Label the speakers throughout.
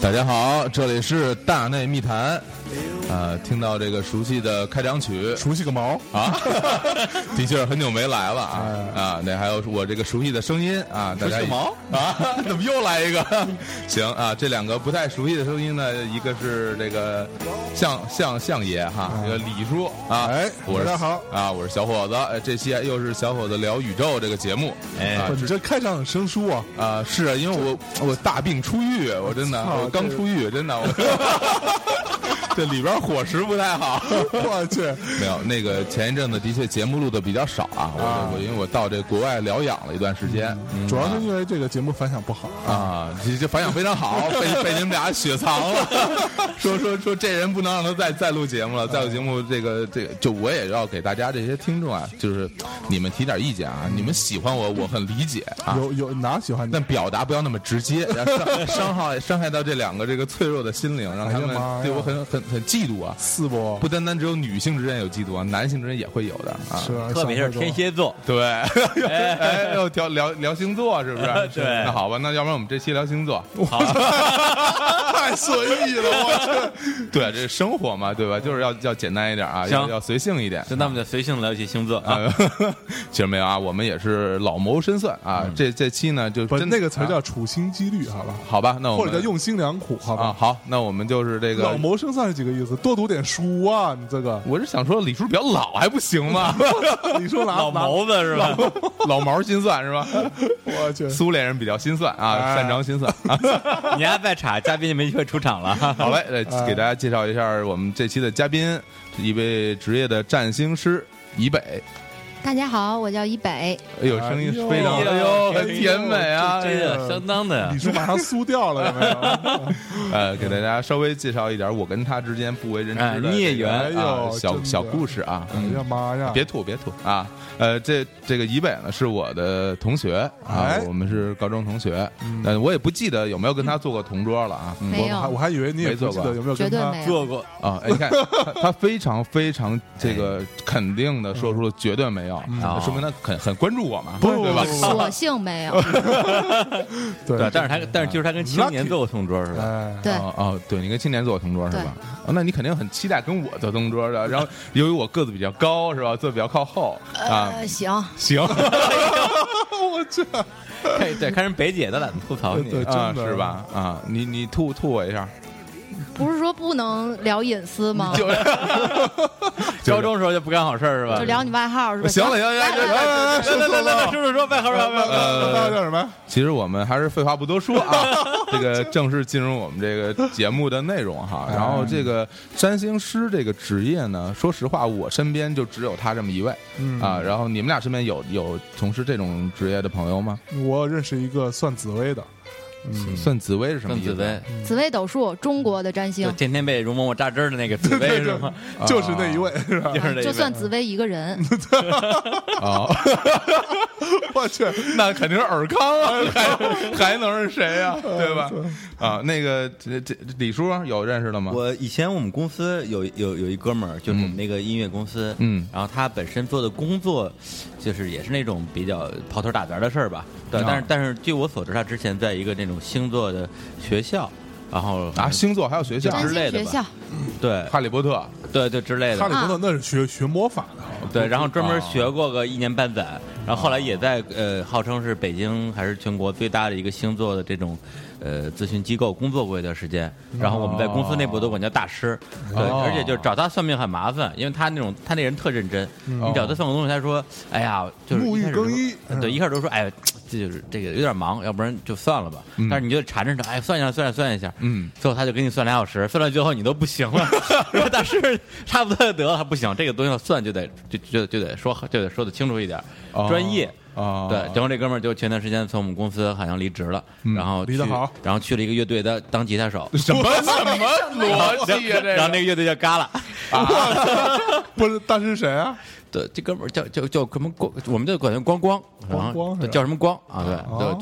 Speaker 1: 大家好，这里是大内密谈。啊，听到这个熟悉的开场曲
Speaker 2: 熟悉个毛！
Speaker 1: 啊， 的确很久没来了啊啊！那还有我这个熟悉的声音啊，大家
Speaker 2: 熟悉个哎毛
Speaker 1: 啊， 怎么又来一个？ 行啊，这两个不太熟悉的声音呢，一个是这个相相相爷哈，这个李叔啊，
Speaker 2: 哎
Speaker 1: 我是
Speaker 2: 大家好
Speaker 1: 啊，我是小伙子，哎这期又是小伙子聊宇宙这个节目，哎
Speaker 2: 不啊你这开场很生疏啊！
Speaker 1: 啊，是啊，因为我我大病初愈，我真的
Speaker 2: 操
Speaker 1: 我刚
Speaker 2: 哦这
Speaker 1: 出狱，真的我。 这里边伙食不太好，
Speaker 2: 我去，
Speaker 1: 没有，那个前一阵子的确节目录的比较少啊，我、
Speaker 2: 啊
Speaker 1: 我因为我到这国外疗养了一段时间，嗯
Speaker 2: 主要是因为这个节目反响不好。
Speaker 1: 啊，这这反响非常好，被被你们俩雪藏 了，说说说这人不能让他再再录节目了，再录节目这个这个，就我也要给大家这些听众啊，就是你们提点意见啊，你们喜欢我，我很理解啊。
Speaker 2: 有有哪喜欢你
Speaker 1: 但？表达不要那么直 接，然后伤伤害伤害到这两个这个脆弱的心灵，让他
Speaker 2: 哎呀妈
Speaker 1: 们
Speaker 2: 呀
Speaker 1: 对我很很很嫉妒啊！
Speaker 2: 是不
Speaker 1: 不？单单只有女性之间有嫉妒啊，男性之间也会有的啊。
Speaker 2: 是啊，
Speaker 3: 特别是天蝎座，？
Speaker 1: 对，哎，又聊聊聊星座是不是
Speaker 2: 哎
Speaker 3: 对
Speaker 1: 那好吧，那要不然我们这期聊星座，
Speaker 3: 好，
Speaker 2: 啊
Speaker 1: 太随意了，我去。对，啊这生活嘛，对吧？就是要要简单一点啊，
Speaker 3: 行
Speaker 1: 要要随性一点。
Speaker 3: 就那我们就随性聊一些星座啊。
Speaker 1: 啊， 其实没有啊，我们也是老谋深算啊。这这期呢，就
Speaker 2: 不是
Speaker 1: 真
Speaker 2: 嗯那个词儿
Speaker 1: 啊
Speaker 2: 叫处心积虑，好吧？
Speaker 1: 好吧？那我
Speaker 2: 或
Speaker 1: 们
Speaker 2: 者叫用心良苦，好
Speaker 1: 啊，
Speaker 2: 吧？
Speaker 1: 好，那我们就是这个，
Speaker 2: 老谋深算是几个意思？多读点书啊！你这个
Speaker 1: 我是想说，李叔比较老还不行吗？
Speaker 2: 你说哪
Speaker 3: 老
Speaker 2: 哪？
Speaker 3: 谋子是吧？
Speaker 1: 老毛心算是吧？
Speaker 2: 我去，
Speaker 1: 苏联人比较心算啊，
Speaker 2: 哎
Speaker 1: 擅长心算。
Speaker 3: 你还再查，嘉宾就没机会出场了。
Speaker 1: 好嘞，来给大家介绍一下我们这期的嘉宾，一位职业的占星师以北。
Speaker 4: 大家好，我叫一北，
Speaker 1: 哎呦，声音非常
Speaker 2: 哎呦
Speaker 1: 哎呦，很甜美 啊！
Speaker 3: 这个相当的
Speaker 2: 李叔马上酥掉了，有没 有？
Speaker 1: 呃，给大家稍微介绍一点我跟他之间不为人知的
Speaker 3: 哎
Speaker 1: 这个
Speaker 3: 孽缘
Speaker 1: 哎呦
Speaker 2: 哎呦
Speaker 1: 小
Speaker 2: 真的
Speaker 1: 小故事啊。
Speaker 2: 哎呀妈呀！
Speaker 1: 别吐，别吐啊！呃，这这个以北呢是我的同学啊
Speaker 2: 哎，嗯
Speaker 1: 我们是高中同学，但我也不记得有没有跟他坐过同桌了啊。嗯
Speaker 4: 没
Speaker 2: 我还我
Speaker 4: 有，
Speaker 2: 还以为你也
Speaker 1: 没做
Speaker 2: 不记得
Speaker 1: 过
Speaker 2: 有没有
Speaker 4: 绝
Speaker 2: 跟
Speaker 4: 对
Speaker 2: 他
Speaker 4: 没有。
Speaker 3: 做过，
Speaker 1: 啊，哎你看他他非常非 常这个
Speaker 2: 哎
Speaker 1: 肯定的说出了绝对没有，啊
Speaker 3: 哦
Speaker 1: 说明他很很关注我嘛，
Speaker 2: 嗯不
Speaker 1: 对吧？
Speaker 2: 不不
Speaker 4: 索性没有，
Speaker 2: 对
Speaker 3: 对，但是他但是就是他跟青年做过同桌是吧？
Speaker 2: 哎，
Speaker 4: 对，
Speaker 1: 哦哦，对你跟青年做同桌是吧？啊那你肯定很期待跟我做同桌的。然后由于我个子比较高是吧，坐比较靠后 啊，
Speaker 4: 呃，行，
Speaker 1: 行
Speaker 2: 我去，
Speaker 1: 哎
Speaker 3: 对对，看人北姐都懒得吐槽你
Speaker 2: 对。真
Speaker 1: 啊
Speaker 2: 的
Speaker 1: 是吧？啊，你你吐吐我一下，
Speaker 4: 不是说不能聊隐私吗？
Speaker 1: 就
Speaker 3: 高中时候就不干好事儿是吧？
Speaker 4: 就聊你外号是吧？
Speaker 1: 行了行了行
Speaker 3: 来
Speaker 1: 了。行了
Speaker 2: 哎，
Speaker 3: 来来来来，
Speaker 2: 了，
Speaker 3: 叔叔说外号外号。
Speaker 2: 呃，大家叫什么？
Speaker 1: 其实我们还是废话不多说啊，这个正式进入我们这个节目的内容哈。然后这个占星师这个职业呢，说实话，我身边就只有他这么一位
Speaker 2: 嗯
Speaker 1: 啊。然后你们俩身边有有从事这种职业的朋友吗？
Speaker 2: 我认识一个算紫薇的，嗯，
Speaker 1: 算紫薇是什么
Speaker 3: 邓
Speaker 1: 意思？
Speaker 3: 紫薇，
Speaker 4: 紫微斗数，中国的占星
Speaker 3: 啊 就，天天被容嬷嬷扎针儿的那个紫薇是吗？
Speaker 1: 啊
Speaker 2: 就是那一位， 是吧？
Speaker 3: 就
Speaker 4: 啊
Speaker 3: 是那
Speaker 4: 就
Speaker 3: 一
Speaker 4: 算
Speaker 3: 位。
Speaker 4: 紫薇一个人，
Speaker 1: 哦，
Speaker 2: 我去，
Speaker 1: 那肯定是尔康啊，还还能是谁呀、对吧？啊，那个这这李叔有认识的吗？
Speaker 5: 我以前我们公司有有有一哥们儿，就是我们那个音乐公司，
Speaker 1: 嗯
Speaker 5: 然后他本身做的工作，就是也是那种比较跑腿打杂的事儿吧，对，
Speaker 1: 啊
Speaker 5: 但是但是据我所知，他之前在一个那种星座的学校，然后
Speaker 1: 啊，星座还有学校，
Speaker 4: 占
Speaker 5: 之
Speaker 4: 星
Speaker 5: 类的
Speaker 4: 学
Speaker 5: 吧
Speaker 4: 校，
Speaker 5: 对
Speaker 1: 哈利波特，
Speaker 5: 对对之类
Speaker 2: 哈利
Speaker 5: 的，
Speaker 2: 波特那是学学魔法的，
Speaker 5: 对，然后专门
Speaker 1: 啊
Speaker 5: 学过个一年半载，然后后来也在呃，号称是北京还是全国最大的一个星座的这种。呃，咨询机构工作过一段时间，然后我们在公司内部都管叫大师，对，
Speaker 1: 哦
Speaker 5: 而且就是找他算命很麻烦，因为他那种他那人特认真，你找他算个东西，他说，哎呀，就
Speaker 2: 嗯
Speaker 5: 是
Speaker 2: 沐浴
Speaker 5: 一开始
Speaker 2: 更衣嗯
Speaker 5: 都对，一开始都说，哎，这就是这个有点忙，要不然就算了吧。
Speaker 2: 嗯
Speaker 5: 但是你就缠着他，哎，算一下，算一下，算一下，
Speaker 1: 嗯，
Speaker 5: 最后他就给你算俩小时，算到最后你都不行 了，说大师差不多得了，不行，这个东西要算就得就就就得说就得说的清楚一点，
Speaker 1: 哦
Speaker 5: 专业。
Speaker 1: 哦
Speaker 5: 对，然后这哥们儿就前段时间从我们公司好像离职了，
Speaker 1: 嗯
Speaker 5: 然后
Speaker 2: 离得
Speaker 5: 去
Speaker 2: 好，
Speaker 5: 然后去了一个乐队当当吉他手，
Speaker 1: 什么什么逻辑啊？这
Speaker 5: 然后那个乐队叫嘎啦，
Speaker 2: 不是大师谁啊？
Speaker 5: 对，这哥们儿叫叫叫什么光，我们就管他光光，然后
Speaker 2: 光是吧
Speaker 5: 叫什么光啊？对对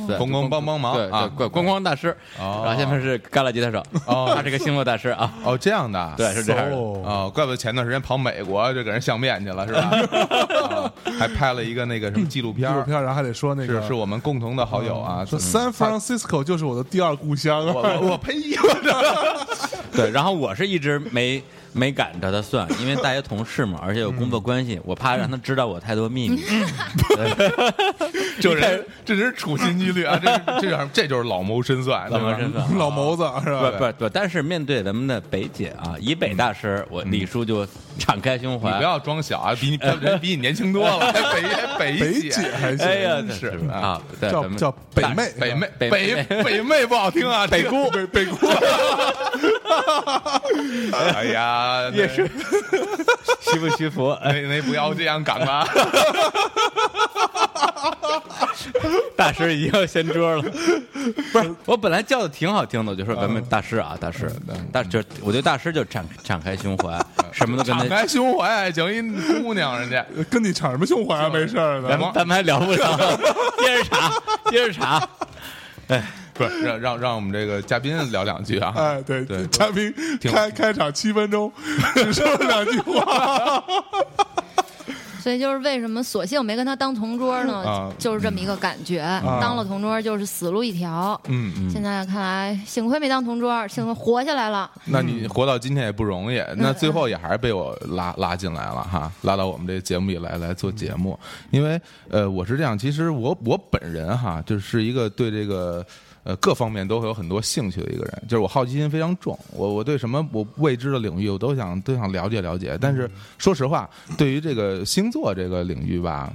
Speaker 5: 对，
Speaker 1: 哦光光帮帮忙
Speaker 5: 对
Speaker 1: 啊
Speaker 5: 对，管光光大师。
Speaker 1: 哦
Speaker 5: 然后下面是旮旯吉他手，他是个星座大师啊。
Speaker 1: 哦，这样的啊，
Speaker 5: 对，是这样的。
Speaker 2: 哦，
Speaker 1: 哦，怪不得前段时间跑美国就给人相面去了，是吧？啊还拍了一个那个什么纪录
Speaker 2: 纪
Speaker 1: 片
Speaker 2: 录
Speaker 1: 儿，
Speaker 2: 片，然后还得说那个
Speaker 1: 是是我们共同的好友啊，
Speaker 2: 说
Speaker 1: 嗯
Speaker 2: San Francisco 就是我的第二故乡
Speaker 1: 我
Speaker 2: 啊。
Speaker 1: 我我呸！我
Speaker 5: 对，然后我是一直没没敢着他算，因为大家同事嘛，而且有工作关系，我怕让他知道我太多秘密。
Speaker 1: 这这人这人处心积虑啊，这是这叫这就是老谋深算，
Speaker 5: 怎
Speaker 1: 对吧
Speaker 5: 么身份？
Speaker 2: 老谋子是
Speaker 5: 不
Speaker 2: 吧？
Speaker 5: 不不，但是面对咱们的北姐啊，以北大师，我李叔就敞开胸
Speaker 1: 你
Speaker 5: 怀
Speaker 1: 不。要装小啊，比你人比你年轻多了，还北还北
Speaker 2: 北
Speaker 1: 姐
Speaker 2: 姐还行
Speaker 5: 哎呀，
Speaker 1: 真是
Speaker 5: 吧啊，对，咱
Speaker 2: 叫
Speaker 5: 们
Speaker 2: 叫北妹，
Speaker 1: 北妹
Speaker 5: 北
Speaker 1: 北北妹不好听啊，北姑北北姑。哎呀，也是
Speaker 3: 虚不虚浮？
Speaker 5: 哎
Speaker 1: 那那不要这样赶啊吧。
Speaker 5: 大师已经掀桌了。不是，我本来叫的挺好听的，我就说咱们大师啊，大师，大就是我对大师就敞敞开胸怀，什么都跟
Speaker 1: 敞
Speaker 5: 他。
Speaker 1: 开胸怀，整一姑娘，人家
Speaker 2: 跟你敞什么胸怀啊？没事儿
Speaker 1: 咱
Speaker 2: 的。
Speaker 1: 们
Speaker 5: 咱们还聊不上，接着查，接着查。
Speaker 1: 不是让让让我们这个嘉宾聊两句啊。
Speaker 2: 哎，对
Speaker 1: 对
Speaker 2: 嘉宾
Speaker 1: 挺
Speaker 2: 开开场七 分钟，只说了两句话，
Speaker 4: 所以就是为什么索性没跟他当同桌呢？
Speaker 1: 啊
Speaker 4: 就是这么一个感觉。
Speaker 2: 啊
Speaker 4: 当了同桌就是死路一条。
Speaker 1: 嗯，
Speaker 4: 现在看来，幸亏没当同桌，幸亏活下来了。
Speaker 1: 那你活到今天也不容易，那最后也还是被我拉拉进来了哈，拉到我们这节目里来来做节目。因为呃，我是这样，其实我我本人哈，就是一个对这个呃各方面都会有很多兴趣的一个人，就是我好奇心非常重，我我对什么我未知的领域我都想都想了解了解。但是说实话，对于这个星座这个领域吧。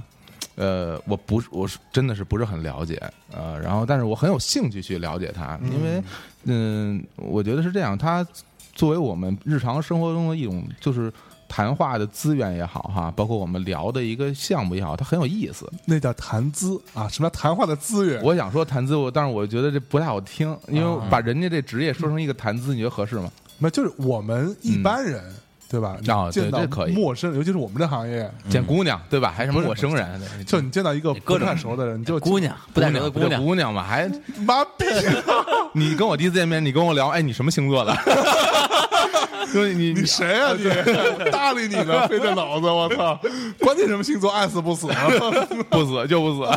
Speaker 1: 呃，我不是，我是真的是不是很了解，呃，然后但是我很有兴趣去了解它，因为，嗯，我觉得是这样，它作为我们日常生活中的一种就是谈话的资源也好哈，包括我们聊的一个项目也好，它很有意思。
Speaker 2: 那叫谈资啊，什么叫谈话的资源？
Speaker 1: 我想说谈资，我但是我觉得这不太好听，因为把人家这职业说成一个谈资，你觉得合适吗？
Speaker 2: 那就是我们一般人，对吧？你
Speaker 1: 啊对
Speaker 2: 见到
Speaker 1: 这可以嗯
Speaker 2: 陌生人，尤其是我们这行业，
Speaker 1: 见姑娘对吧？还什么陌生人？
Speaker 2: 就你见到一个
Speaker 5: 各
Speaker 2: 不
Speaker 5: 种
Speaker 2: 太熟的人，你就
Speaker 5: 姑娘，不带
Speaker 1: 聊
Speaker 5: 聊的姑娘，
Speaker 1: 姑娘嘛，还
Speaker 2: 妈逼，
Speaker 1: 你跟我第一次见面，你跟我聊，哎，你什么星座的？ 就是你
Speaker 2: 你谁啊你？我搭理你 呢，非得脑子，我操！管你什么星座，爱死不死啊！
Speaker 1: 不死 就不死。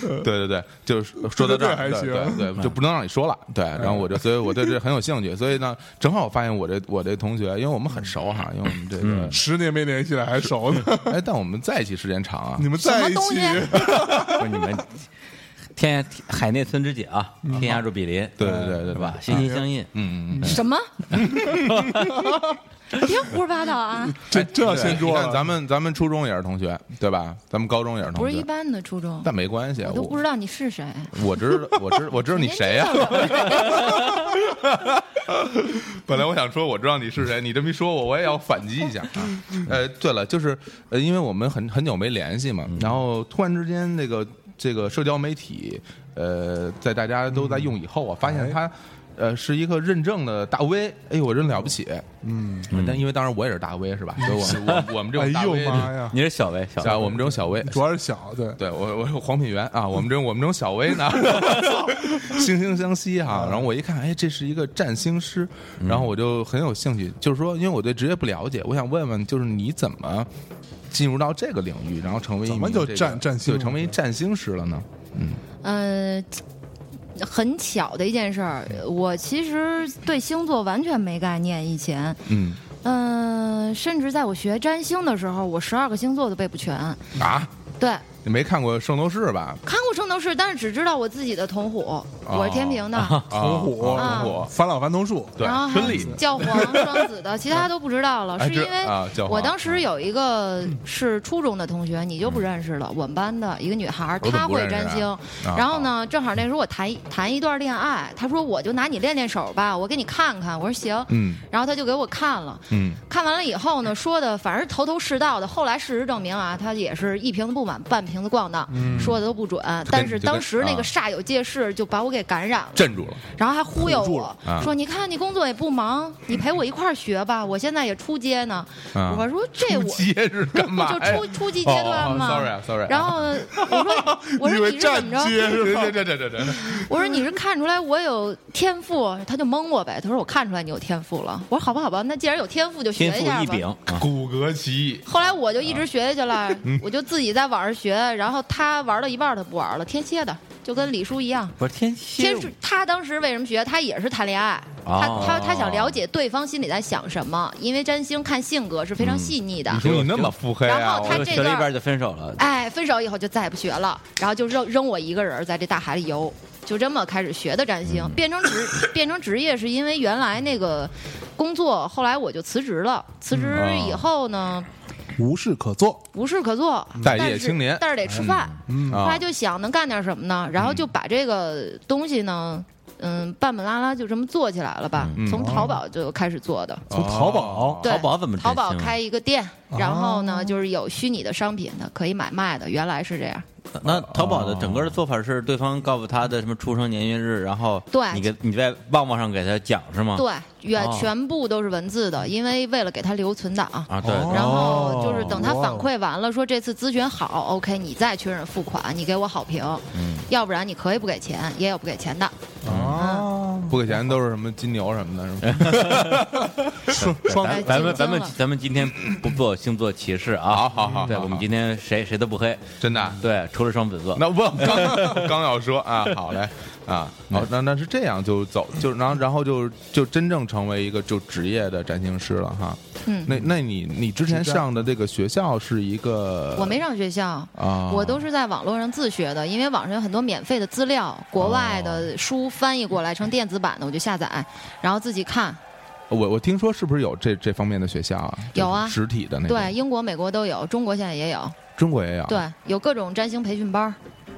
Speaker 1: 对对对，就是 说到这儿
Speaker 2: 这还
Speaker 1: 对
Speaker 2: 行嗯
Speaker 1: 对对，就不能让你说了。对，然后我就，所以我对这很有兴趣。所以呢，正好我发现我这我这同学，因为我们很熟哈，因为我们这个，
Speaker 2: 十年没联系了还熟呢，
Speaker 1: 哎，但我们在一起时间长啊
Speaker 2: 你。们在
Speaker 4: 什
Speaker 2: 一
Speaker 4: 么东
Speaker 2: 起
Speaker 4: 西
Speaker 5: 不是你们天涯海内存知己啊，天涯若比邻，
Speaker 1: 嗯
Speaker 5: 嗯
Speaker 1: 对对对对
Speaker 5: 是吧？心心相印，
Speaker 1: 嗯嗯嗯，
Speaker 4: 什么？ 别胡说八道啊！
Speaker 2: 这这要
Speaker 1: 嗯对
Speaker 2: 掀
Speaker 1: 你
Speaker 2: 桌
Speaker 1: 看
Speaker 2: 了，
Speaker 1: 咱们咱们初中也是同学，对吧？咱们高中也是
Speaker 4: 不
Speaker 1: 同
Speaker 4: 是一
Speaker 1: 学，
Speaker 4: 般的初中，
Speaker 1: 但没关系，
Speaker 4: 我都不
Speaker 1: 我
Speaker 4: 知道你是谁。
Speaker 1: 我知道我知我知道你谁 啊呀？ 本来我想说，我知道你是谁，你这么一说我，我也要反击一下啊。
Speaker 2: 嗯
Speaker 1: 呃，对了，就是呃，因为我们很很久没联系
Speaker 2: 嗯
Speaker 1: 嘛，然后突然之间那个这个社交媒体，呃，在大家都在用以后，我发
Speaker 2: 嗯
Speaker 1: 现
Speaker 2: 哎
Speaker 1: 它。呃，是一个认证的大 V，哎呦，我真了不起。嗯，但因为当然我也是大 V 是吧？所以我 我我们这
Speaker 2: 哎
Speaker 1: 种大
Speaker 2: 呦
Speaker 1: V，
Speaker 2: 妈呀！
Speaker 5: 你是小薇，小薇
Speaker 1: 像我们这种小 V，
Speaker 2: 主要是小，对，
Speaker 1: 对我，我是黄品源啊，我们这我们这种小薇 呢，惺惺相惜哈、
Speaker 2: 嗯
Speaker 1: 然后我一看，哎，这是一个占星师，然后我就很有兴趣，就是说，因为我对职业不了解，我想问问，就是你怎么进入到这个领域，然后成为一
Speaker 2: 怎
Speaker 1: 名
Speaker 2: 么
Speaker 1: 这
Speaker 2: 就
Speaker 1: 个
Speaker 2: 占占星
Speaker 1: 对，成为一占星师了呢？
Speaker 4: 呃，很巧的一件事儿，我其实对星座完全没概念。以前，
Speaker 1: 嗯
Speaker 4: 嗯、甚至在我学占星的时候，我十二个星座都背不全。
Speaker 1: 啊，
Speaker 4: 对，
Speaker 1: 你没看过《圣斗士》吧？
Speaker 4: 看过圣斗士，但是只知道我自己的童虎，我是天平的。
Speaker 1: 哦
Speaker 2: 同虎
Speaker 1: 啊同虎，
Speaker 2: 返老还童术，
Speaker 1: 对
Speaker 4: 然后，
Speaker 1: 春
Speaker 4: 还
Speaker 1: 丽
Speaker 4: 有啊教皇、双子的，其他都不知道了，
Speaker 1: 哎
Speaker 4: 是因
Speaker 1: 这
Speaker 4: 为
Speaker 1: 啊教
Speaker 4: 我
Speaker 1: 皇
Speaker 4: 当时有一个是初中的同学，你就不认识了，我们班的一个女孩儿，
Speaker 1: 嗯我怎么
Speaker 4: 她
Speaker 1: 不
Speaker 4: 会
Speaker 1: 认识
Speaker 4: 占
Speaker 1: 啊
Speaker 4: 星。然后呢，正好那时候我谈一谈一段恋爱，她说我就拿你练练手吧，我给你看看。我说行，
Speaker 1: 嗯
Speaker 4: 然后她就给我看了，
Speaker 1: 嗯，
Speaker 4: 看完了以后呢，说的反正头头是道的。后来事实证明啊，她也是一瓶子不满半瓶子逛荡，说的都不准。但但是
Speaker 1: 嗯就跟
Speaker 4: 当时那
Speaker 1: 啊
Speaker 4: 个煞有介事就把我给感染了。
Speaker 1: 镇住了，
Speaker 4: 然后还忽悠我
Speaker 1: 了啊
Speaker 4: 说：“你看你工作也不忙，你陪我一块儿学吧，我现在也出街呢。
Speaker 1: 啊
Speaker 4: 我说：“这我
Speaker 1: 结实干嘛
Speaker 4: 就
Speaker 1: 呀？
Speaker 4: 初初级阶段嘛。
Speaker 1: 哎哦哦，sorry 啊，sorry 啊
Speaker 4: 然后我说：“ 我
Speaker 2: 以
Speaker 4: 说
Speaker 2: 为
Speaker 4: 你是
Speaker 2: 站
Speaker 4: 怎么着？
Speaker 2: 街是吧？
Speaker 1: 这这这这这，
Speaker 4: 我说你是看出来我有天赋？”他就蒙我呗，他说：“我看出来你有天赋了。”我说：“好吧，好吧，那既然有天赋就学
Speaker 5: 天赋
Speaker 4: 一下
Speaker 5: 异
Speaker 4: 吧。”
Speaker 5: 禀啊，
Speaker 2: 骨骼奇异，
Speaker 4: 后来我就一直学下去了，我就自己在网上学，然后他玩到一半儿他不玩了，天蝎的，就跟李叔一样。
Speaker 5: 不是天
Speaker 4: 天
Speaker 5: 蝎
Speaker 4: 蝎他当时为什么学？他也是谈恋爱，他
Speaker 5: 哦
Speaker 4: 他他想了解对方心里在想什么，因为占星看性格是非
Speaker 1: 嗯
Speaker 4: 常细腻的。
Speaker 1: 你说你那么腹黑
Speaker 4: 然
Speaker 1: 啊
Speaker 4: 后？
Speaker 5: 结
Speaker 4: 他
Speaker 5: 果
Speaker 4: 这
Speaker 5: 学了一
Speaker 4: 段
Speaker 5: 半就分手了。
Speaker 4: 哎，分手以后就再也不学了，然后就扔扔我一个人在这大海里游，就这么开始学的占
Speaker 1: 嗯
Speaker 4: 星，变成职变成职业是因为原来那个工作，后来我就辞职了，
Speaker 1: 嗯
Speaker 4: 辞职
Speaker 1: 哦
Speaker 4: 以后呢。
Speaker 2: 无事可做，
Speaker 4: 无事可做，
Speaker 1: 待
Speaker 4: 但
Speaker 1: 业
Speaker 4: 是
Speaker 1: 青年
Speaker 4: 但是得吃饭。
Speaker 2: 嗯
Speaker 5: 啊
Speaker 4: 后
Speaker 1: 啊
Speaker 4: 来就想能干点什么呢？然后
Speaker 5: 嗯
Speaker 4: 就把这个东西呢，嗯，半本拉拉就这么做起来了吧？从淘宝就开始做的，
Speaker 2: 从淘宝
Speaker 4: 对
Speaker 5: 嗯哦淘宝怎么
Speaker 4: 淘宝
Speaker 5: 占星啊
Speaker 4: 开一个店，然后呢，就是有虚拟的商品的可以买卖的，原来是这样。
Speaker 5: 那淘宝的整个的做法是，对方告诉他的什么出生年月日，然后
Speaker 4: 对
Speaker 5: 你给你在旺旺上给他讲是吗？
Speaker 4: 对，原
Speaker 5: 哦嗯
Speaker 4: 全部都是文字的，因为为了给他留存档。
Speaker 5: 啊，对，
Speaker 2: 哦
Speaker 4: 然后就是等他
Speaker 2: 哇哦
Speaker 4: 反馈完了，说这次咨询好，OK，你再确认付款，你给我好评，
Speaker 5: 嗯
Speaker 4: 要不然你可以不给钱，也有不给钱的。
Speaker 2: 啊，
Speaker 1: 不给钱都是什么金牛什么的，是吗？
Speaker 2: 双
Speaker 4: 哎
Speaker 5: 咱们咱
Speaker 4: 进京
Speaker 5: 们
Speaker 4: 了
Speaker 5: 咱们今天不做星座歧视啊！
Speaker 1: 好好好
Speaker 5: 对
Speaker 1: 好好
Speaker 5: 我们今天谁谁都不黑，
Speaker 1: 真的啊。
Speaker 5: 对，除了双子座。
Speaker 1: 那不 刚刚要说啊，好嘞啊，好，那那是这样就走，就然后然后就就真正成为一个就职业的占星师了哈。
Speaker 4: 嗯
Speaker 1: 那那你你之前上的这个学校是一个
Speaker 5: 呃
Speaker 4: 我没上学校，
Speaker 1: 啊，
Speaker 4: 我都是在网络上自学的，因为网上有很多免费的资料，国外
Speaker 1: 哦
Speaker 4: 的书翻译过来成电子版的，我就下载，然后自己看。
Speaker 1: 我我听说是不是有这这方面的学校啊？
Speaker 4: 有啊
Speaker 1: 就是实体的那种
Speaker 4: 对，，英国、美国都有，中国现在也有，
Speaker 1: 中国也有，
Speaker 4: 对，有各种占星培训班儿，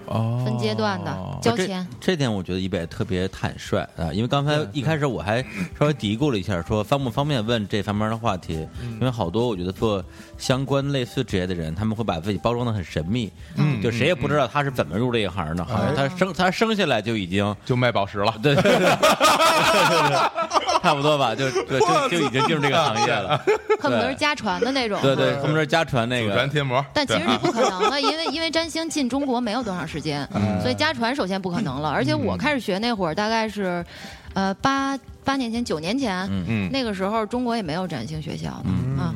Speaker 1: 哦，
Speaker 4: 分阶段的，交钱。
Speaker 5: 这点我觉得一北特别坦率啊，因为刚才一开始我还稍微嘀咕了一下，说方不方便问这方面的话题，
Speaker 1: 嗯
Speaker 5: 因为好多我觉得做相关类似职业的人，他们会把自己包装的很神秘，
Speaker 1: 嗯哎
Speaker 5: 就谁也不知道他是怎么入这一行的，好像他生他生下来就已经
Speaker 1: 就卖宝石了。
Speaker 5: 对 对对对对， 差不多吧，就对就就已经进入这个行业了，
Speaker 4: 恨不得是家传的那种。
Speaker 5: 对对，恨不得家传那
Speaker 1: 祖
Speaker 5: 个
Speaker 1: 传。贴膜，
Speaker 4: 但其实
Speaker 1: 对
Speaker 4: 这
Speaker 1: 啊
Speaker 4: 不可能的，因 为因为占星进中国没有多长时间，
Speaker 1: 嗯
Speaker 4: 所以家传首先不可能了。而且我开始学那会儿大概是，呃八八年前九年前，
Speaker 5: 嗯
Speaker 1: 嗯
Speaker 4: 那个时候中国也没有占星学校呢，啊，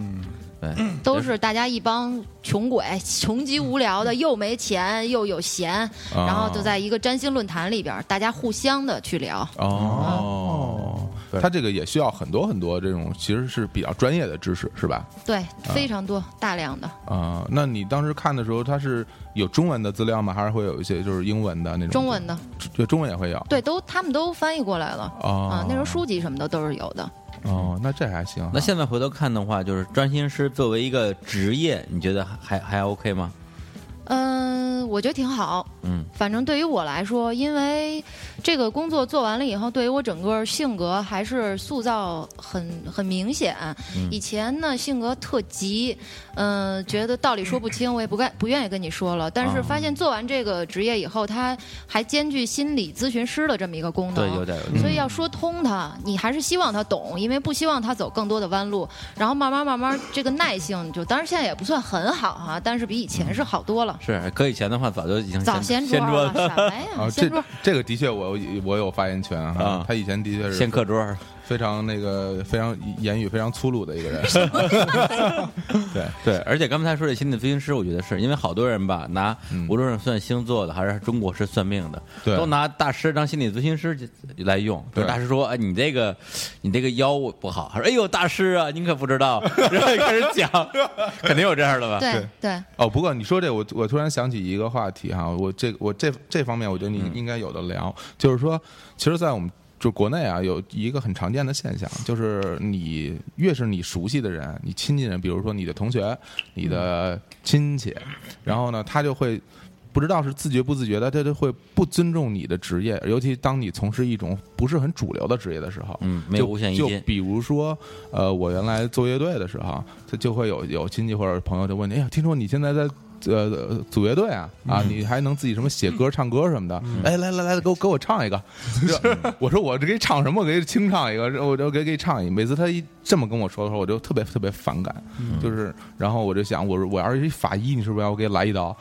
Speaker 5: 对，
Speaker 1: 嗯
Speaker 4: 都是大家一帮穷鬼、穷极无聊的，又没钱又有闲，
Speaker 1: 啊
Speaker 4: 然后就在一个占星论坛里边儿，大家互相的去聊。
Speaker 1: 哦。他这个也需要很多很多这种，其实是比较专业的知识，是吧？
Speaker 4: 对，非常多，大量的
Speaker 1: 啊、那你当时看的时候，它是有中文的资料吗？还是会有一些就是英文的那种？
Speaker 4: 中文的，
Speaker 1: 就中文也会有。
Speaker 4: 对，都他们都翻译过来了。
Speaker 1: 哦
Speaker 4: 啊，那时候书籍什么的都是有的。
Speaker 1: 哦，那这还行啊。
Speaker 5: 那现在回头看的话，就是占星师作为一个职业，你觉得还还 OK 吗？
Speaker 4: 嗯，我觉得挺好。
Speaker 5: 嗯，
Speaker 4: 反正对于我来说，因为这个工作做完了以后，对于我整个性格还是塑造很很明显。
Speaker 5: 嗯
Speaker 4: 以前呢，性格特急，嗯、觉得道理说不清，我也不该不愿意跟你说了。但
Speaker 5: 啊
Speaker 4: 是发现做完这个职业以后，它还兼具心理咨询师的这么一个功能。
Speaker 5: 对，有点有点。
Speaker 4: 所以要说通他，你还是希望他懂，因为不希望他走更多的弯路。然后慢慢慢慢，这个耐性就，当然现在也不算很好哈、但是比以前是好多了。
Speaker 5: 是，搁以前的话早就已经
Speaker 4: 早
Speaker 5: 掀掀
Speaker 4: 掀桌
Speaker 5: 桌了，
Speaker 4: 了，什 么呀？
Speaker 1: 啊，
Speaker 4: 掀
Speaker 1: 这
Speaker 4: 桌。
Speaker 1: 这个的确我有我有发言权
Speaker 5: 啊
Speaker 1: 他以前的确
Speaker 5: 掀
Speaker 1: 是
Speaker 5: 课桌儿。
Speaker 1: 非常那个非常言语非常粗鲁的一个 人。对，
Speaker 5: 对，而且刚才说这心理咨询师，我觉得是因为好多人吧，拿
Speaker 1: 嗯
Speaker 5: 无论是算星座的，还是中国式算命的，
Speaker 1: 对
Speaker 5: 都拿大师当心理咨询师来用。比
Speaker 1: 对
Speaker 5: 如大师说：“哎，你这个你这个腰不好。”他说：“哎呦，大师啊，您可不 知道。”然后开始讲，肯定有这样的吧？
Speaker 4: 对对，
Speaker 1: 哦，不过你说这个，我我突然想起一个话题哈，我这我这这方面，我觉得你应该有的聊，就是说，其实，在我们就国内啊，有一个很常见的现象，就是你越是你熟悉的人，你亲近人，比如说你的同学、你的亲戚，然后呢，他就会。不知道是自觉不自觉的，他就会不尊重你的职业，尤其当你从事一种不是很主流的职业的时候，
Speaker 5: 嗯没有
Speaker 1: 就
Speaker 5: 五险一
Speaker 1: 就
Speaker 5: 金
Speaker 1: 比如说，呃，我原来做乐队的时候，他就会有有亲戚或者朋友就问你，哎呀，听说你现在在呃组乐队啊
Speaker 5: 嗯
Speaker 1: 啊，你还能自己什么写歌、唱歌什么的。哎，来来来，给我给我唱一 个。就我说我这给你唱什么？我给你清唱一个，我就给给你唱一个。每次他一这么跟我说的时候，我就特别特别反感，
Speaker 5: 嗯
Speaker 1: 就是然后我就想，我说我要是一法医，你是不是要给我来一刀？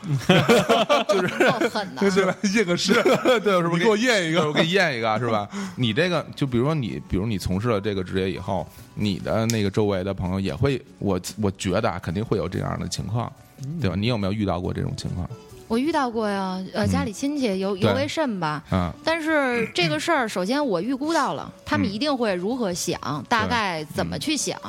Speaker 4: 够狠的。啊
Speaker 2: 对吧？验个尸，对，是不是？给我验一
Speaker 1: 对我
Speaker 2: 个，
Speaker 1: 给你验一个是吧？你这个就比如说你，比如你从事了这个职业以后，你的那个周围的朋友也会，我我觉得啊，肯定会有这样的情况，对吧？你有没有遇到过这种情况？
Speaker 4: 我遇到过呀，呃，家里亲戚尤尤
Speaker 1: 嗯对
Speaker 4: 为甚吧。
Speaker 1: 嗯，
Speaker 4: 但是这个事儿，首先我预估到了，他们一定会如何想，大概怎
Speaker 1: 嗯
Speaker 4: 么去想。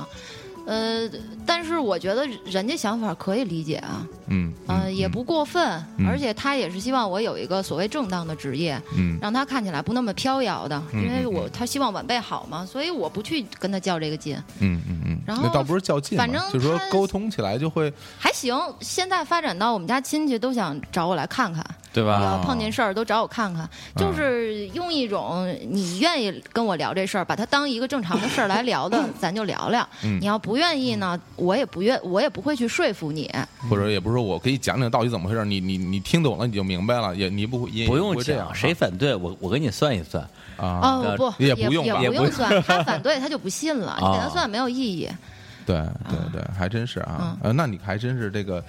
Speaker 4: 呃，但是我觉得人家想法可以理解啊，
Speaker 1: 嗯
Speaker 4: 呃，
Speaker 1: 嗯
Speaker 4: 也不过分，
Speaker 1: 嗯
Speaker 4: 而且他也是希望我有一个所谓正当的职业，
Speaker 1: 嗯
Speaker 4: 让他看起来不那么飘摇的，
Speaker 1: 嗯
Speaker 4: 因为我他希望晚辈好嘛，所以我不去跟他较这个劲，
Speaker 1: 嗯嗯嗯，
Speaker 4: 然后
Speaker 1: 那倒不是较劲嘛，
Speaker 4: 反正
Speaker 1: 就是说
Speaker 4: 他
Speaker 1: 沟通起来就会，
Speaker 4: 还行。现在发展到我们家亲戚都想找我来看看，
Speaker 5: 对
Speaker 4: 要
Speaker 1: 啊
Speaker 5: 吧？
Speaker 4: 碰见事儿都找我看看，就是用一种你愿意跟我聊这事儿，把它当一个正常的事儿来聊的，咱就聊聊。
Speaker 1: 嗯
Speaker 4: 你要不愿意呢，我也不愿，我也不会去说服你。
Speaker 1: 或者也不是说我给你讲讲到底怎么回事，你你你听懂了你就明白了，也你不也
Speaker 5: 不
Speaker 1: 也
Speaker 5: 用
Speaker 1: 会这样
Speaker 5: 讲，谁反对我，我给你算一算。
Speaker 1: 啊？
Speaker 4: 哦
Speaker 5: 那，
Speaker 4: 不，
Speaker 1: 也
Speaker 4: 也
Speaker 1: 不用吧
Speaker 4: 也
Speaker 5: 也
Speaker 4: 不
Speaker 5: 不
Speaker 4: 用算，他反对他就不信了，你给他
Speaker 5: 啊
Speaker 4: 算没有意义。
Speaker 1: 对
Speaker 4: 啊
Speaker 1: 对对，还真是啊，
Speaker 4: 嗯
Speaker 1: 呃，那你还真是这个。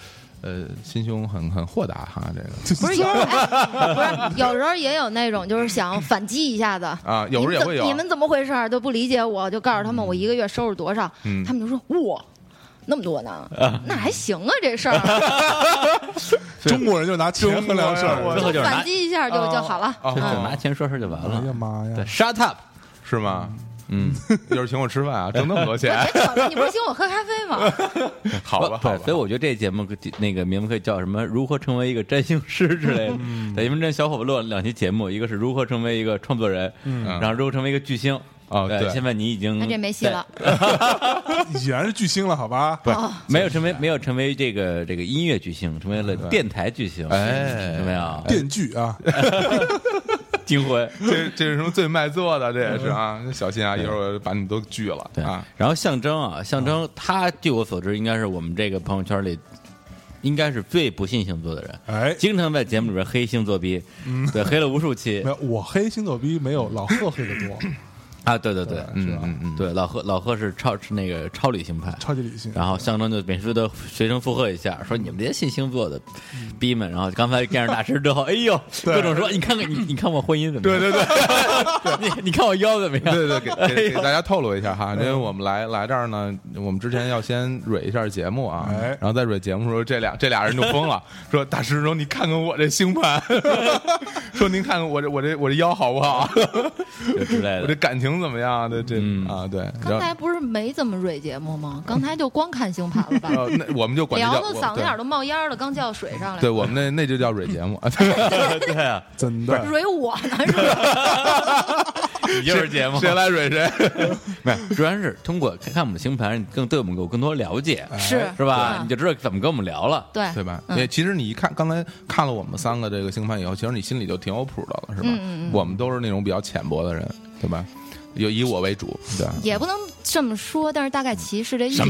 Speaker 1: 呃，心胸很很豁达哈，这个
Speaker 4: 不是有，哎不是有时候也有那种就是想反击一下子。
Speaker 1: 啊，有时候也会有，
Speaker 4: 你们怎么你们怎么回事儿都不理解我，就告诉他们我一个月收入多少，
Speaker 1: 嗯
Speaker 4: 他们就说哇，那么多呢， 那还行啊 这事儿，
Speaker 2: 中国人就拿钱衡量事
Speaker 5: 中国
Speaker 2: 儿
Speaker 5: 人。啊
Speaker 4: 就
Speaker 5: 就是拿
Speaker 4: 反击一下就就好了。
Speaker 1: 啊
Speaker 4: 嗯
Speaker 5: 就只拿钱说事就完
Speaker 2: 哎
Speaker 1: 哦
Speaker 2: 呀
Speaker 5: 了。
Speaker 2: 妈呀
Speaker 5: 对！，shut up，
Speaker 1: 是吗？
Speaker 5: 嗯，
Speaker 1: 一会儿请我吃饭啊，挣那么多钱
Speaker 4: 别，扯了，你不是请我喝咖啡吗？
Speaker 1: 嗯好吧，
Speaker 5: 不
Speaker 1: 好
Speaker 5: 对，所
Speaker 1: 吧。
Speaker 5: 以我觉得这节目那个名字可以叫什么？如何成为一个占星师之类的。
Speaker 1: 嗯
Speaker 5: 对，因为这小伙子录了两期节目，一个是如何成为一个创作人，然后如何成为一个巨星。
Speaker 1: 嗯哦对
Speaker 5: 现在你已经
Speaker 4: 那这没戏了，
Speaker 2: 已然是巨星了，好吧？不
Speaker 5: 没有成为没有成为这个这个音乐巨星，成为了电台巨星，
Speaker 1: 哎
Speaker 5: 有没有？
Speaker 2: 电锯啊，
Speaker 5: 金婚。
Speaker 1: 这这是什么最卖座的？这也是啊，小心啊，一会儿把你们都拒了
Speaker 5: 嗯对
Speaker 1: 啊。嗯
Speaker 5: 然后象征啊，象征他据我所知，应该是我们这个朋友圈里。应该是最不信星座的人，
Speaker 2: 哎
Speaker 5: 经常在节目里边黑星座逼，
Speaker 1: 嗯
Speaker 5: 对，黑了无数期
Speaker 2: 没有我黑星座逼没有老贺黑的多，
Speaker 5: 啊，对对对，
Speaker 2: 是
Speaker 1: 嗯
Speaker 2: 吧？
Speaker 1: 嗯嗯，
Speaker 5: 对，老贺老贺是超是那个超理性派，
Speaker 2: 超级理性。
Speaker 5: 然后象征就每次都学生附和一下，说你们这些信星座的逼们，然后刚才电视大师之后，哎呦，各种说你看看你你看我婚姻怎么样？对对 对，你你看我腰怎么样？
Speaker 1: 对 对，给给给大家透露一下哈，因为
Speaker 5: 嗯
Speaker 1: 我们来来这儿呢，我们之前要先蕊一下节目啊，
Speaker 2: 哎
Speaker 1: 然后在蕊节目的时候，这俩这俩人就疯了，说大师兄，你看看我这星盘， 说您看看我这我这我这腰好不好，
Speaker 5: 就之类
Speaker 1: 我这
Speaker 5: 的。
Speaker 1: 感情怎么样？这这
Speaker 5: 嗯
Speaker 1: 啊，对，然
Speaker 4: 刚
Speaker 1: 后
Speaker 4: 才不是没怎么蕊节目吗？刚才就光看星盘了吧？
Speaker 1: 呃那我们就管这
Speaker 4: 聊
Speaker 1: 叫
Speaker 4: 的
Speaker 1: 我
Speaker 4: 嗓子
Speaker 1: 对
Speaker 4: 眼儿都冒烟儿了，刚叫水 上来，
Speaker 1: 对我们那那就叫蕊 节目 啊，
Speaker 5: 对啊，
Speaker 2: 真的，
Speaker 4: 蕊我 呢是吧？
Speaker 5: 你就是节目，
Speaker 1: 谁来蕊谁。
Speaker 5: 没有，主要是通过看看我们的星盘，更对我们有更多了解，
Speaker 4: 是
Speaker 5: 是吧？
Speaker 4: 嗯
Speaker 5: 你就知道怎么跟我们聊了。
Speaker 4: 对
Speaker 1: 对吧？
Speaker 4: 嗯
Speaker 1: 也其实你一看，刚才看了我们三个这个星盘以后，其实你心里就挺有谱的了，是吧？
Speaker 4: 嗯嗯嗯
Speaker 1: 我们都是那种比较浅薄的人，对吧？有以我为主，对吧。
Speaker 4: 也不能这么说，但是大概其是这意思。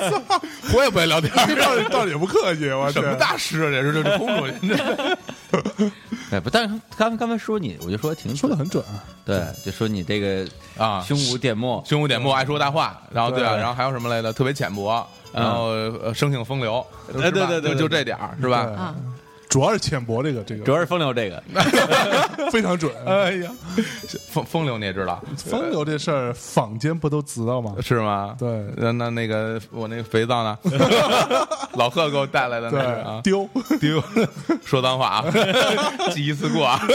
Speaker 1: 我也不爱聊天，
Speaker 2: 这道理道理也不客气，我去
Speaker 1: 什么大师啊，这是这是轰出去。
Speaker 5: 对，不，但是刚刚才说你，我就说挺
Speaker 2: 说的很准啊。
Speaker 5: 对，就说你这个
Speaker 1: 啊
Speaker 5: 胸无点墨，
Speaker 1: 胸无点墨，爱说大话，然后对啊，
Speaker 2: 对
Speaker 1: 然后还有什么来着？特别浅薄，然后呃生性风流，
Speaker 5: 嗯哎对
Speaker 1: 是吧
Speaker 5: 对对对
Speaker 1: 就就这点儿是吧？
Speaker 4: 啊，
Speaker 2: 主要是浅薄这个这个，
Speaker 5: 主要是风流这个，。
Speaker 2: 非常准。哎呀，
Speaker 1: 风风流你也知道，
Speaker 2: 风流这事儿坊间不都知 道吗？
Speaker 1: 是吗？
Speaker 2: 啊对
Speaker 1: 那那那个我那个肥皂 呢？老贺给我带来的那个啊
Speaker 2: 对，，丢
Speaker 1: 丢， 说脏话啊， 记一次过啊。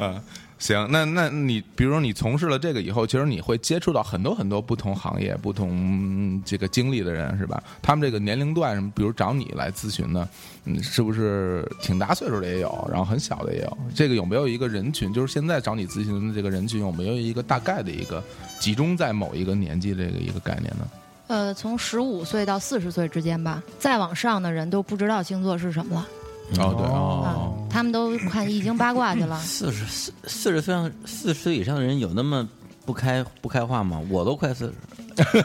Speaker 1: 嗯，行，那那你比如说你从事了这个以后，其实你会接触到很多很多不同行业、不同嗯这个经历的人，是吧？他们这个年龄段什么，比如找你来咨询呢，嗯，是不是挺大岁数的也有，然后很小的也有？这个有没有一个人群？就是现在找你咨询的这个人群，有没有一个大概的一个集中在某一个年纪这个一个概念呢？
Speaker 4: 呃，从十五岁到四十岁之间吧，再往上的人都不知道星座是什么了
Speaker 1: 哦，对
Speaker 4: 啊，他们都看易经八卦去了
Speaker 5: 四十四四十岁上四十岁以上的人有那么不开不开化吗？我都快四十，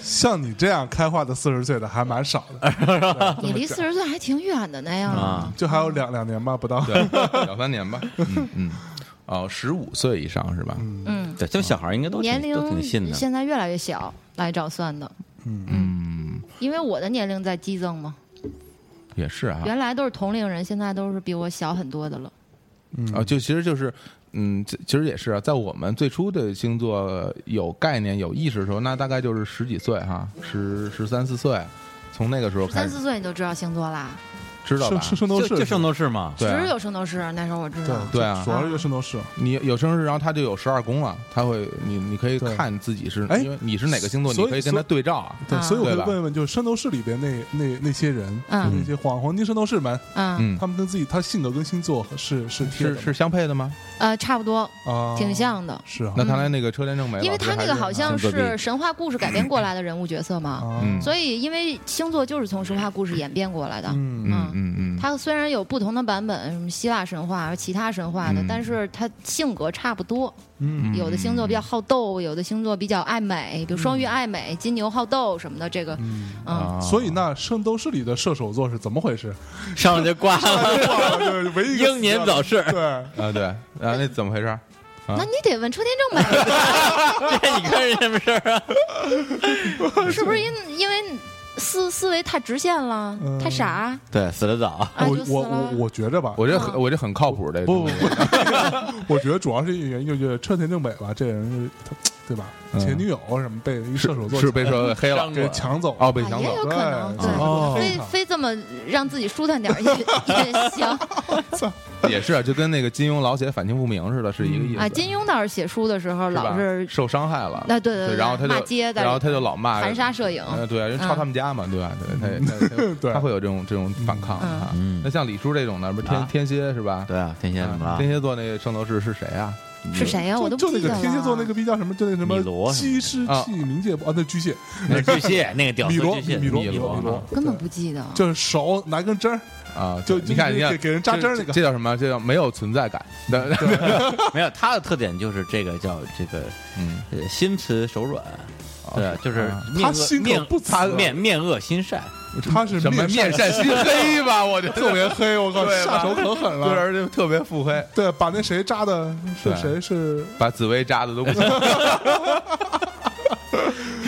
Speaker 2: 像你这样开化的四十岁的还 蛮少的，
Speaker 4: 你离四十岁还挺远的那样。
Speaker 5: 啊，
Speaker 2: 就还有两两年吧，不到。
Speaker 1: 对，两三年吧。嗯嗯，哦，十五岁以上是吧？
Speaker 4: 嗯，
Speaker 5: 对，这小孩儿应该都挺
Speaker 4: 年
Speaker 5: 都挺信
Speaker 4: 龄
Speaker 5: 的。
Speaker 4: 现在越来越小来找算的，
Speaker 1: 嗯，
Speaker 4: 因为我的年龄在激增嘛，
Speaker 1: 也是啊。
Speaker 4: 原来都是同龄人，现在都是比我小很多的了。
Speaker 1: 啊，
Speaker 4: 嗯
Speaker 1: 就其实就是，嗯，这其实也是啊，在我们最初对星座有概念、有意识的时候，那大概就是十几岁哈，十十三四岁，从那个时候开
Speaker 4: 三
Speaker 1: 始
Speaker 4: 四岁你就知道星座啦，
Speaker 1: 知道吧
Speaker 2: 圣？圣斗
Speaker 5: 就
Speaker 2: 士
Speaker 5: 就圣斗士嘛，
Speaker 1: 对
Speaker 4: 只
Speaker 1: 啊，
Speaker 4: 有圣斗士那时候我知道
Speaker 2: 对。
Speaker 1: 对啊
Speaker 2: 主要是就圣斗士。
Speaker 1: 你有生日，然后他就有十二宫了，他会你你可以
Speaker 2: 对
Speaker 1: 看自己是，
Speaker 2: 哎
Speaker 1: 因为你是哪个星座，你
Speaker 2: 所以
Speaker 1: 可以跟他对照啊。
Speaker 2: 对，
Speaker 4: 啊
Speaker 2: 所以我
Speaker 1: 对
Speaker 2: 会
Speaker 1: 吧
Speaker 2: 问问，就是圣斗士里边那那那些人，
Speaker 4: 嗯
Speaker 2: 就那些黄黄金圣斗士们，
Speaker 4: 嗯，
Speaker 1: 嗯，
Speaker 2: 他们跟自己他性格跟星座是是贴
Speaker 1: 是
Speaker 2: 的
Speaker 1: 是相配的吗？
Speaker 4: 呃，差不多，
Speaker 5: 哦
Speaker 2: 啊，
Speaker 4: 挺像的。
Speaker 2: 是啊，
Speaker 1: 那看来那个车间正没了，
Speaker 4: 因为他那个
Speaker 1: 不
Speaker 4: 好像
Speaker 5: 不是还
Speaker 4: 是
Speaker 5: 是
Speaker 4: 神话故事改编过来的人物角色
Speaker 5: 哦
Speaker 4: 嘛，
Speaker 2: 啊
Speaker 1: 嗯
Speaker 4: 所啊以因为星座就是从神话故事演变过来的。
Speaker 1: 嗯
Speaker 2: 嗯
Speaker 1: 嗯嗯嗯，
Speaker 4: 它虽然有不同的版本，什么希腊神话、其他神话的，
Speaker 1: 嗯
Speaker 4: 但是它性格差不多。
Speaker 2: 嗯
Speaker 1: 嗯
Speaker 4: 有的星座比较好斗，有的星座比较爱美，比如双鱼爱美、金牛好斗什么的。这个，
Speaker 2: 嗯，
Speaker 4: 嗯，
Speaker 1: 啊
Speaker 2: 所以那圣斗士里的射手座是怎么回事？
Speaker 5: 上来就挂了，
Speaker 2: 哇就是唯一一个
Speaker 5: 英年早逝
Speaker 2: 死。掉的
Speaker 1: 啊对，啊那怎么回事儿？啊
Speaker 4: 那你得问车天正美
Speaker 5: 这 你看是什么事儿啊？
Speaker 4: 是不是因因为思思维太直线了，
Speaker 2: 嗯
Speaker 4: 太傻啊，
Speaker 5: 对，死得早，
Speaker 4: 哎就
Speaker 2: 对，
Speaker 4: 死
Speaker 2: 我我我
Speaker 4: 了。
Speaker 2: 我觉着吧，
Speaker 1: 我这
Speaker 4: 啊
Speaker 1: 很我这很靠谱这
Speaker 2: 不不不，我觉得主要是原因就是车田正美吧，这人是他对吧？
Speaker 1: 嗯
Speaker 2: 前女友什么被一射手座
Speaker 1: 是被说黑了
Speaker 5: 张
Speaker 2: 给抢走
Speaker 1: 哦，被
Speaker 4: 啊
Speaker 1: 抢
Speaker 4: 也
Speaker 1: 走
Speaker 4: 有
Speaker 1: 了，
Speaker 4: 可能，
Speaker 2: 对
Speaker 4: 对，
Speaker 2: 哦
Speaker 4: 非非这么让自己舒坦 点儿也也行。啊
Speaker 1: 也是啊就跟那个金庸老写反清复明似的，是一个意思
Speaker 4: 啊，金庸倒是写书的时候
Speaker 1: 是吧
Speaker 4: 老是，
Speaker 1: 受伤害了，
Speaker 4: 那对对对
Speaker 1: 然后他
Speaker 4: 骂
Speaker 1: 就
Speaker 4: 街的
Speaker 1: 然后他就老
Speaker 2: 哎
Speaker 1: 骂
Speaker 4: 含沙射影。嗯
Speaker 1: 呃，对啊，人抄他们家嘛，对吧？对，他也他也他
Speaker 2: 嗯 对
Speaker 1: 他会有这种这种反抗
Speaker 4: 嗯
Speaker 1: 啊
Speaker 5: 嗯。
Speaker 1: 那像李叔这种呢，不是天
Speaker 5: 啊
Speaker 1: 天蝎是吧？
Speaker 5: 对啊，天蝎怎么
Speaker 1: 啊
Speaker 5: 了？
Speaker 1: 天蝎座那个圣斗士是谁啊？
Speaker 4: 是谁呀？我都
Speaker 2: 就就
Speaker 4: 不
Speaker 2: 那个
Speaker 4: 记得了。啊
Speaker 2: 天蝎座那个逼叫什么？就那个什么
Speaker 5: 米罗什么
Speaker 2: 鸡是
Speaker 1: 啊
Speaker 2: 气冥界不啊，那巨蟹
Speaker 5: 那巨蟹，那个屌丝
Speaker 2: 米罗
Speaker 5: 巨蟹，啊
Speaker 2: 米罗
Speaker 1: 米
Speaker 2: 米
Speaker 1: 罗
Speaker 2: 罗米罗，
Speaker 4: 根本
Speaker 2: 对
Speaker 4: 不记得。
Speaker 2: 就是手拿根针儿
Speaker 1: 啊，
Speaker 2: 就
Speaker 1: 你看
Speaker 2: 就
Speaker 1: 你
Speaker 2: 给
Speaker 1: 看
Speaker 2: 给人扎针儿那个
Speaker 1: 这这叫什么？这叫没有存在感。对，
Speaker 5: 没有他的特点就是这个叫这个
Speaker 1: 嗯，
Speaker 5: 呃心慈手软，对，就是
Speaker 1: 啊
Speaker 2: 哦
Speaker 5: 面
Speaker 2: 他
Speaker 5: 恶
Speaker 2: 心口
Speaker 5: 面
Speaker 2: 不慈啊
Speaker 5: 他面面恶心善，
Speaker 2: 他是
Speaker 1: 什么面
Speaker 2: 面
Speaker 1: 善心黑吧？我觉得
Speaker 2: 特别黑，我靠，
Speaker 1: 对吧
Speaker 2: 下手可狠
Speaker 1: 对，
Speaker 2: 了。
Speaker 1: 而且特别腹黑，
Speaker 2: 对，把那谁扎的是
Speaker 1: 对
Speaker 2: 谁是
Speaker 1: 把紫薇扎的都不 行。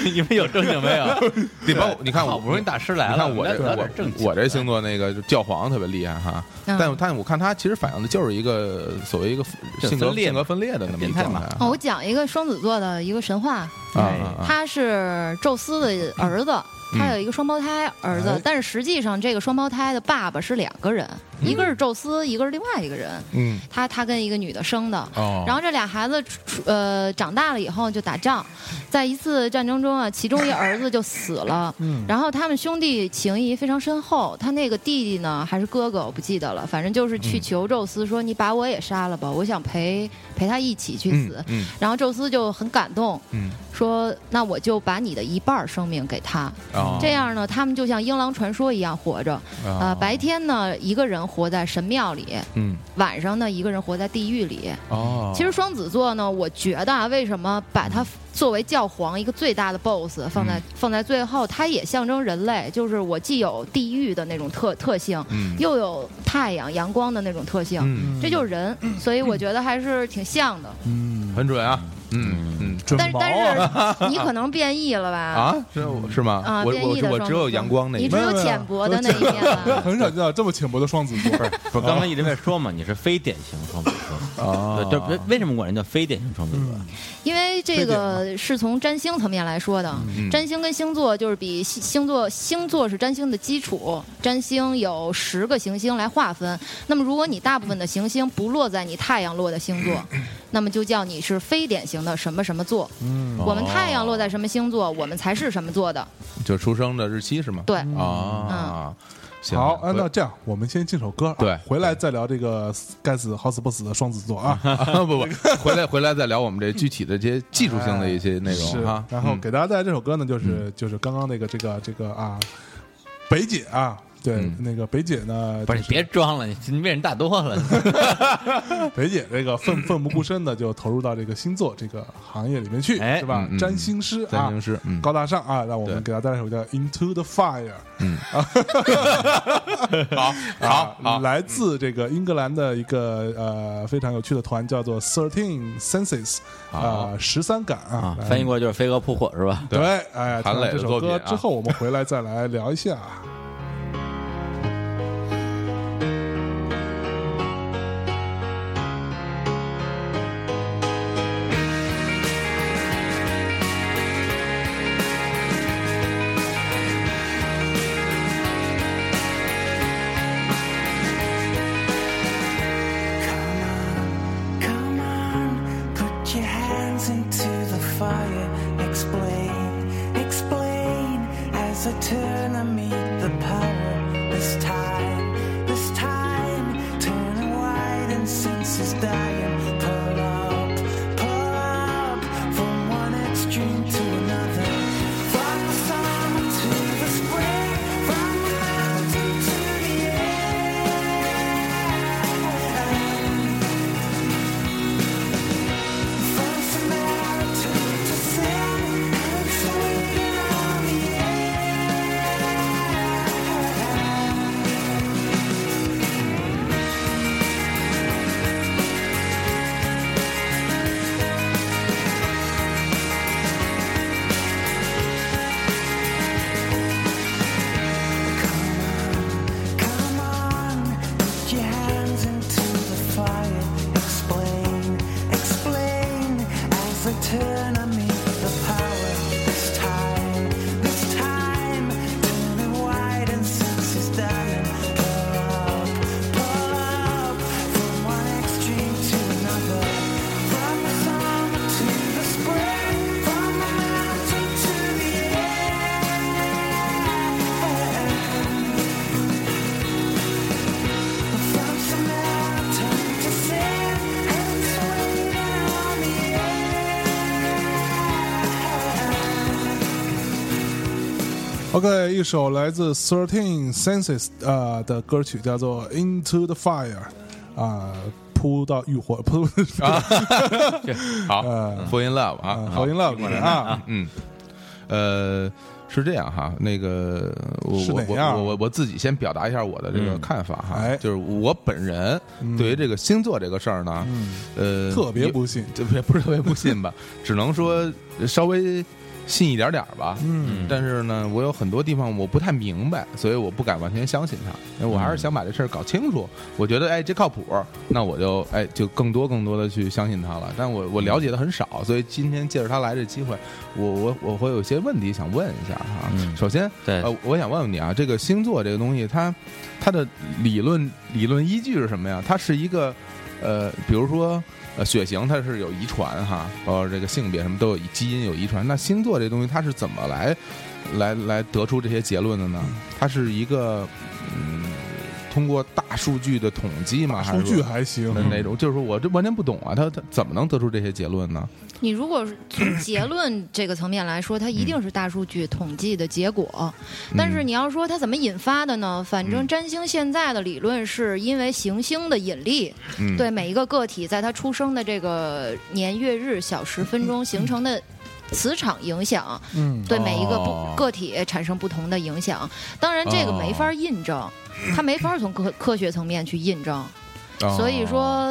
Speaker 5: 你们有正经没
Speaker 2: 啊
Speaker 5: 有？
Speaker 1: 你帮我，你看我，
Speaker 5: 好不容易大师来
Speaker 1: 你
Speaker 5: 了，
Speaker 1: 看我
Speaker 5: 们
Speaker 1: 这
Speaker 5: 来聊点
Speaker 1: 我
Speaker 5: 正经的
Speaker 1: 我这星座那个教皇特别厉害哈，
Speaker 4: 嗯
Speaker 1: 但但我看他其实反映的就是一个所谓一个
Speaker 5: 这
Speaker 1: 性格
Speaker 5: 分裂
Speaker 1: 性格分裂的那么一
Speaker 5: 变
Speaker 1: 个
Speaker 5: 态
Speaker 1: 状态
Speaker 5: 嘛
Speaker 4: 哦，我讲一个双子座的一个神话，
Speaker 1: 啊
Speaker 5: 哎
Speaker 1: 啊啊！
Speaker 4: 他是宙斯的儿子，
Speaker 1: 嗯
Speaker 4: 他有一个双胞胎儿子
Speaker 2: 哎，
Speaker 4: 但是实际上这个双胞胎的爸爸是两个人，一个是宙斯，一个是另外一个人。
Speaker 1: 嗯
Speaker 4: 他他跟一个女的生的，
Speaker 1: 哦，
Speaker 4: 然后这俩孩子出出呃长大了以后就打仗，在一次战争中啊，其中一儿子就死了。
Speaker 2: 嗯
Speaker 4: 然后他们兄弟情谊非常深厚，他那个弟弟呢还是哥哥，我不记得了，反正就是
Speaker 1: 嗯
Speaker 4: 去求宙斯说：“你把我也杀了吧，我想陪陪他一起去死。
Speaker 1: 嗯
Speaker 4: 然后宙斯就很感动，
Speaker 1: 嗯，
Speaker 4: 说：“那我就把你的一半儿生命给他，
Speaker 1: 哦
Speaker 4: 这样呢，他们就像英郎传说一样活着。呃，白天呢一个人活在神庙里，
Speaker 1: 嗯
Speaker 4: 晚上呢一个人活在地狱里。
Speaker 1: 哦，
Speaker 4: 其实双子座呢，我觉得啊，为什么把
Speaker 1: 嗯
Speaker 4: 它作为教皇一个最大的 boss 放在、放在最后，它也象征人类，就是我既有地狱的那种特特性，
Speaker 1: 嗯
Speaker 4: 又有太阳阳光的那种特性，
Speaker 1: 嗯
Speaker 4: 这就是人，所以我觉得还是挺像的。
Speaker 2: 嗯，
Speaker 1: 很准啊，嗯嗯
Speaker 2: 准
Speaker 4: 但是
Speaker 2: 毛
Speaker 4: 但
Speaker 2: 啊！
Speaker 4: 是你可能变异了吧？
Speaker 1: 啊，这是吗？
Speaker 4: 啊，
Speaker 1: 我
Speaker 4: 变
Speaker 1: 我
Speaker 4: 异的
Speaker 1: 我
Speaker 4: 双
Speaker 1: 只有
Speaker 4: 子
Speaker 1: 阳光那一
Speaker 4: 你只
Speaker 1: 面。
Speaker 4: 有浅薄的那一面啊了。
Speaker 2: 很少见到这么浅薄的双子座，
Speaker 5: 不是刚才一直在说嘛，你是非典型双子座，
Speaker 1: 啊
Speaker 5: 对，这为为什么管人叫非典型双子座？
Speaker 4: 因 为这个是从占星层面来说的，
Speaker 1: 嗯
Speaker 4: 占星跟星座就是比星星座，星座是占星的基础，占星有十个行星来划分。那么如果你大部分的行星不落在你太阳落的 星座，那么就叫你是非典型的什么什么座。
Speaker 2: 嗯
Speaker 4: 我们太阳落在什么星座，我们才是什么座的。
Speaker 1: 就出生的日期是吗？
Speaker 4: 对，
Speaker 1: 啊，行
Speaker 2: 好，啊
Speaker 1: 我
Speaker 2: 那这样我们先进首歌啊，
Speaker 1: 呃对
Speaker 2: 回来再聊这个该死好死不死的双子座啊，
Speaker 1: 啊， 不不，回来回来再聊我们这具体的这些技术性的一些内
Speaker 2: 是
Speaker 1: 容哈。
Speaker 2: 然后
Speaker 1: 嗯
Speaker 2: 给大家带来这首歌呢，就是就是刚刚那个这个这个啊，北姐啊，对，
Speaker 1: 嗯
Speaker 2: 那个北姐呢，
Speaker 5: 不是你别装了，你你比人大多了。
Speaker 2: 北姐这个奋奋不顾身的就投入到这个星座这个行业里面去，
Speaker 5: 哎
Speaker 2: 是吧？
Speaker 1: 嗯嗯
Speaker 2: 占星师啊，
Speaker 1: 占星师嗯
Speaker 2: 高大上啊，让我们
Speaker 1: 对
Speaker 2: 给大家带来一首叫《Into the Fire》
Speaker 1: 好
Speaker 2: 啊，来自这个英格兰的一个呃非常有趣的团，叫做 Thirteen Senses 啊，十三感啊
Speaker 5: 啊，，翻译过来就是飞蛾扑火是吧？
Speaker 2: 对，哎，
Speaker 1: 韩
Speaker 2: 听
Speaker 1: 磊
Speaker 2: 完
Speaker 1: 的
Speaker 2: 这首
Speaker 1: 作品
Speaker 2: 歌
Speaker 1: 啊
Speaker 2: 之后，我们回来再来聊一 下。
Speaker 6: Come on, come on, put your hands into the fire. Explain, explain as I turn and meet the power. This time, this time, turn wide and since is dying. Pull up, pull up from one extreme to another. From the summer to the spring, from the mountain to the air. From Samaritan to sin, and swinging on the air. Come on, put your hands into the fire. Explain, explain as I turn and meet the power. This time, this time, turning wide and senses dying. Pull up, pull up from one extreme to another. From the summer to the spring, from the mountain to the air. From Samaritan to sin and swinging on the air.
Speaker 2: OK，一首来自 Thirteen Senses 啊、呃的歌曲叫做《Into the Fire》啊、扑到浴火，扑啊，
Speaker 1: 好
Speaker 2: 嗯
Speaker 1: ，For in love 啊，
Speaker 2: 好 in love 啊，
Speaker 1: 嗯，呃，是这样哈，那个我
Speaker 2: 是
Speaker 1: 我
Speaker 2: 哪
Speaker 1: 我
Speaker 2: 样
Speaker 1: 我我我自己先表达一下我的这个
Speaker 5: 嗯
Speaker 1: 看法哈，
Speaker 2: 哎
Speaker 1: 就是我本人对于这个星座这个事儿呢，呃，
Speaker 2: 嗯特别不信，
Speaker 1: 这不不是特别不信吧， 只能说稍微信一点点儿吧。
Speaker 2: 嗯，
Speaker 1: 但是呢，我有很多地方我不太明白，所以我不敢完全相信它。我还是想把这事儿搞清楚。我觉得哎，这靠谱，那我就哎就更多更多的去相信它了。但我我了解的很少，所以今天借着他来这机会，我我我会有些问题想问一下哈。
Speaker 5: 嗯
Speaker 1: 首先，
Speaker 5: 对
Speaker 1: 呃，我想问问你啊，这个星座这个东西，它它的理论理论依据是什么呀？它是一个呃，比如说呃，血型它是有遗传哈，包括这个性别什么都有基因有遗传。那星座这东西它是怎么来来来得出这些结论的呢？
Speaker 4: 嗯
Speaker 1: 它是一个嗯，通过大数据的统计吗？还
Speaker 2: 数
Speaker 1: 是
Speaker 2: 据
Speaker 1: 说
Speaker 2: 还行，
Speaker 4: 嗯
Speaker 1: 那那种？就是说我这完全不懂啊，它它怎么能得出这些结论呢？
Speaker 4: 你如 果是从结论这个层面来说，它
Speaker 1: 嗯
Speaker 4: 一定是大数据统计的结果。但是你要说它怎么引发的呢？反
Speaker 1: 嗯
Speaker 4: 正占星现在的理论是因为行星的引力，
Speaker 1: 嗯，
Speaker 4: 对每一个个体在他出生的这个年月日小时分
Speaker 1: 嗯
Speaker 4: 钟形成的。磁场影响
Speaker 2: 嗯，
Speaker 4: 对每一个不、
Speaker 1: 哦
Speaker 4: 个体产生不同的影响，当然这个没法印证，它没法从科科学层面去印证，
Speaker 1: 哦
Speaker 4: 所以说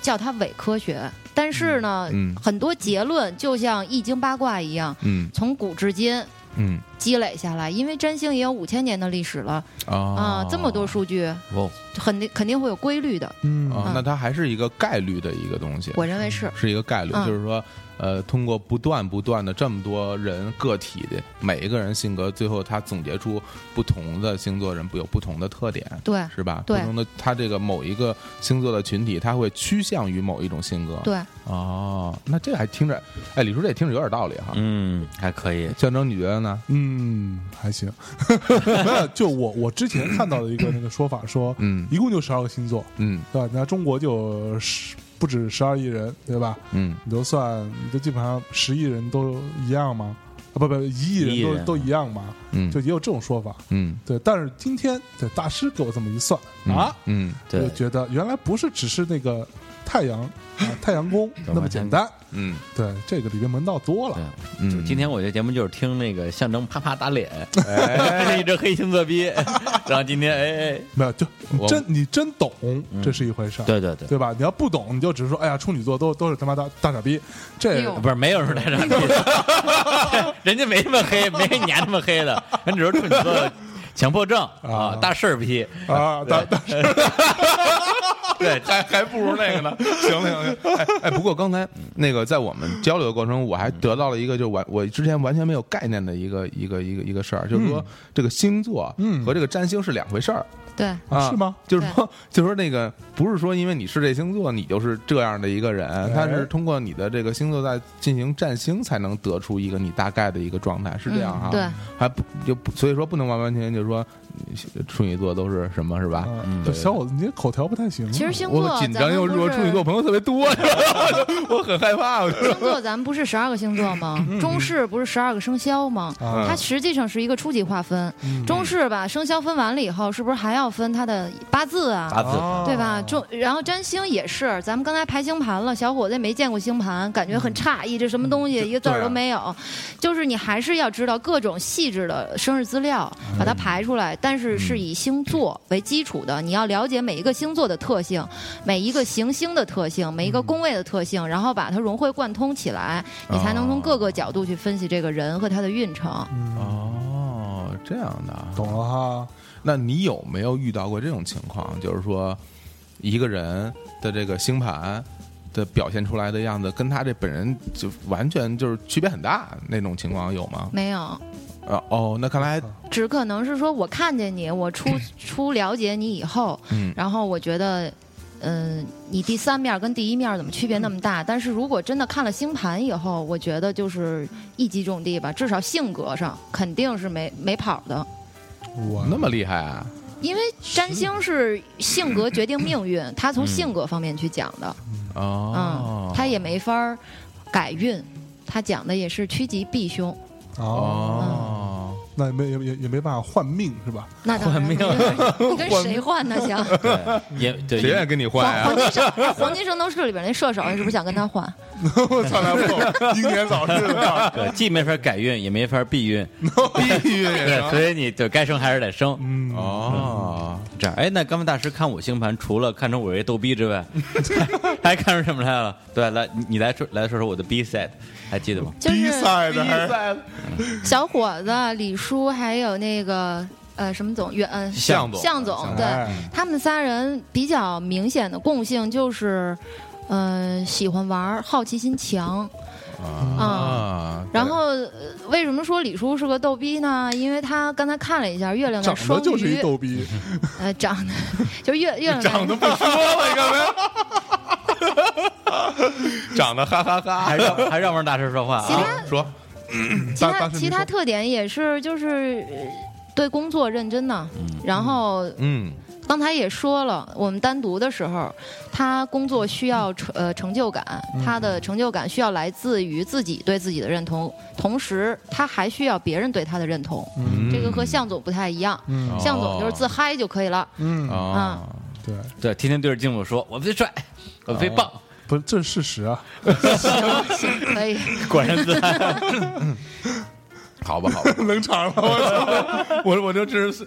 Speaker 4: 叫它伪科学。但是呢，
Speaker 1: 嗯
Speaker 4: 很多结论就像易经八卦一样，
Speaker 1: 嗯
Speaker 4: 从古至今
Speaker 1: 嗯
Speaker 4: 积累下来，因为占星也有五千年的历史了
Speaker 1: 啊
Speaker 4: 啊、这么多数据，
Speaker 5: 哦，
Speaker 4: 肯定肯定会有规律的，
Speaker 2: 嗯，
Speaker 1: 啊，那它还是一个概率的一个东西。
Speaker 4: 我认为是。
Speaker 1: 是一个概率，
Speaker 4: 嗯
Speaker 1: 就是说，呃，通过不断不断的这么多人个体的每一个人性格，最后他总结出不同的星座人不有不同的特点，
Speaker 4: 对
Speaker 1: 是吧？
Speaker 4: 对
Speaker 1: 不同的他这个某一个星座的群体，他会趋向于某一种性格。，
Speaker 4: 对，
Speaker 1: 哦，那这还听着，哎，李叔这也听着有点道理哈。
Speaker 5: 嗯，还可以，
Speaker 1: 象征你觉得呢？
Speaker 2: 嗯，还行， 没有，就我我之前看到的一个那个说法说，
Speaker 1: 嗯
Speaker 2: 一共就十二个星座，
Speaker 1: 嗯
Speaker 2: 对吧？那中国就十不止十二亿人，对吧？
Speaker 1: 嗯
Speaker 2: 你就算，你就基本上十亿人都一样吗？啊不不一亿
Speaker 5: 一亿
Speaker 2: 人
Speaker 5: 人
Speaker 2: 都都一样嘛，
Speaker 1: 嗯
Speaker 2: 就也有这种说法。
Speaker 1: 嗯
Speaker 2: 对，但是今天对大师给我这么一算啊，
Speaker 1: 嗯
Speaker 2: 我
Speaker 5: 对
Speaker 2: 就，觉得原来不是只是那个太阳啊太阳宫那么简单。
Speaker 1: 嗯
Speaker 2: 对，这个里面门道多了。
Speaker 1: 嗯，
Speaker 5: 就今天我这节目就是听那个象征啪啪打脸， 一只黑星座逼，然后今天哎哎，
Speaker 2: 没有，就
Speaker 1: 我
Speaker 2: 真你真懂，这是一回事儿，
Speaker 5: 对对对，
Speaker 2: 对吧？你要不懂，你就只是说，哎呀，处女座都都是他妈大大傻逼，
Speaker 4: 哎
Speaker 2: 这
Speaker 4: 呦
Speaker 5: 不是没有人来 着，人家没那么黑，没你那么黑的，人只是处女座的强迫症啊，大事儿 批，
Speaker 2: 啊，大大
Speaker 1: 对，还还不如那个呢。 行了行了，行了哎哎，不过刚才那个在我们交流的过程中，我还得到了一个，就是完我之前完全没有概念的一个一个一个一个事儿，就是说这个星座和这个占星是两回事儿。
Speaker 4: 对，
Speaker 1: 啊，
Speaker 2: 是吗？
Speaker 1: 就是说，就是说那个不是说因为你是这星座，你就是这样的一个人，他是通过你的这个星座在进行占星，才能得出一个你大概的一个状态，是这样啊？
Speaker 4: 嗯对，
Speaker 1: 还不就不所以说不能完完全全就说嗯处女座都是什么是吧？
Speaker 2: 啊
Speaker 5: 嗯
Speaker 2: 这小伙子，你这口条不太行啊。
Speaker 4: 其实星座
Speaker 1: 我
Speaker 4: 咱
Speaker 1: 紧
Speaker 4: 们
Speaker 1: 张又
Speaker 4: 不
Speaker 1: 弱，
Speaker 4: 是
Speaker 1: 处女 座朋友特别多，你知道吗 我很害怕。我就
Speaker 4: 星座咱们不是十二个星座吗？
Speaker 1: 嗯
Speaker 4: 中式不是十二个生肖吗？
Speaker 2: 啊
Speaker 4: 它实际上是一个初级划分。
Speaker 1: 嗯
Speaker 2: 嗯
Speaker 4: 中式吧，生肖分完了以后，是不是还要分它的八字啊？
Speaker 5: 打
Speaker 2: 哦
Speaker 5: 字
Speaker 4: 对
Speaker 1: 哦
Speaker 4: 吧？
Speaker 2: 啊
Speaker 4: 中，然后占星也是，咱们刚才排星盘了，小伙子也没见过星盘，感觉很诧异，这什么东西，一个字儿
Speaker 1: 嗯对啊
Speaker 4: 都没有。就是你还是要知道各种细致的生日资料，
Speaker 1: 嗯
Speaker 4: 把它排出来，但是是以星座为基础的，你要了解每一个星座的特性，每一个行星的特性，每一个
Speaker 1: 嗯
Speaker 4: 宫位的特性，然后把它融会贯通起来，你才能从各个角度去分析这个人和他的运程。
Speaker 1: 嗯哦，这样的啊，
Speaker 2: 懂了哈，
Speaker 1: 那你有没有遇到过这种情况？就是说，一个人的这个星盘的表现出来的样子，跟他这本人就完全就是区别很大那种情况有吗？
Speaker 4: 没有，
Speaker 1: 啊，哦，那看来，
Speaker 4: 只可能是说我看见你，我初初了解你以后，
Speaker 1: 嗯
Speaker 4: 然后我觉得，嗯、你第三面跟第一面怎么区别
Speaker 1: 嗯
Speaker 4: 那么大？但是如果真的看了星盘以后，我觉得就是一击中地吧，至少性格上肯定是没没跑的，
Speaker 2: 我
Speaker 1: 那么厉害啊！
Speaker 4: 因为占星是性格决定命运，它从性格方面去讲的，
Speaker 1: 嗯哦
Speaker 4: 嗯，，它也没法儿改运，它讲的也是趋吉避凶。
Speaker 2: 哦，
Speaker 1: 哦，
Speaker 4: 嗯
Speaker 2: 那也没也也也没办法换命是吧？
Speaker 4: 那当然，
Speaker 5: 换命
Speaker 4: 你跟谁换呢？想
Speaker 5: 对，也对，
Speaker 1: 谁
Speaker 5: 也
Speaker 1: 愿意跟
Speaker 2: 哎
Speaker 1: 你换啊
Speaker 4: 黄
Speaker 1: 呀？
Speaker 4: 黄金 圣黄金圣斗士里边那射手，你是不是想跟他换？
Speaker 2: 我操，来不英年早逝 的，
Speaker 5: 对，既没法改运，也没法避运，
Speaker 1: 地狱也
Speaker 5: 对，
Speaker 1: 行
Speaker 5: 所以你就该生还是得生。
Speaker 2: 嗯，
Speaker 1: 哦，
Speaker 5: 这样，哎，那刚才大师看我星盘，除了看出我这逗逼之外， 还看出什么来了？对，来，你你来说来说说我的 B side，还记得吗？
Speaker 4: 就是
Speaker 2: 赛的还是
Speaker 1: 赛
Speaker 4: 小伙子李叔还有那个呃什么总袁呃
Speaker 1: 向总
Speaker 4: 向总，对
Speaker 2: 哎
Speaker 4: 他们仨人比较明显的共性就是，嗯、喜欢玩儿，好奇心强。
Speaker 1: 啊，
Speaker 4: 嗯然后呃为什么说李叔是个逗逼呢？因为他刚才看了一下月亮在
Speaker 2: 长得
Speaker 4: 双鱼，
Speaker 2: 就是一逗逼，
Speaker 4: 呃，长得就是月月亮在
Speaker 1: 长得不说了， 你看没有？ 长得哈哈哈
Speaker 4: 哎
Speaker 5: 还让还让不让大师说话
Speaker 4: 其
Speaker 5: 啊？
Speaker 4: 他
Speaker 1: 说
Speaker 4: 其
Speaker 2: 当
Speaker 4: 他
Speaker 2: 当时
Speaker 4: 其
Speaker 2: 没
Speaker 4: 他
Speaker 2: 说
Speaker 4: 特点也是就是呃对工作认真呢、然后
Speaker 1: 嗯
Speaker 4: 刚才也说了，我们单独的时候，他工作需要成呃成就感，他的成就感需要来自于自己对自己的认同，同时他还需要别人对他的认同。
Speaker 2: 嗯
Speaker 4: 这个和向总不太一样，
Speaker 2: 嗯
Speaker 4: 向总就是自嗨就可以了。
Speaker 2: 嗯，
Speaker 1: 啊，
Speaker 2: 对，
Speaker 5: 对，天天对着镜子说，我最帅，我最棒，
Speaker 2: 不是这是事实啊，
Speaker 4: 可以，
Speaker 5: 果然自爱。
Speaker 1: 好吧 好吧，
Speaker 2: 冷场了，我操
Speaker 1: 我我就这是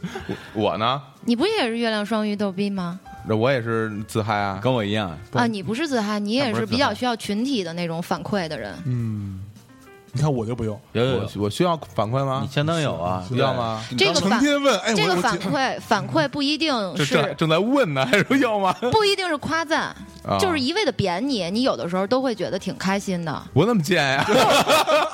Speaker 1: 我我呢，
Speaker 4: 你不也是月亮双鱼逗逼吗？
Speaker 1: 那我也是自嗨啊，
Speaker 5: 跟我一样，
Speaker 4: 啊，你不是自嗨，你也是比较需要群体的那种反馈的人。
Speaker 2: 嗯，你看我就不用，
Speaker 5: 有有
Speaker 1: 我
Speaker 5: 有，
Speaker 1: 我需要反馈吗
Speaker 5: 你？相当有啊，
Speaker 1: 需要？吗？
Speaker 4: 这个
Speaker 2: 成
Speaker 4: 反
Speaker 2: 天问，哎，
Speaker 4: 这
Speaker 2: 我
Speaker 4: 个
Speaker 2: 我
Speaker 4: 反
Speaker 2: 姐
Speaker 4: 馈反馈不一定
Speaker 1: 这正
Speaker 4: 是
Speaker 1: 正在问呢， 还说要吗？
Speaker 4: 不一定是夸赞
Speaker 1: 啊，
Speaker 4: 就是一味的贬你，你有的时候都会觉得挺开心的。
Speaker 1: 我怎么贱 呀？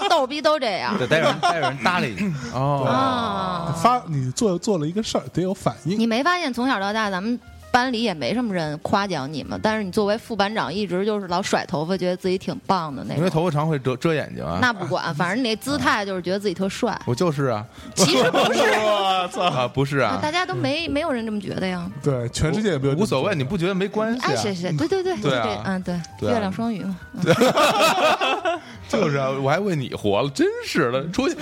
Speaker 4: 逗逼都这样
Speaker 5: 对，得有人得有人搭理你，
Speaker 1: 哦，
Speaker 4: 啊！
Speaker 2: 发你做做了一个事儿，得有反应，
Speaker 4: 你没发现从小到大咱们班里也没什么人夸奖你们，但是你作为副班长，一直就是老甩头发，觉得自己挺棒的那
Speaker 1: 因为
Speaker 4: 种。
Speaker 1: 头发长会遮遮眼睛啊。
Speaker 4: 那 不管，反正你那姿态就是觉得自己特帅。
Speaker 1: 我就是啊，
Speaker 4: 其实不是，
Speaker 1: 我操 啊，不是啊，
Speaker 4: 大家都没没有人这么觉得呀。 哎
Speaker 2: 对，全世界也没有
Speaker 1: 无所谓，你不觉得没关系
Speaker 4: 爱谁
Speaker 1: 啊？
Speaker 4: 谁，对对对，就
Speaker 1: 对啊
Speaker 4: 这，嗯，对，
Speaker 1: 对啊
Speaker 4: 月亮双鱼嘛，嗯
Speaker 1: 就是啊，我还为你活了，真是
Speaker 2: 嗯
Speaker 1: 的， 出去。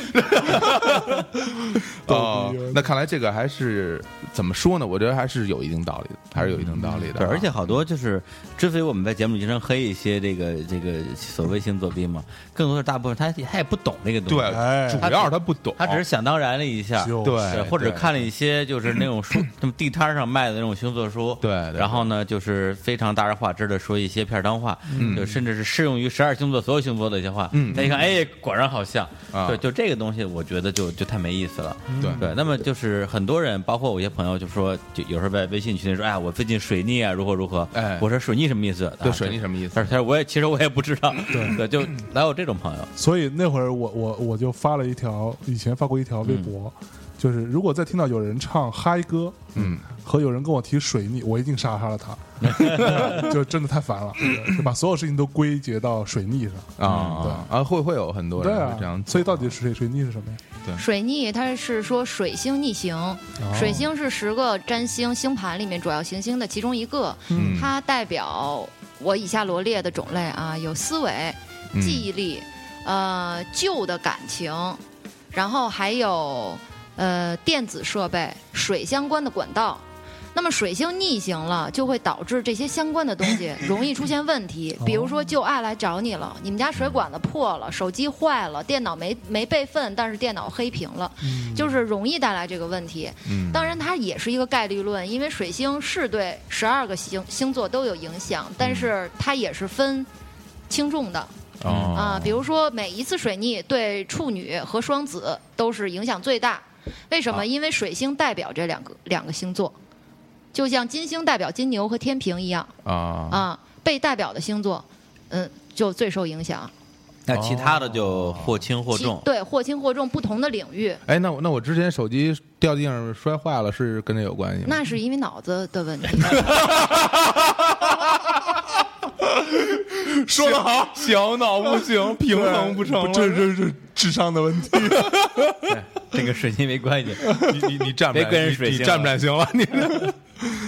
Speaker 2: 啊
Speaker 1: 哦，那看来这个还是怎么说呢？我觉得还是有一定道理的，还是有一定道理的
Speaker 5: 对，
Speaker 1: 啊。
Speaker 5: 而且好多就是，之所以我们在节目里经常黑一些这个这个所谓星座兵嘛，更多的大部分他他也不懂这个东西，
Speaker 1: 对，
Speaker 2: 哎
Speaker 1: 主要是他不懂，
Speaker 5: 他只是想当然了一下，
Speaker 2: 就
Speaker 1: 对，
Speaker 5: 或者
Speaker 1: 对
Speaker 5: 看了一些就是那种 书，那么地摊上卖的那种星座书，
Speaker 1: 对对
Speaker 5: 然后呢，就是非常大而化之的说一些片儿汤话，
Speaker 1: 嗯
Speaker 5: 就甚至是适用于十二星座所有星座的一些话，
Speaker 1: 嗯
Speaker 5: 再一看，哎，果然好像，
Speaker 1: 啊嗯
Speaker 5: 对，就这个东西，我觉得就就太没意思了，
Speaker 1: 对
Speaker 5: 嗯对，那么就是很多人，包括我一些朋友，就说，就有时候在微信群里说，哎呀，我最近水逆啊，如何如何，
Speaker 1: 哎
Speaker 5: 我说水逆什么意思？
Speaker 1: 对
Speaker 5: 啊
Speaker 1: 水逆什么意思
Speaker 5: 他说，他说我也其实我也不知道， 对，就老有这种朋友，
Speaker 2: 所以那会儿我我我就发了一条，以前发过一条微博，就是如果再听到有人唱嗨歌，
Speaker 1: 嗯，
Speaker 2: 和有人跟我提水逆，我一定杀杀了他，就真的太烦了，就把所有事情都归结到水逆上。
Speaker 5: 嗯
Speaker 1: 啊啊，会会有很多
Speaker 2: 对
Speaker 1: 人会这样
Speaker 2: 啊，
Speaker 1: 做，
Speaker 2: 所以到底水水逆是什么呀？
Speaker 4: 水逆它是说水星逆行，
Speaker 1: 哦
Speaker 4: 水星是十个占星星盘里面主要行星的其中一个，
Speaker 1: 嗯
Speaker 4: 它代表我以下罗列的种类啊，有思维、
Speaker 1: 嗯
Speaker 4: 记忆力，呃，旧的感情，然后还有呃电子设备、水相关的管道。那么水星逆行了，就会导致这些相关的东 西容易出现问题，
Speaker 1: 哦
Speaker 4: 比如说旧爱来找你了，你们家水管子破了，手机坏了，电脑没没备份，但是电脑黑屏了，
Speaker 2: 哦
Speaker 4: 就是容易带来这个问题。
Speaker 1: 嗯
Speaker 4: 当然，它也是一个概率论，因为水星是对十二个星星座都有影响，但是它也是分轻重的啊、
Speaker 1: 啊
Speaker 4: 比如说，每一次水逆对处女和双子都是影响最大。为什么？因为水星代表这两个两个星座，就像金星代表金牛和天平一样
Speaker 1: 啊
Speaker 4: 啊、被代表的星座，嗯，就最受影响。
Speaker 5: 那其他的
Speaker 1: 哦
Speaker 5: 就或轻或
Speaker 4: 其
Speaker 5: 重，
Speaker 4: 对或轻或重不同的领域，
Speaker 1: 哎，那我那我之前手机掉地上摔坏了，是跟这有关系吗？
Speaker 4: 那是因为脑子的问题。
Speaker 1: 说的好，小脑不行，平衡不成了，
Speaker 2: 这这这智商的问题。
Speaker 5: 这个水逆没关 系，
Speaker 1: 你你你站不
Speaker 5: 别
Speaker 1: 站
Speaker 5: 跟人
Speaker 1: 你
Speaker 5: 水
Speaker 1: 你
Speaker 5: 星
Speaker 1: 站不
Speaker 5: 了
Speaker 1: 站行了？你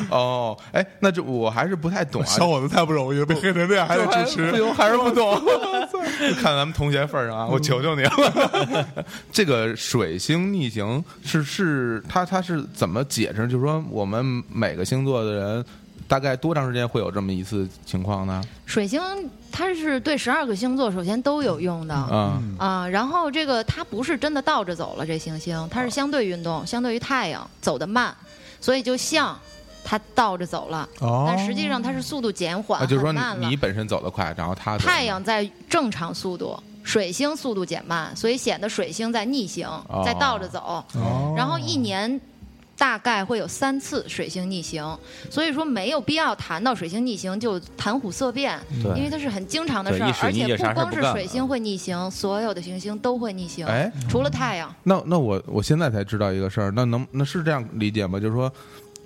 Speaker 1: 哦，哎，那这我还是不太懂啊，
Speaker 2: 小伙子太不容易了，被黑成这样还得
Speaker 1: 还
Speaker 2: 主持
Speaker 1: 不。行，还是不懂。 看咱们同学份儿上啊，
Speaker 2: 嗯
Speaker 1: 我求求你了。 这个水星逆行是是它它是怎么解释？就是说我们每个星座的人。大概多长时间会有这么一次情况呢？
Speaker 4: 水星它是对十二个星座首先都有用的。
Speaker 1: 啊、
Speaker 4: 啊、然后这个它不是真的倒着走了，这行星
Speaker 1: 哦
Speaker 4: 它是相对运动，相对于太阳走得慢，所以就像它倒着走了，
Speaker 2: 哦
Speaker 4: 但实际上它是速度减缓，
Speaker 1: 啊，就是说
Speaker 4: 很
Speaker 1: 你
Speaker 4: 慢了
Speaker 1: 你本身走得快，然后他走得
Speaker 4: 太阳在正常速度，水星速度减慢，所以显得水星在逆行，在倒着走。
Speaker 2: 哦
Speaker 4: 然后一年大概会有三次水星逆行，所以说没有必要谈到水星逆行就谈虎色变，
Speaker 5: 对
Speaker 4: 因为它是很经常的事
Speaker 5: 对
Speaker 4: 儿
Speaker 5: 一，水
Speaker 4: 而
Speaker 5: 逆
Speaker 4: 且
Speaker 5: 就啥事儿
Speaker 4: 不光
Speaker 5: 不
Speaker 4: 是
Speaker 5: 干了
Speaker 4: 水星会逆行，所有的行星都会逆行，
Speaker 1: 哎
Speaker 4: 除了太阳。
Speaker 1: 那那我我现在才知道一个事儿，那能那是这样理解吗？就是说，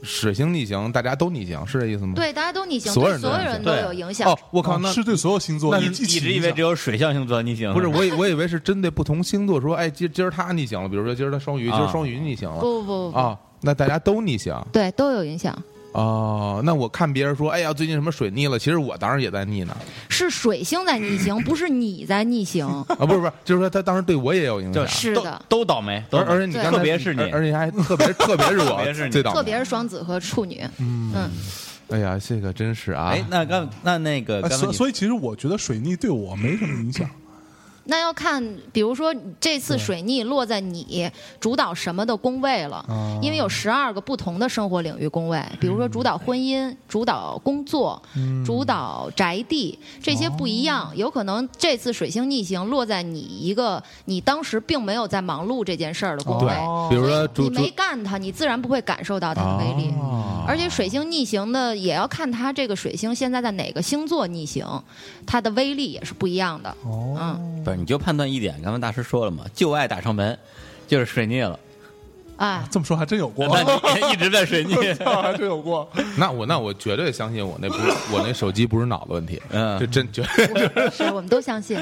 Speaker 1: 水星逆行，大家都逆行，是这意思吗？，
Speaker 5: 嗯
Speaker 4: 对，大家都逆行，
Speaker 1: 所有
Speaker 4: 对
Speaker 1: 人都
Speaker 4: 所有
Speaker 1: 逆行
Speaker 4: 人都
Speaker 5: 对
Speaker 4: 有影响。
Speaker 1: 哦，我靠，那
Speaker 2: 是对所有星座
Speaker 1: 那
Speaker 2: 一
Speaker 1: 是
Speaker 2: 起
Speaker 5: 一直以为只有水象星座逆行，
Speaker 1: 不 是我以我以为是针对不同星座说，哎，今今儿他逆行了，比如说今儿他双鱼，今
Speaker 5: 啊
Speaker 1: 儿双鱼逆行了
Speaker 4: 不不不
Speaker 5: 哦
Speaker 4: 不，
Speaker 1: 啊，那大家都逆行
Speaker 4: 对，都有影响。
Speaker 1: 哦。那我看别人说，哎呀，最近什么水逆了，其实我当然也在逆呢
Speaker 4: 是水星在逆 行，不是你在逆行。
Speaker 1: 啊，不是不是，就是说他当时对我也有影响
Speaker 5: 就是都
Speaker 4: 的
Speaker 5: 都倒霉，都
Speaker 1: 而
Speaker 5: 倒霉
Speaker 1: 而且你刚才
Speaker 5: 特别是你
Speaker 1: 而而且还特别特别是
Speaker 5: 特别是
Speaker 1: 我
Speaker 5: 你
Speaker 1: 最倒
Speaker 4: 特
Speaker 1: 霉。
Speaker 4: 别是双子和处女，嗯，
Speaker 1: 哎呀，这个真是啊
Speaker 5: 哎，，那刚那那个
Speaker 2: 哎
Speaker 5: 刚才
Speaker 2: 所
Speaker 5: 你
Speaker 2: 所以其实我觉得水逆对我没什么影响。
Speaker 4: 那要看，比如说这次水逆落在你主导什么的宫位了，
Speaker 1: 哦
Speaker 2: 啊
Speaker 4: 因为有十二个不同的生活领域宫位，
Speaker 1: 嗯
Speaker 4: 比如说主导婚姻、主导工作、主导宅地，这些不一
Speaker 1: 哦
Speaker 4: 样，有可能这次水星逆行落在你一个你当时并没有在忙碌这件事儿的宫位，
Speaker 2: 哦
Speaker 1: 比如说
Speaker 4: 你
Speaker 1: 主主
Speaker 4: 没干它，你自然不会感受到它的威力。
Speaker 1: 啊
Speaker 4: 而且水星逆行的也要看它这个水星现在在哪个星座逆行，它的威力也是不一样的。
Speaker 2: 哦，
Speaker 4: 嗯，
Speaker 5: 不是你就判断一点，刚才大师说了嘛，旧爱打上门，就是水逆了。
Speaker 4: 哎，
Speaker 2: 这么说还真有
Speaker 1: 哦
Speaker 2: 过，
Speaker 5: 那你一直 在水逆，
Speaker 2: 还真有过。
Speaker 1: 那我那我绝对相信我那不是我那手机不是脑子问题，
Speaker 5: 嗯
Speaker 1: 这真绝对。
Speaker 4: 是我们都 相信。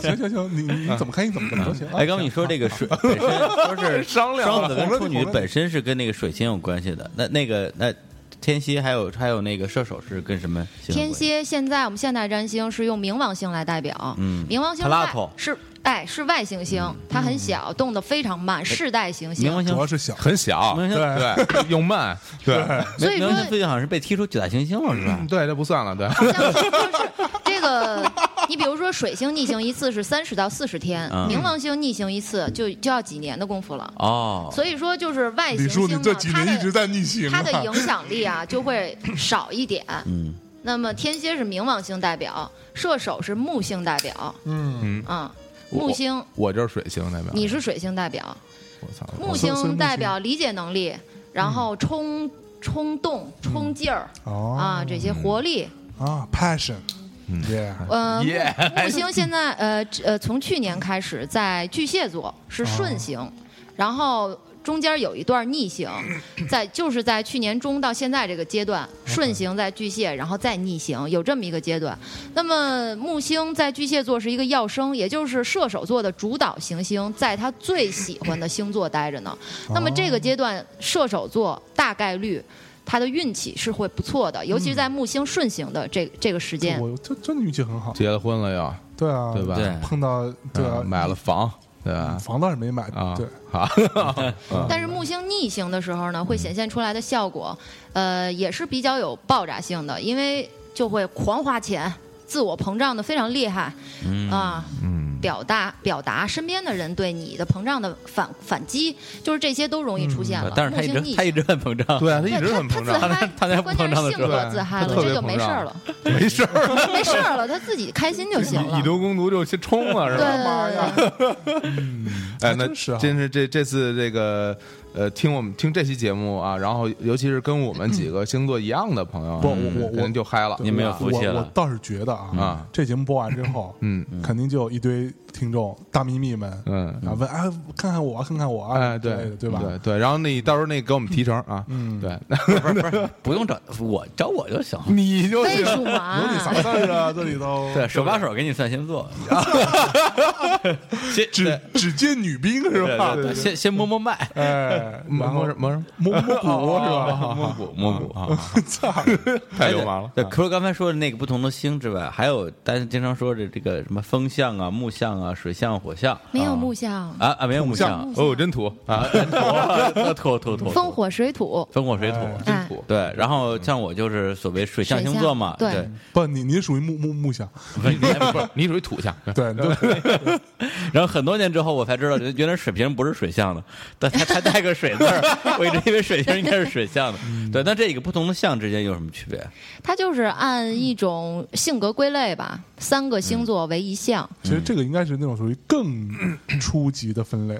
Speaker 2: 行行行，你你怎么开心怎么怎么都行。啊
Speaker 5: 哎，刚刚你说这个水本身说 是
Speaker 2: 商量了
Speaker 5: 双子跟
Speaker 2: 哄着
Speaker 5: 处
Speaker 2: 你
Speaker 5: 女
Speaker 2: 哄着你
Speaker 5: 本身是跟那个水星有关系的。那那个那天蝎还有还有那个射手是跟什么星有关
Speaker 4: 天
Speaker 5: 系？
Speaker 4: 蝎现在我们现代占星是用冥王星来代表，
Speaker 5: 嗯
Speaker 4: 冥王星
Speaker 5: Plato 嗯
Speaker 4: 外是哎是外行星，它很小，动得非常慢，世代行
Speaker 5: 哎冥王
Speaker 4: 星。啊
Speaker 5: 星
Speaker 2: 主要是小，
Speaker 1: 很小，
Speaker 5: 冥王
Speaker 1: 对，用慢，对嗯
Speaker 4: 所以
Speaker 5: 冥冥王星
Speaker 4: 说嗯
Speaker 5: 最近好像是被踢出九大行星了，是吧？
Speaker 1: 对，这不算了， 对。
Speaker 4: 像是就是这个，你比如说水星逆行一次是三十到四十天，
Speaker 5: 嗯
Speaker 4: 冥王星逆行一次就就要几年的功夫了。
Speaker 5: 哦，
Speaker 4: 所以说就是外
Speaker 2: 李
Speaker 4: 行
Speaker 2: 叔，
Speaker 4: 星
Speaker 2: 你
Speaker 4: 呢，
Speaker 2: 这几
Speaker 4: 它
Speaker 2: 年一直
Speaker 4: 的
Speaker 2: 在逆行啊
Speaker 4: 它。的影响力啊就会少 一点。
Speaker 5: 嗯，
Speaker 4: 那么天蝎是冥王星代表，射手是木星代表，
Speaker 2: 嗯，
Speaker 4: 嗯，
Speaker 1: 我
Speaker 4: 木星
Speaker 1: 我就是水星代表，
Speaker 4: 你是水星代表，
Speaker 1: 我嗯操，
Speaker 2: 所
Speaker 4: 木
Speaker 2: 以所以木
Speaker 4: 星
Speaker 2: 星
Speaker 4: 代表理解能力，然后冲冲动、冲劲儿
Speaker 2: 哦
Speaker 4: 啊，这些活力。
Speaker 2: 啊，passion，
Speaker 1: 嗯
Speaker 2: 耶，
Speaker 4: 呃，木
Speaker 1: Yeah
Speaker 4: 木星现在呃这呃，从去年开始在巨蟹座是顺行，然后。中间有一段逆行，在就是在去年中到现在这个阶段，顺行在巨蟹，然后再逆行，有这么一个阶段。那么木星在巨蟹座是一个要生，也就是射手座的主导行星，在他最喜欢的星座待着呢。那么这个阶段，射手座大概率他的运气是会不错的，尤其是在木星顺行的这这个时间。
Speaker 2: 我这真的运气很好，
Speaker 1: 结了婚了又，
Speaker 2: 对啊，
Speaker 1: 对吧？
Speaker 5: 对
Speaker 2: 碰到对啊，
Speaker 1: 嗯买了房，对吧？
Speaker 2: 房倒是没买
Speaker 1: 啊，
Speaker 2: 对，，
Speaker 1: 好，嗯
Speaker 4: 但是木星逆行的时候呢，会显现出来的效果，呃，也是比较有爆炸性的，因为就会狂花钱，自我膨胀的非常厉害，啊，
Speaker 1: 嗯，
Speaker 4: 表达表达身边的人对你的膨胀的反反击，就是这些都容易出现
Speaker 1: 嗯
Speaker 4: 了。
Speaker 5: 但是他
Speaker 4: 啊木
Speaker 5: 一
Speaker 4: 星
Speaker 5: 直
Speaker 4: 逆
Speaker 5: 他一直
Speaker 4: 行。
Speaker 5: 很膨胀，
Speaker 1: 对啊，他
Speaker 4: 对
Speaker 1: 一直很膨
Speaker 4: 他
Speaker 1: 胀，
Speaker 4: 自嗨，
Speaker 5: 他在
Speaker 4: 关键
Speaker 5: 膨胀的
Speaker 4: 是
Speaker 5: 时
Speaker 4: 性
Speaker 5: 候
Speaker 4: 格自嗨
Speaker 1: 他
Speaker 4: 了，
Speaker 1: 特别
Speaker 4: 这就没
Speaker 1: 膨
Speaker 4: 事
Speaker 1: 胀
Speaker 4: 儿了，
Speaker 1: 没事儿，
Speaker 4: 没事儿了，他自己开心就行了。
Speaker 1: 以毒攻毒就去冲了，是
Speaker 4: 对
Speaker 1: 吧？
Speaker 4: 对对对，
Speaker 1: 哎，
Speaker 2: 还
Speaker 1: 那
Speaker 2: 真是啊
Speaker 1: 真是这这次这个呃，听我们听这期节目啊，然后尤其是跟我们几个星座一样的朋友啊，
Speaker 2: 不我我啊
Speaker 1: 可能就嗨了
Speaker 5: 你们有福气
Speaker 2: 我我
Speaker 5: 了。
Speaker 2: 倒是觉得啊，
Speaker 1: 啊
Speaker 2: 这节目播完之后，
Speaker 1: 嗯，
Speaker 2: 肯定就有一堆听众大咪咪们，
Speaker 1: 嗯
Speaker 2: 啊，问啊，看看我啊，看看我啊，
Speaker 1: 哎，
Speaker 2: 之类
Speaker 1: 对
Speaker 2: 的对吧？
Speaker 1: 对对，然后你到时候那给我们提成啊，嗯，对，
Speaker 5: 不是不是，不用找我找我就行。
Speaker 1: 你就
Speaker 4: 倍
Speaker 1: 是
Speaker 2: 有
Speaker 4: 数
Speaker 2: 你啥
Speaker 4: 嘛，
Speaker 2: 事 儿啊？这里头
Speaker 5: 对，手把手给你算星座， 先
Speaker 2: 只只见女兵是
Speaker 5: 对
Speaker 2: 吧
Speaker 5: 对？对先先摸摸脉，
Speaker 2: 哎，
Speaker 1: 摸
Speaker 2: 然后
Speaker 1: 摸什么摸什么
Speaker 2: 摸摸骨是吧？
Speaker 5: 摸骨摸骨啊。
Speaker 2: 操，
Speaker 4: 哎
Speaker 1: 太流氓了，啊
Speaker 5: 哎对，除了刚才说的那个不同的星之外，还有大家经常说的这个什么风象啊、木象啊、水象、火象
Speaker 4: 没有木象，
Speaker 5: 啊啊，没有木象，
Speaker 1: 哦，真土啊，
Speaker 5: 土土土土
Speaker 4: 风火水土，
Speaker 5: 风火水土，
Speaker 4: 哎，
Speaker 1: 土，
Speaker 5: 对。然后像我就是所谓水象
Speaker 4: 水象
Speaker 5: 星座嘛，
Speaker 4: 对
Speaker 5: 对。
Speaker 2: 不，你你属于木木木相，
Speaker 5: 不是
Speaker 1: 不是你属于土象，
Speaker 2: 对，你就
Speaker 5: 然后很多年之后我才知道，原来水瓶不是水象的，但它它带个水字 儿，我一直以为水瓶应该是水象的。对，那这个不同的象之间有什么区别？
Speaker 4: 它就是按一种性格归类
Speaker 1: 嗯
Speaker 4: 吧，三个星座为一项，
Speaker 2: 其实这个应该是那种属于更初级的分类，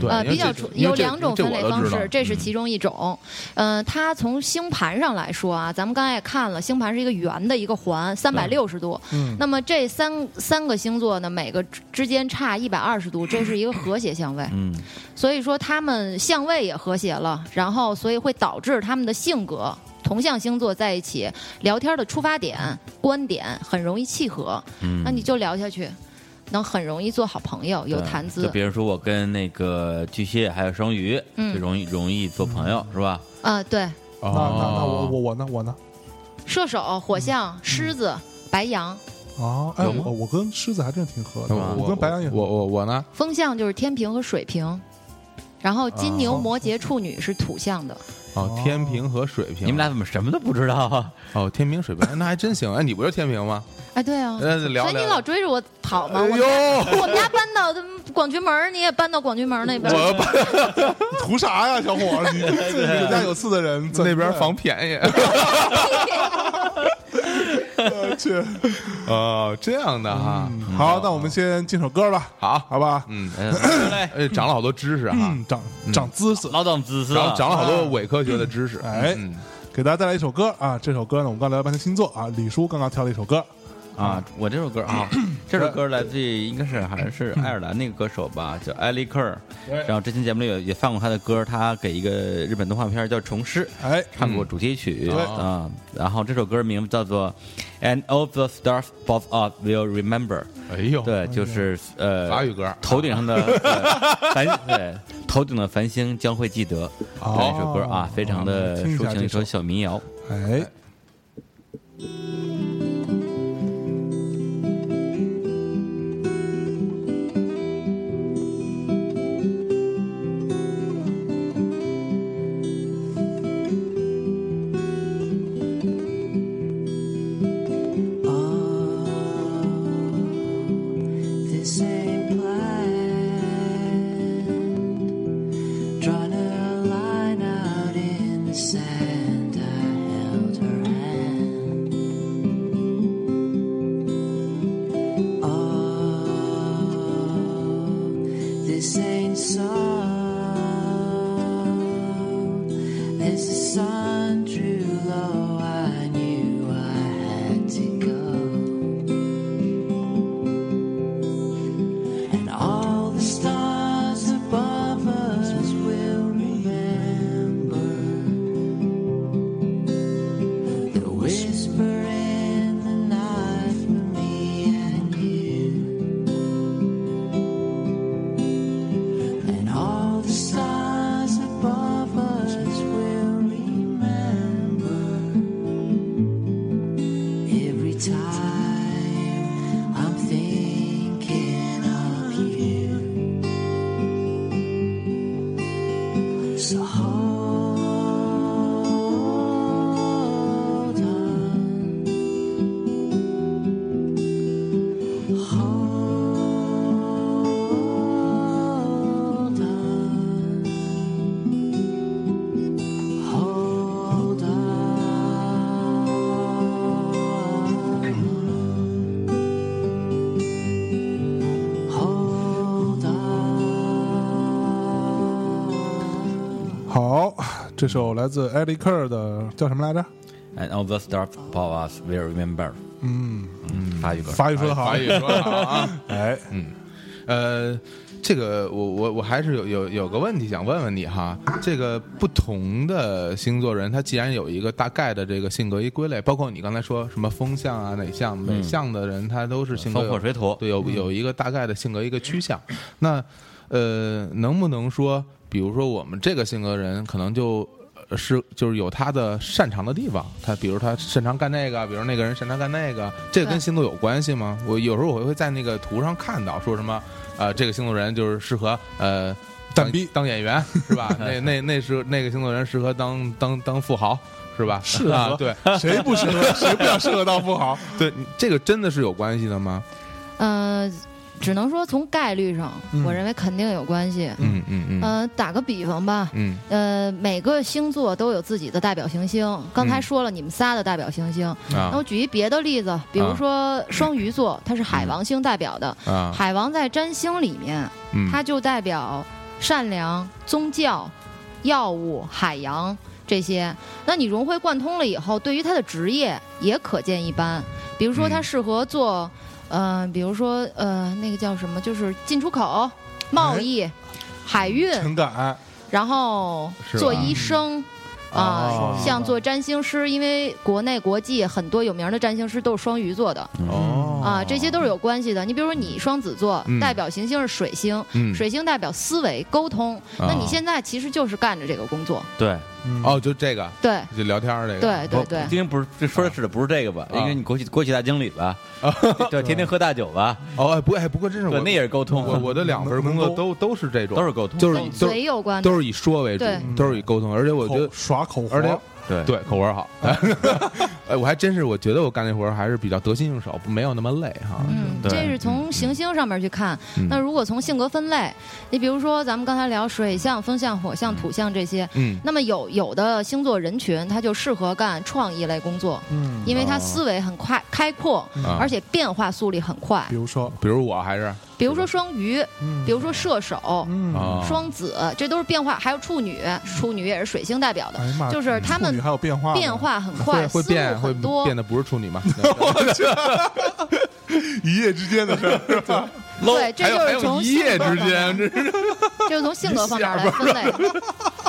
Speaker 1: 对
Speaker 4: 呃，
Speaker 1: 因为
Speaker 4: 比较
Speaker 1: 这
Speaker 4: 出
Speaker 1: 因为
Speaker 4: 有
Speaker 1: 这
Speaker 4: 两种
Speaker 1: 这
Speaker 4: 分
Speaker 1: 我
Speaker 4: 类
Speaker 1: 都
Speaker 4: 方
Speaker 1: 知道
Speaker 4: 式，这是其中一种。嗯，它从星盘上来说啊，咱们刚才也看了，星盘是一个圆的一个环，三百六十度。
Speaker 1: 嗯
Speaker 4: 那么这三三个星座呢，每个之之间差一百二十度，这是一个和谐相位。
Speaker 5: 嗯，
Speaker 4: 所以说他们相位也和谐了，然后所以会导致他们的性格。同向星座在一起聊天的出发点、观点很容易契合，
Speaker 5: 嗯
Speaker 1: 嗯
Speaker 4: 那你就聊下去，能很容易做好朋友，有
Speaker 5: 对
Speaker 4: 谈
Speaker 5: 就
Speaker 4: 资
Speaker 5: 比如说我跟那个巨蟹还有双鱼，
Speaker 4: 嗯
Speaker 5: 就容易容易做朋友，是吧？
Speaker 4: 啊、对，
Speaker 1: 哦
Speaker 2: 那那那我我我呢我呢？
Speaker 4: 射手、火象、狮子、白羊，
Speaker 2: 哦，哎，
Speaker 5: 有吗
Speaker 2: 我我跟狮子还真挺合的，
Speaker 1: 那我
Speaker 2: 我
Speaker 1: 我
Speaker 2: 跟白羊也
Speaker 1: 我我我呢，
Speaker 4: 风象就是天平和水瓶，然后金牛、
Speaker 2: 哦
Speaker 4: 摩羯、处女是土象的。
Speaker 1: 哦，天平和水瓶，
Speaker 5: 你们俩怎么什么都不知道啊？
Speaker 1: 哦，天平水瓶，哎那还真行，哎，你不就是天平吗？
Speaker 4: 哎，对啊，
Speaker 1: 那呃聊
Speaker 4: 所以你
Speaker 1: 聊
Speaker 4: 老追着我跑嘛。我
Speaker 1: 哎
Speaker 4: 们
Speaker 1: 呦。
Speaker 4: 我们家搬到广渠门儿，你也搬到广渠门儿那边儿。
Speaker 2: 图啥呀，小伙 儿？你自己有家有四的人，
Speaker 1: 那边房便宜
Speaker 2: 去。
Speaker 1: 哦，这样的哈，
Speaker 2: 嗯好，那我们先进首歌吧，
Speaker 1: 好
Speaker 2: 好吧？
Speaker 1: 嗯，
Speaker 5: 哎 来，
Speaker 1: 哎，长了好多知识哈，
Speaker 2: 嗯，长长姿势，
Speaker 5: 老长姿势
Speaker 1: 长
Speaker 5: 了，
Speaker 1: 长了好多伪科学的知识，
Speaker 2: 哎
Speaker 1: 嗯
Speaker 2: 给大家带来一首歌啊。这首歌呢，我们刚聊了半天星座啊，李叔刚刚挑了一首歌，
Speaker 5: 啊！我这首歌啊，这首歌来自于应该是还是爱尔兰那个歌手吧，叫艾利克尔。然后之前节目里也也放过他的歌，他给一个日本动画片叫《虫师》
Speaker 2: 哎，
Speaker 5: 唱过主题曲
Speaker 2: 对
Speaker 5: 啊。然后这首歌名字叫做《And All the Stars Above Us Will Remember》。
Speaker 1: 哎呦，
Speaker 5: 对，就是呃，
Speaker 1: 哎法语歌
Speaker 5: 头顶上的对繁对，头顶的繁星将会记得
Speaker 2: 哦
Speaker 5: 那首歌啊，非常的
Speaker 2: 听一
Speaker 5: 抒
Speaker 2: 下
Speaker 5: 情
Speaker 2: 这
Speaker 5: 一首
Speaker 2: 首
Speaker 5: 小民谣。
Speaker 2: 哎，
Speaker 6: This ain't planned. Drawn a line out in the sand. I held her hand. Oh, this ain't so. As the sun drew low, I knew I had to go. and all the stars above us will remember the whisper in the night for me and you, and all the stars above us will remember every time I'm thinking of you. So hold on, hold on, hold on. Hold on.
Speaker 2: 好，这首来自艾利克尔的叫什么来着？
Speaker 5: And all the stars above us will remember。嗯嗯，法语歌。
Speaker 2: 法语说的好
Speaker 1: 哎法，语说得好啊。
Speaker 2: 哎，
Speaker 1: 呃，这个我我我还是有有有个问题想问问你哈，这个不同的星座人，他既然有一个大概的这个性格一归类，包括你刚才说什么风象啊哪象，每象的人他都是性格有
Speaker 5: 风火水土
Speaker 1: 对，
Speaker 2: 嗯
Speaker 1: 有有一个大概的性格一个趋向。那呃，能不能说，比如说我们这个性格人可能就。呃是，就是有他的擅长的地方，他比如他擅长干这个，比如那个人擅长干那个，这个跟
Speaker 4: 对
Speaker 1: 星座有关系吗？我有时候我会在那个图上看到说什么，呃，这个星座人就是适合呃
Speaker 2: 蛋逼
Speaker 1: 当当演员是 吧？那那那是那个星座人适合当当当富豪是吧？
Speaker 2: 适
Speaker 1: 啊
Speaker 2: 合，
Speaker 1: 对
Speaker 2: 哎谁 不适合？谁不想适合当富豪？
Speaker 1: 对，你这个真的是有关系的吗？
Speaker 4: 呃，只能说从概率上，
Speaker 2: 嗯
Speaker 4: 我认为肯定有关系。
Speaker 1: 嗯嗯嗯
Speaker 4: 呃，打个比方吧，
Speaker 1: 嗯
Speaker 4: 呃，每个星座都有自己的代表行星。刚才
Speaker 1: 嗯
Speaker 4: 说了你们仨的代表行星，那
Speaker 1: 啊
Speaker 4: 我举一别的例子，比
Speaker 1: 啊嗯
Speaker 4: 如说双鱼座，它是海王星代表的。
Speaker 1: 啊，
Speaker 4: 海王在占星里面，
Speaker 1: 嗯
Speaker 4: 它就代表善良、宗教、药物、海洋这些。那你融会贯通了以后，对于他的职业也可见一斑。比如说，
Speaker 1: 嗯
Speaker 4: 他适合做，呃，比如说，呃，那个叫什么，就是进出
Speaker 1: 哎
Speaker 4: 口、贸易、海运，
Speaker 2: 情感
Speaker 4: 然后
Speaker 1: 是吧嗯
Speaker 4: 做医生。啊
Speaker 2: 哦，
Speaker 4: 像做占星师，因为国内国际很多有名的占星师都是双鱼座的
Speaker 1: 哦
Speaker 4: 啊，这些都是有关系的。你比如说你双子座
Speaker 1: 嗯，
Speaker 4: 代表行星是水星，
Speaker 1: 嗯啊
Speaker 4: 水星代表思维沟通，那你现在其实就是干着这个工作，
Speaker 5: 对，
Speaker 1: 哦，就这个
Speaker 4: 对
Speaker 1: 就聊天儿这个
Speaker 4: 对对
Speaker 5: 不今天不是这说的是的不是这个吧？
Speaker 1: 啊
Speaker 5: 因为你国企国企大经理吧，对，天天喝大酒吧，
Speaker 1: 哦哎不哎不过真是
Speaker 5: 对
Speaker 1: 我，
Speaker 5: 那也是沟通。
Speaker 1: 我我的两份工作都都是这种
Speaker 5: 都是沟通
Speaker 1: 就是
Speaker 4: 跟
Speaker 1: 都是
Speaker 4: 嘴有关的。
Speaker 1: 都是以说为主
Speaker 4: 啊对，
Speaker 1: 都是以沟通，而且我觉得
Speaker 2: 嗯口耍口活，
Speaker 1: 而且
Speaker 5: 对
Speaker 1: 对，口活儿好。
Speaker 5: 嗯
Speaker 1: 哎，我还真是，我觉得我干这活儿还是比较得心应手，没有那么累哈。
Speaker 4: 嗯，
Speaker 5: 对
Speaker 4: 这是从行星上面去看。
Speaker 1: 嗯
Speaker 4: 那如果从性格分类，你比如说咱们刚才聊水象、风象、火象、土象这些，
Speaker 1: 嗯
Speaker 4: 那么有有的星座人群他就适合干创意类工作，
Speaker 2: 嗯，
Speaker 4: 因为他思维很快开阔，
Speaker 1: 啊
Speaker 4: 而且变化速率很快
Speaker 2: 比。如说，
Speaker 1: 比如我还是
Speaker 4: 比如说双鱼，
Speaker 2: 嗯
Speaker 4: 比如说射手，
Speaker 2: 嗯，
Speaker 1: 啊，
Speaker 4: 双子，这都是变化，还有处女，处女也是水星代表的
Speaker 2: 哎呀妈，
Speaker 4: 就是他
Speaker 2: 处
Speaker 4: 们
Speaker 2: 女还有变化呢，
Speaker 4: 变化很
Speaker 1: 会
Speaker 4: 快，
Speaker 1: 会
Speaker 4: 思路
Speaker 1: 变会
Speaker 4: 很多
Speaker 1: 变，得不是处女嘛？
Speaker 2: 一夜之间的事儿，是吧？
Speaker 4: 对，这
Speaker 1: 还有
Speaker 4: 就
Speaker 1: 还
Speaker 4: 是
Speaker 1: 有
Speaker 4: 从
Speaker 1: 一
Speaker 4: 性
Speaker 1: 夜
Speaker 4: 格
Speaker 1: 之
Speaker 4: 方
Speaker 1: 间，
Speaker 4: 面
Speaker 1: 这是
Speaker 4: 就是从性格方面来分类的。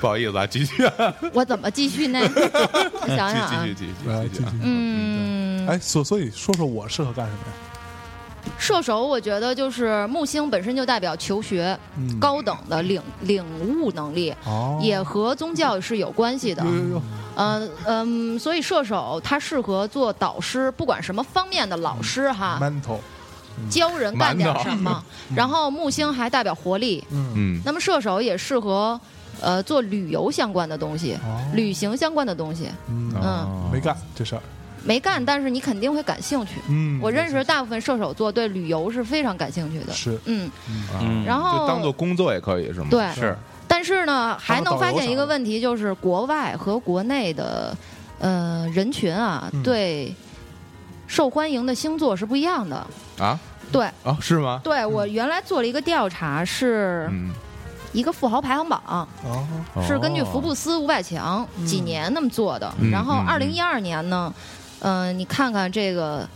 Speaker 1: 不好意思啊，继续啊，
Speaker 4: 我怎么继续呢？我想想啊
Speaker 1: 继，续继续
Speaker 2: 来
Speaker 1: 继续
Speaker 2: 继
Speaker 1: 继续啊。
Speaker 2: 续。
Speaker 4: 嗯，
Speaker 2: 哎，所所以说说我适合干什么呀？
Speaker 4: 射手，我觉得就是木星本身就代表求学、
Speaker 2: 嗯
Speaker 4: 高等的领领悟能力，
Speaker 2: 哦，
Speaker 4: 也和宗教是有关系的。
Speaker 2: 有有有，
Speaker 4: 嗯嗯，所以射手他适合做导师，不管什么方面的老师哈，
Speaker 2: mental，
Speaker 4: 教人干点
Speaker 1: 馒头
Speaker 4: 什么。然后木星还代表活力，
Speaker 2: 嗯，
Speaker 1: 嗯，
Speaker 4: 那么射手也适合呃做旅游相关的东西、
Speaker 2: 哦
Speaker 4: 旅行相关的东西。
Speaker 2: 嗯，
Speaker 1: 啊
Speaker 4: 嗯
Speaker 2: 没干这事儿，
Speaker 4: 没干，但是你肯定会感兴趣。
Speaker 2: 嗯，
Speaker 4: 我认识大部分射手座对旅游是非常感兴趣的，
Speaker 2: 是
Speaker 4: 嗯，
Speaker 5: 嗯
Speaker 4: 然
Speaker 1: 啊
Speaker 4: 后
Speaker 1: 就当做工作也可以是吗？
Speaker 4: 对，
Speaker 5: 是
Speaker 4: 但是呢，还能发
Speaker 2: 导游啥
Speaker 4: 现
Speaker 2: 的
Speaker 4: 一个问题，就是国外和国内的呃人群啊，
Speaker 2: 嗯
Speaker 4: 对受欢迎的星座是不一样的。
Speaker 1: 啊
Speaker 4: 对，
Speaker 1: 啊，是吗？
Speaker 4: 对我原来做了一个调查，是
Speaker 1: 嗯，
Speaker 4: 一个富豪排行榜，
Speaker 2: 哦，
Speaker 4: 是根据
Speaker 1: 哦
Speaker 4: 福布斯五百强几年那么做的。
Speaker 1: 嗯
Speaker 4: 然后
Speaker 1: 嗯
Speaker 4: 二零一二年呢，嗯，你看看这个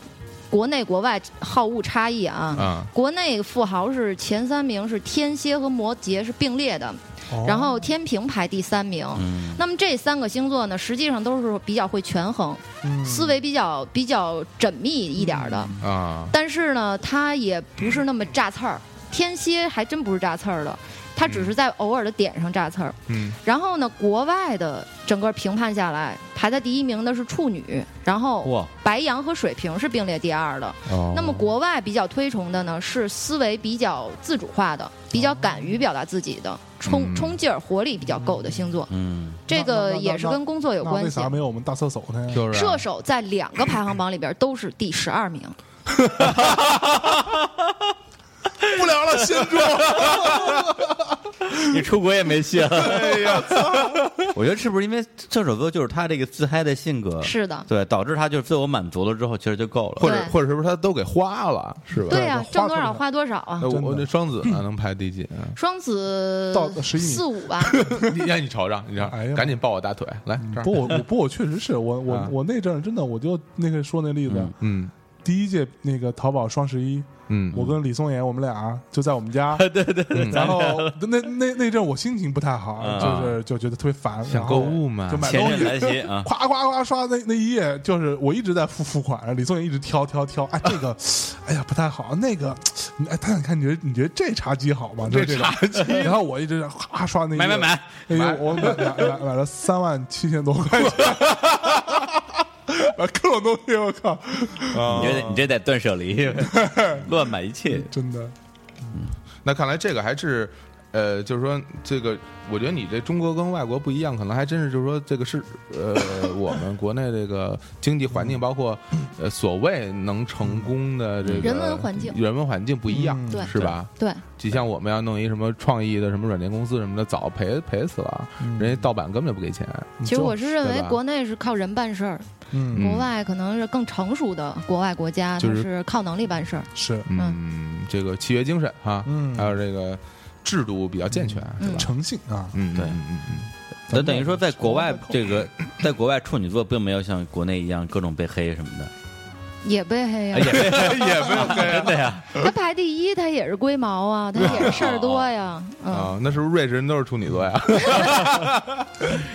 Speaker 4: 国内国外好恶差异啊。
Speaker 1: 啊，
Speaker 4: 国内富豪是前三名是天蝎和摩羯是并列的，
Speaker 2: 哦
Speaker 4: 然后天平排第三名。
Speaker 5: 嗯
Speaker 4: 那么这三个星座呢，实际上都是比较会权衡，
Speaker 2: 嗯
Speaker 4: 思维比较比较缜密一点儿的。
Speaker 1: 啊，
Speaker 4: 但是呢，他也不是那么炸刺儿。天蝎还真不是炸刺儿的，他只是在偶尔的点上炸刺儿。
Speaker 1: 嗯，
Speaker 4: 然后呢，国外的整个评判下来，排在第一名的是处女，然后
Speaker 5: 哇，
Speaker 4: 白羊和水瓶是并列第二的。
Speaker 2: 嗯
Speaker 1: 哦
Speaker 4: 那么国外比较推崇的呢，是思维比较自主化的，比较敢于表达自己的，冲
Speaker 1: 嗯
Speaker 4: 冲劲儿、活力比较够的星座。
Speaker 5: 嗯
Speaker 4: 这个也是
Speaker 2: 那那那
Speaker 4: 跟工作有
Speaker 2: 那
Speaker 4: 关
Speaker 2: 为
Speaker 4: 系
Speaker 2: 啥。没有我们大厕所呢？
Speaker 1: 就是啊
Speaker 4: 射手在两个排行榜里边都是第十二名，
Speaker 2: 不聊了，先说。
Speaker 5: 你出国也没戏了。
Speaker 1: 啊
Speaker 2: 哎
Speaker 5: 我觉得是不是因为射手座就是他这个自嗨的性
Speaker 2: 嗯
Speaker 5: 格，
Speaker 4: 是的，
Speaker 5: 对，导致他就是自我满足了之后，其实就够了。
Speaker 1: 或者
Speaker 4: 对
Speaker 1: 或者是不是他都给花了是吧？
Speaker 4: 呀、
Speaker 2: 花
Speaker 4: 挣多
Speaker 2: 出去
Speaker 4: 少
Speaker 2: 了
Speaker 4: 花多少啊
Speaker 1: 那。我
Speaker 2: 真的
Speaker 1: 我这双子呢能排第几啊？
Speaker 4: 双子
Speaker 2: 到11米
Speaker 4: 四五吧，
Speaker 1: 你让你瞅瞅，你让
Speaker 2: 哎呀嗯
Speaker 1: 赶紧抱我大腿来这儿
Speaker 2: 不，，我我不，我确实是我我
Speaker 1: 啊
Speaker 2: 我那阵儿真的，我就那个说那例子，
Speaker 1: 嗯
Speaker 2: 第一届那个淘宝双十一，
Speaker 1: 嗯，
Speaker 2: 我跟李松岩我们俩啊就在我 们家，
Speaker 1: 嗯
Speaker 2: 然后那那那阵儿我心情不太好，
Speaker 5: 啊
Speaker 2: 就是就觉得特别烦，
Speaker 1: 想购物嘛
Speaker 2: 然后就买
Speaker 5: 前
Speaker 2: 东
Speaker 5: 任来
Speaker 2: 西。
Speaker 5: 袭啊，
Speaker 2: 夸夸夸刷那那一页，就是我一直在付付款，李松岩一直挑挑挑，哎这个，哎呀不太好，那个，哎他想看你觉得你觉得这茶几好吗？就是这茶几， 然后我一直夸刷那一页
Speaker 5: 买买买，
Speaker 2: 哎呦，我买买买买了三万七千多块钱， 买各种东西，我靠，
Speaker 5: 你这你这得断舍 离，乱买一 切。
Speaker 2: 真的，
Speaker 1: 那看来这个还是。呃，就是说，这个我觉得你这中国跟外国不一样，可能还真是就是说，这个是呃，我们国内这个经济环境，包括呃所谓能成功的这个
Speaker 4: 人文环境
Speaker 1: 人文环境不一样，
Speaker 2: 嗯
Speaker 4: 对
Speaker 1: 是吧？
Speaker 4: 对，
Speaker 1: 就像我们要弄一什么创意的什么软件公司什么的，早赔赔死了，人家盗版根本就不给钱。
Speaker 2: 你
Speaker 4: 其实
Speaker 2: 就
Speaker 4: 我是认为
Speaker 1: 对吧
Speaker 4: 国内是靠人办事儿，
Speaker 2: 嗯
Speaker 4: 国外可能是更成熟的国外国家，
Speaker 1: 就
Speaker 4: 它
Speaker 1: 是
Speaker 4: 是靠能力办事儿。
Speaker 2: 是
Speaker 1: 嗯，这个契约精神哈，
Speaker 2: 嗯
Speaker 1: 还有这个制度比较健全，
Speaker 4: 嗯
Speaker 1: 是吧？
Speaker 2: 诚信啊，
Speaker 1: 嗯，
Speaker 5: 对
Speaker 1: 嗯嗯嗯
Speaker 5: 那等于说，在国外这个，在国外处女座并没有像国内一样各种被黑什么的，
Speaker 4: 也被黑
Speaker 5: 哎
Speaker 4: 呀，
Speaker 5: 也 没也没有黑，真的呀。
Speaker 4: 他排第一，他也是龟毛啊，他也是事儿 多呀，嗯，
Speaker 1: 啊，那是不是瑞士人都是处女座呀？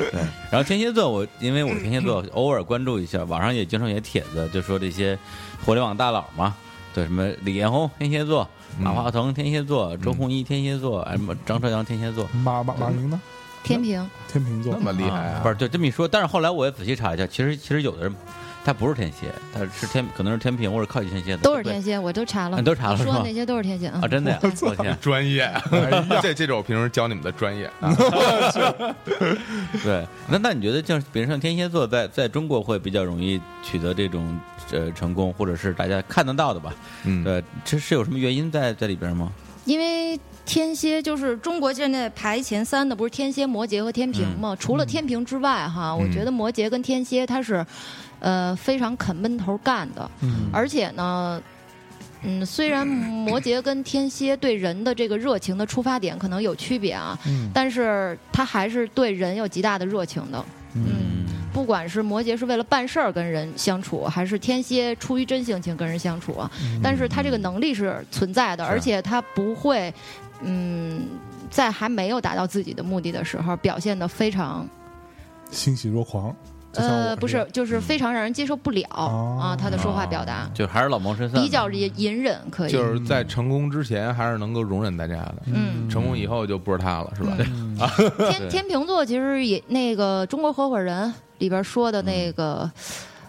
Speaker 5: 对，然后天蝎座我，因为我天蝎座偶尔关注一下，网上也经常也帖子，就说这些互联网大佬嘛，对什么李彦宏天蝎座、马化腾天蝎座、周鸿祎天蝎座，哎什么张朝阳天蝎座，
Speaker 2: 马马马云呢？
Speaker 4: 天平，
Speaker 2: 天秤座
Speaker 1: 那，么厉害
Speaker 5: 啊
Speaker 1: 啊！
Speaker 5: 不是，对这么一说，但是后来我也仔细查一下，其实其实有的人他不是天蝎，他是天可能是天平或者靠近天蝎的，
Speaker 4: 都是天蝎，我都查了，
Speaker 2: 哎
Speaker 5: 你都查了
Speaker 4: 你说
Speaker 5: 是
Speaker 4: 的
Speaker 5: 吗
Speaker 4: 那些都是天蝎啊
Speaker 5: 啊，真 的呀，我天，
Speaker 1: 专业，这这是我平时教你们的专业啊。
Speaker 5: 对，那那你觉得像比如像天蝎座在在中国会比较容易取得这种呃成功，或者是大家看得到的吧？
Speaker 1: 嗯，
Speaker 5: 对，这是有什么原因在在里边吗？
Speaker 4: 因为天蝎就是中国现在排前三的，不是天蝎、摩羯和天平
Speaker 2: 嗯
Speaker 4: 吗？除了天平之外，哈，我觉得摩羯跟天蝎它是，呃，非常肯闷头干的，
Speaker 2: 嗯
Speaker 4: 而且呢。嗯，虽然摩羯跟天蝎对人的这个热情的出发点可能有区别啊，
Speaker 2: 嗯
Speaker 4: 但是它还是对人有极大的热情的。
Speaker 2: 嗯
Speaker 4: 嗯，不不管是摩羯是为了办事儿跟人相处，还是天蝎出于真性情跟人相处，啊嗯但是他这个能力是存在的，而且他不会，嗯，在还没有达到自己的目的的时候表现得非常
Speaker 2: 嗯欣喜若狂。就像我
Speaker 4: 呃，不
Speaker 2: 这
Speaker 4: 是
Speaker 2: 样，，
Speaker 4: 就是非常让人接受不了
Speaker 2: 哦
Speaker 4: 啊，他的说话表达
Speaker 5: 就还是老谋深算，
Speaker 4: 比较隐隐忍，可以，
Speaker 1: 就是在成功之前还是能够容忍大家的，
Speaker 4: 嗯，
Speaker 1: 成功以后就不是他了，是吧？
Speaker 4: 天天秤座其实也那个《中国合伙人》里边说的那个，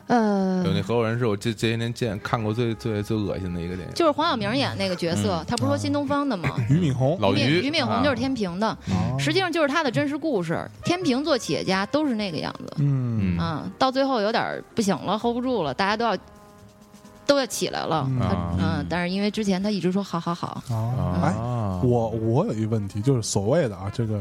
Speaker 4: 呃
Speaker 1: 有，那合伙人是我这这些年见看过最最最恶心的一个电影，
Speaker 4: 就是黄晓明演那个角色，他不是说新东方的吗？
Speaker 2: 俞敏洪，
Speaker 1: 老
Speaker 4: 俞
Speaker 1: 于啊
Speaker 4: 敏嗯俞敏洪就是天平的，
Speaker 2: 哦
Speaker 4: 实际上就是他的真实故事。天平做企业家都是那个样子，
Speaker 2: 嗯，
Speaker 1: 嗯
Speaker 4: 啊，到最后有点儿不行了，hold 不住了，大家都要都要起来了。
Speaker 2: 嗯
Speaker 4: 他
Speaker 1: 啊
Speaker 4: 嗯，但是因为之前他一直说好好好，
Speaker 2: 啊，哎，
Speaker 1: 啊，
Speaker 2: 我我有一问题，就是所谓的啊，这个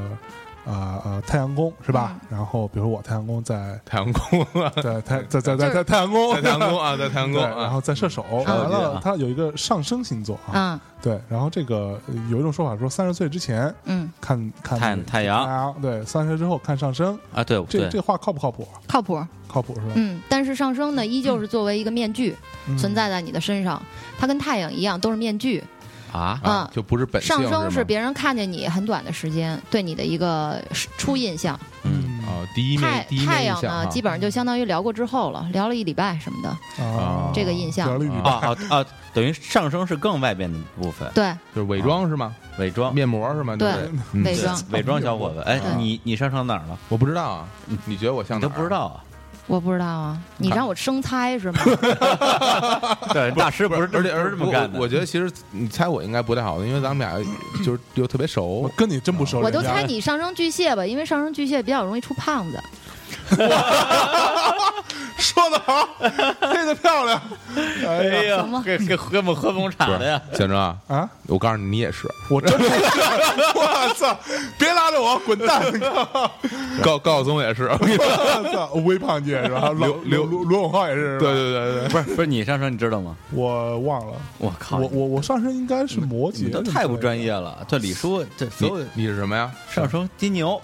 Speaker 2: 啊呃太阳宫是吧？
Speaker 4: 嗯
Speaker 2: 然后比如说我太阳宫在
Speaker 1: 太阳宫啊，
Speaker 2: 在太在在在
Speaker 4: 就是
Speaker 2: 在太阳宫，
Speaker 1: 在太阳宫啊，在太阳
Speaker 2: 哦
Speaker 1: 宫
Speaker 2: 对。然
Speaker 1: 啊，
Speaker 2: 后在射手，
Speaker 5: 射手
Speaker 2: 完
Speaker 5: 座
Speaker 2: 了
Speaker 5: 啊
Speaker 2: 它有一个上升星座啊，
Speaker 4: 嗯
Speaker 2: 对。然后这个呃有一种说法说，三十岁之前
Speaker 4: 嗯，
Speaker 2: 看看
Speaker 5: 看太
Speaker 2: 太
Speaker 5: 阳
Speaker 2: 阳，对，三十之后看上升，
Speaker 5: 啊，对
Speaker 2: 这
Speaker 5: 对
Speaker 2: 这话靠不靠谱啊？
Speaker 4: 靠谱。
Speaker 2: 靠谱是吧？
Speaker 4: 嗯，但是上升呢，依旧是作为一个面具
Speaker 2: 嗯
Speaker 4: 存在在你的身上，它跟太阳一样都是面具。
Speaker 5: 啊，
Speaker 1: 啊
Speaker 4: 啊，
Speaker 1: 就不是本性
Speaker 4: 上升
Speaker 1: 是
Speaker 4: 是
Speaker 1: 吗
Speaker 4: 别人看见你很短的时间对你的一个初印象，
Speaker 5: 嗯，
Speaker 1: 啊，第一
Speaker 4: 太
Speaker 1: 面第一
Speaker 4: 太
Speaker 1: 面印
Speaker 4: 阳
Speaker 1: 象
Speaker 4: 呢，
Speaker 1: 啊
Speaker 4: 基本上就相当于聊过之后了，聊了一礼拜什么的。
Speaker 2: 啊，
Speaker 4: 这个印象
Speaker 2: 聊了一礼
Speaker 5: 啊
Speaker 2: 拜
Speaker 5: 啊啊，等于上升是更外边的部分，
Speaker 4: 对，
Speaker 1: 就是伪装是吗？
Speaker 5: 伪装。
Speaker 1: 面膜是吗？
Speaker 4: 对
Speaker 1: 就是
Speaker 5: 嗯
Speaker 4: 伪装嗯
Speaker 5: 对伪装小伙子，哎
Speaker 4: 对，
Speaker 5: 你你上升哪儿了？
Speaker 1: 我不知道啊，你觉得我像
Speaker 5: 你
Speaker 1: 哪
Speaker 5: 都
Speaker 1: 儿
Speaker 5: 不知？道啊？
Speaker 4: 我不知道啊，你让我生猜是吗？
Speaker 5: 对，大师不是
Speaker 1: 而且而且
Speaker 5: 不是这么干的。
Speaker 1: 我我觉得其实你猜我应该不太好，因为咱们俩就是又特别
Speaker 2: 我
Speaker 1: 熟。
Speaker 2: 跟你真不
Speaker 5: 哦
Speaker 2: 熟，
Speaker 4: 我都
Speaker 2: 人家
Speaker 4: 猜你上升巨蟹吧，因为上升巨蟹比较容易出胖子。
Speaker 2: 说的好，配的漂亮，哎呀
Speaker 5: 呀
Speaker 4: 怎么
Speaker 5: 给给喝我喝红茶
Speaker 1: 不是
Speaker 5: 的呀！
Speaker 1: 小郑啊，
Speaker 2: 啊！
Speaker 1: 我告诉你，你也是。
Speaker 2: 我真不是，我操！别拉着我，滚蛋！
Speaker 1: 高高晓松也是。
Speaker 2: 我操，微胖界是吧？
Speaker 1: 刘
Speaker 2: 刘
Speaker 1: 刘
Speaker 2: 罗罗永浩也是，
Speaker 1: 对
Speaker 2: 是吧，
Speaker 1: 对对对，
Speaker 5: 不是不是你上升，你知道吗？
Speaker 2: 我忘了，
Speaker 5: 我靠，
Speaker 2: 我我我上身应该是摩
Speaker 5: 你
Speaker 2: 羯，
Speaker 5: 都太不专业了。这李叔这所有
Speaker 1: 你你是什么呀？
Speaker 5: 上升金牛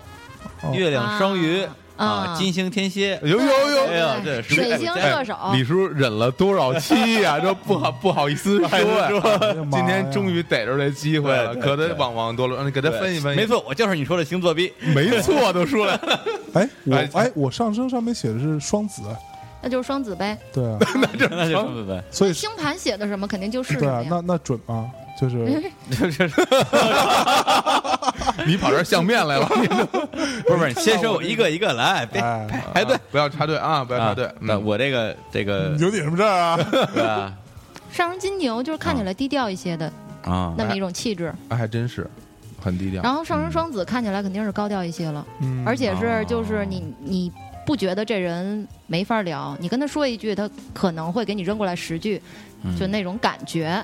Speaker 2: 哦、
Speaker 5: 月亮双鱼
Speaker 4: 啊
Speaker 5: 啊，
Speaker 4: 啊
Speaker 5: 金星天蝎，
Speaker 1: 有有有。
Speaker 5: 哎呀这
Speaker 4: 对，
Speaker 5: 是不是
Speaker 4: 水星射手，
Speaker 1: 哎李叔忍了多少期呀、这不好不好意思说呀、
Speaker 2: 哎呀妈
Speaker 1: 今
Speaker 2: 呀
Speaker 1: 天终于逮着这机会了，
Speaker 5: 对
Speaker 1: 可
Speaker 5: 对
Speaker 1: 得
Speaker 5: 对
Speaker 1: 往往多了，给他
Speaker 5: 对
Speaker 1: 分析分析。
Speaker 5: 没，错，我就是你说的星座逼。
Speaker 1: 没错，都说了，
Speaker 2: 哎，我
Speaker 1: 哎
Speaker 2: 哎，我上身上面写的是双子，
Speaker 4: 那就是双子呗。
Speaker 2: 对啊，
Speaker 5: 那就不不
Speaker 2: 所以是
Speaker 4: 星盘写的什么，肯定就是
Speaker 2: 对
Speaker 4: 什
Speaker 2: 啊
Speaker 4: 么，呀
Speaker 2: 那。那准吗？就是
Speaker 1: 你跑这儿相面来了，
Speaker 5: 不是不是，先说我一个一个来，别
Speaker 2: 哎
Speaker 5: 排队
Speaker 1: 啊，不要插队啊，不要插
Speaker 5: 啊
Speaker 1: 队。
Speaker 5: 那
Speaker 1: 嗯
Speaker 5: 我这个这个
Speaker 2: 有你什么事儿啊？
Speaker 5: 对吧
Speaker 4: 上升金牛就是看起来低调一些的
Speaker 5: 啊，哎
Speaker 4: 那么一种气质，
Speaker 1: 哎还真是很低调。
Speaker 4: 然后上升双子看起来肯定是高调一些了，
Speaker 2: 嗯
Speaker 4: 而且
Speaker 5: 哦
Speaker 4: 是就是你你。不觉得这人没法聊，你跟他说一句，他可能会给你扔过来十句，
Speaker 5: 嗯
Speaker 4: 就那种感觉，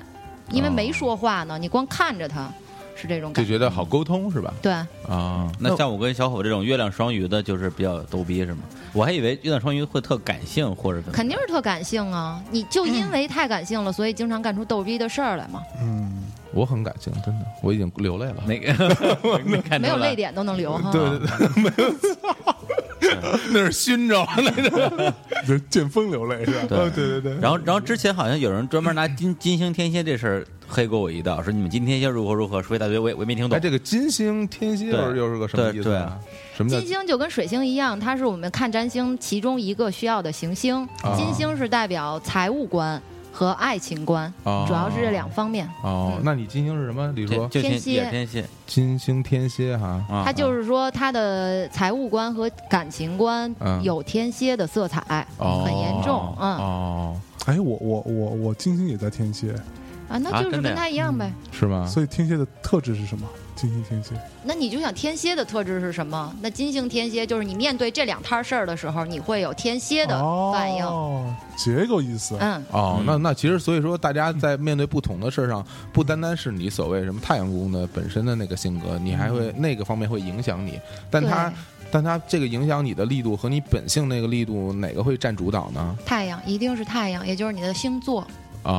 Speaker 4: 因为
Speaker 5: 哦
Speaker 4: 没说话呢，你光看着他，是这种
Speaker 1: 就
Speaker 4: 感觉。
Speaker 1: 觉得好沟通是吧？
Speaker 4: 对，
Speaker 1: 啊，
Speaker 5: 那像我跟小伙这种月亮双鱼的，就是比较逗逼是吗？我还以为月亮双鱼会特感性或者怎么样
Speaker 4: 肯定是特感性啊！你就因为太感性了，所以经常干出逗逼的事儿来嘛，
Speaker 2: 嗯，
Speaker 1: 我很感性，真的，我已经流泪了。
Speaker 5: 那 个没看出
Speaker 4: 没有
Speaker 5: 来
Speaker 4: 泪点都能流哈。
Speaker 5: 对对
Speaker 1: 那是熏着， 那是
Speaker 2: 就见风流泪是吧？
Speaker 5: 对
Speaker 2: 哦对对对，
Speaker 5: 然后，然后之前好像有人专门拿金金星天蝎这事儿黑过我一道，说你们金天蝎如何如何，说一大堆，我也我也没听懂
Speaker 1: 哎，。这个金星天蝎又是
Speaker 5: 对
Speaker 1: 又是个什么意思啊？什么叫
Speaker 4: 金星就跟水星一样，它是我们看占星其中一个需要的行星。
Speaker 1: 啊
Speaker 4: 金星是代表财务观和爱情观，
Speaker 1: 哦
Speaker 4: 主要是这两嗯方面。
Speaker 1: 哦，那你金星是什么？李
Speaker 5: 这
Speaker 1: 叔，
Speaker 5: 就
Speaker 4: 天蝎
Speaker 5: 也天蝎
Speaker 1: 金星天蝎哈，
Speaker 5: 啊，
Speaker 4: 它就是说，它的财务观和感情观
Speaker 1: 嗯
Speaker 4: 有天蝎的色彩，
Speaker 1: 哦
Speaker 4: 很严重。嗯
Speaker 1: 哦，
Speaker 2: 哎，我我我我金星也在天蝎，
Speaker 4: 啊，那
Speaker 5: 啊
Speaker 4: 就是
Speaker 5: 真的呀
Speaker 4: 跟它一样呗。
Speaker 1: 是吗？
Speaker 2: 所以天蝎的特质是什么？金星天蝎，
Speaker 4: 那你就想天蝎的特质是什么？那金星天蝎就是你面对这两摊事儿的时候，你会有天蝎的反应。
Speaker 2: 哦，结构意思，
Speaker 4: 嗯，
Speaker 1: 哦，
Speaker 5: 嗯
Speaker 1: 那那其实所以说，大家在面对不同的事儿上，不单单是你所谓什么太阳宫的本身的那个性格，你还会那个方面会影响你，但
Speaker 4: 嗯对，
Speaker 1: 它但它这个影响你的力度和你本性那个力度，哪个会占主导呢？
Speaker 4: 太阳一定是太阳，也就是你的星座啊、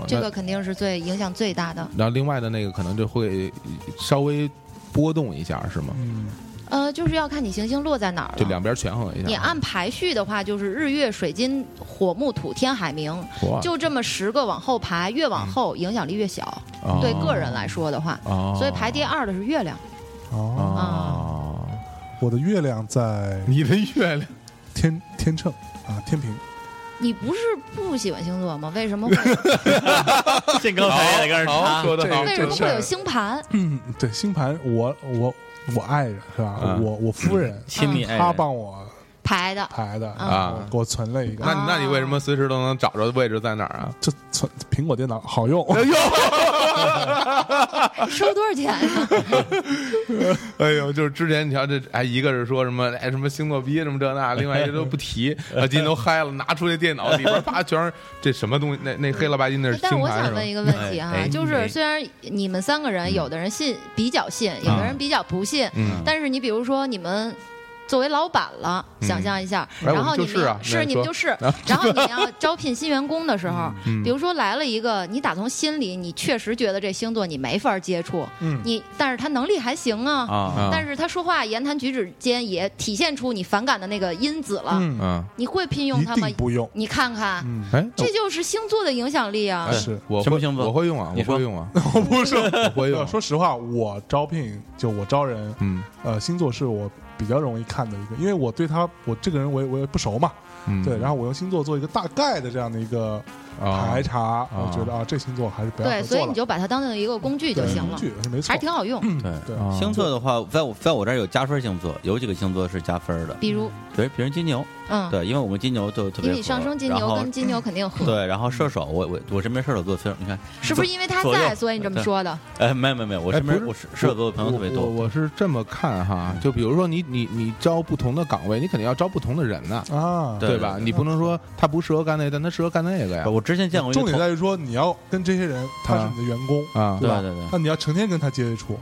Speaker 1: 哦，
Speaker 4: 这个肯定是最影响最大的。
Speaker 1: 那然后另外的那个可能就会稍微波动一下，是吗？
Speaker 2: 嗯，
Speaker 4: 呃，就是要看你行星落在哪儿
Speaker 1: 就
Speaker 4: 了。
Speaker 1: 两边权衡一
Speaker 4: 啊你
Speaker 1: 下。
Speaker 4: 按排序的话，就是日月水金火木土天海冥，
Speaker 1: 哇
Speaker 4: 就这么十个往后排，越往后影响力越小。
Speaker 1: 嗯哦
Speaker 4: 对个人来说的话，
Speaker 1: 哦
Speaker 4: 所以啊排第二的是月亮。
Speaker 2: 哦，
Speaker 1: 哦，
Speaker 2: 我的月亮在
Speaker 1: 你的月亮
Speaker 2: 天天秤啊，天平。
Speaker 4: 你不是不喜欢星座吗？为什么会
Speaker 5: 啊
Speaker 3: 兴高采烈的跟着
Speaker 1: 好
Speaker 3: 唱
Speaker 1: 说的好，
Speaker 4: 为什么会有星盘？
Speaker 2: 嗯，对，星盘我我我爱人是吧？
Speaker 1: 嗯
Speaker 2: 我我夫人
Speaker 5: 亲密爱
Speaker 2: 她
Speaker 5: 人，
Speaker 2: 帮我
Speaker 4: 排的
Speaker 2: 排的
Speaker 1: 啊
Speaker 2: 给我存了一个，
Speaker 1: 那你那你为什么随时都能找着位置在哪儿啊？
Speaker 2: 这存苹果电脑好用，
Speaker 4: 收多少钱啊呀？
Speaker 1: 哎呦，就是之前你瞧这，哎，一个是说什么哎什么星座逼什么这那，另外一个都不提，啊，今天都嗨了，拿出这电脑里边啪全是这什么东西，那那黑了吧唧那嗯是
Speaker 4: 哎但是
Speaker 1: 星
Speaker 4: 我
Speaker 1: 盘
Speaker 4: 想
Speaker 1: 是吧
Speaker 4: 问？一个问题哈、啊
Speaker 5: 哎哎
Speaker 4: 就是
Speaker 5: 哎
Speaker 4: 虽然你们三个人，有的人信比较信，有的人比较不信，
Speaker 1: 嗯
Speaker 4: 但是你比如说你们。作为老板了，想象一下，
Speaker 1: 哎
Speaker 4: 然后
Speaker 1: 我们
Speaker 4: 你
Speaker 1: 就
Speaker 4: 们
Speaker 1: 是
Speaker 4: 要
Speaker 1: 啊那
Speaker 4: 是
Speaker 1: 你
Speaker 4: 你
Speaker 1: 说
Speaker 4: 们就是，然后你们要招聘新员工的时候，
Speaker 1: 嗯
Speaker 4: 比如说来了一个，你打从心里你确实觉得这星座你没法接触，
Speaker 1: 嗯
Speaker 4: 你但是他能力还行啊，
Speaker 5: 啊，
Speaker 4: 但是他说话言谈举止间也体现出你反感的那个因子了，
Speaker 2: 嗯，
Speaker 5: 嗯，
Speaker 4: 你会聘用
Speaker 2: 一
Speaker 4: 他吗
Speaker 2: 定？不用，
Speaker 4: 你看看，
Speaker 2: 嗯，
Speaker 1: 啊哎，
Speaker 4: 这就是星座的影响力啊
Speaker 1: 哎。
Speaker 2: 是
Speaker 1: 我
Speaker 5: 什么
Speaker 1: 会
Speaker 5: 星座
Speaker 1: 我会用啊，我
Speaker 5: 你说
Speaker 1: 会用啊，
Speaker 2: 我不说，
Speaker 1: 我会用啊
Speaker 2: 要。呃说实话，我招聘就我招人，
Speaker 1: 嗯
Speaker 2: 呃，星座是我比较容易看的一个，因为我对他我这个人我也我也不熟嘛，
Speaker 1: 嗯，
Speaker 2: 对，然后我用星座做一个大概的这样的一个
Speaker 1: 啊
Speaker 2: 排查，我觉得啊，这星座还是不要
Speaker 4: 对，
Speaker 2: 合
Speaker 4: 所以
Speaker 2: 作
Speaker 4: 你
Speaker 2: 了，
Speaker 4: 就把它当成一个工具就行了
Speaker 2: 工，具是没错，
Speaker 4: 还是挺好用。
Speaker 5: 对。
Speaker 2: 对
Speaker 1: 啊
Speaker 5: 星座的话，在我在我这儿有加分星座，有几个星座是加分的，
Speaker 4: 比如，
Speaker 5: 比如比如金牛，
Speaker 4: 嗯，
Speaker 5: 对，因为我们金牛就特
Speaker 4: 因
Speaker 5: 别
Speaker 4: 为
Speaker 5: 合，
Speaker 4: 你上升金
Speaker 5: 然
Speaker 4: 牛
Speaker 5: 后
Speaker 4: 跟金牛肯定 合，
Speaker 5: 对，然后射手，我我我身边射手座非常，你看，
Speaker 4: 是不是因为他
Speaker 5: 左
Speaker 4: 在，
Speaker 5: 右
Speaker 4: 所以你这么说的？
Speaker 5: 哎，没有没有没有，我
Speaker 1: 哎
Speaker 5: 身边
Speaker 1: 不是
Speaker 5: 我射射手座的朋友特别
Speaker 1: 我
Speaker 5: 多，
Speaker 1: 我我是这么看哈，就比如说你你你招不同的岗位，你肯定要招不同的人呐，
Speaker 2: 啊，
Speaker 5: 对
Speaker 1: 吧？
Speaker 5: 对
Speaker 1: 你不能说他不适合干那个，但他适合干那个呀。
Speaker 5: 我之前见过一
Speaker 2: 重
Speaker 5: 个
Speaker 2: 点
Speaker 5: 同，
Speaker 2: 在于说，你要跟这些人，他是你的员工，
Speaker 1: 啊，
Speaker 5: 对
Speaker 2: 吧？
Speaker 5: 对对
Speaker 2: 那你要成天跟他接触，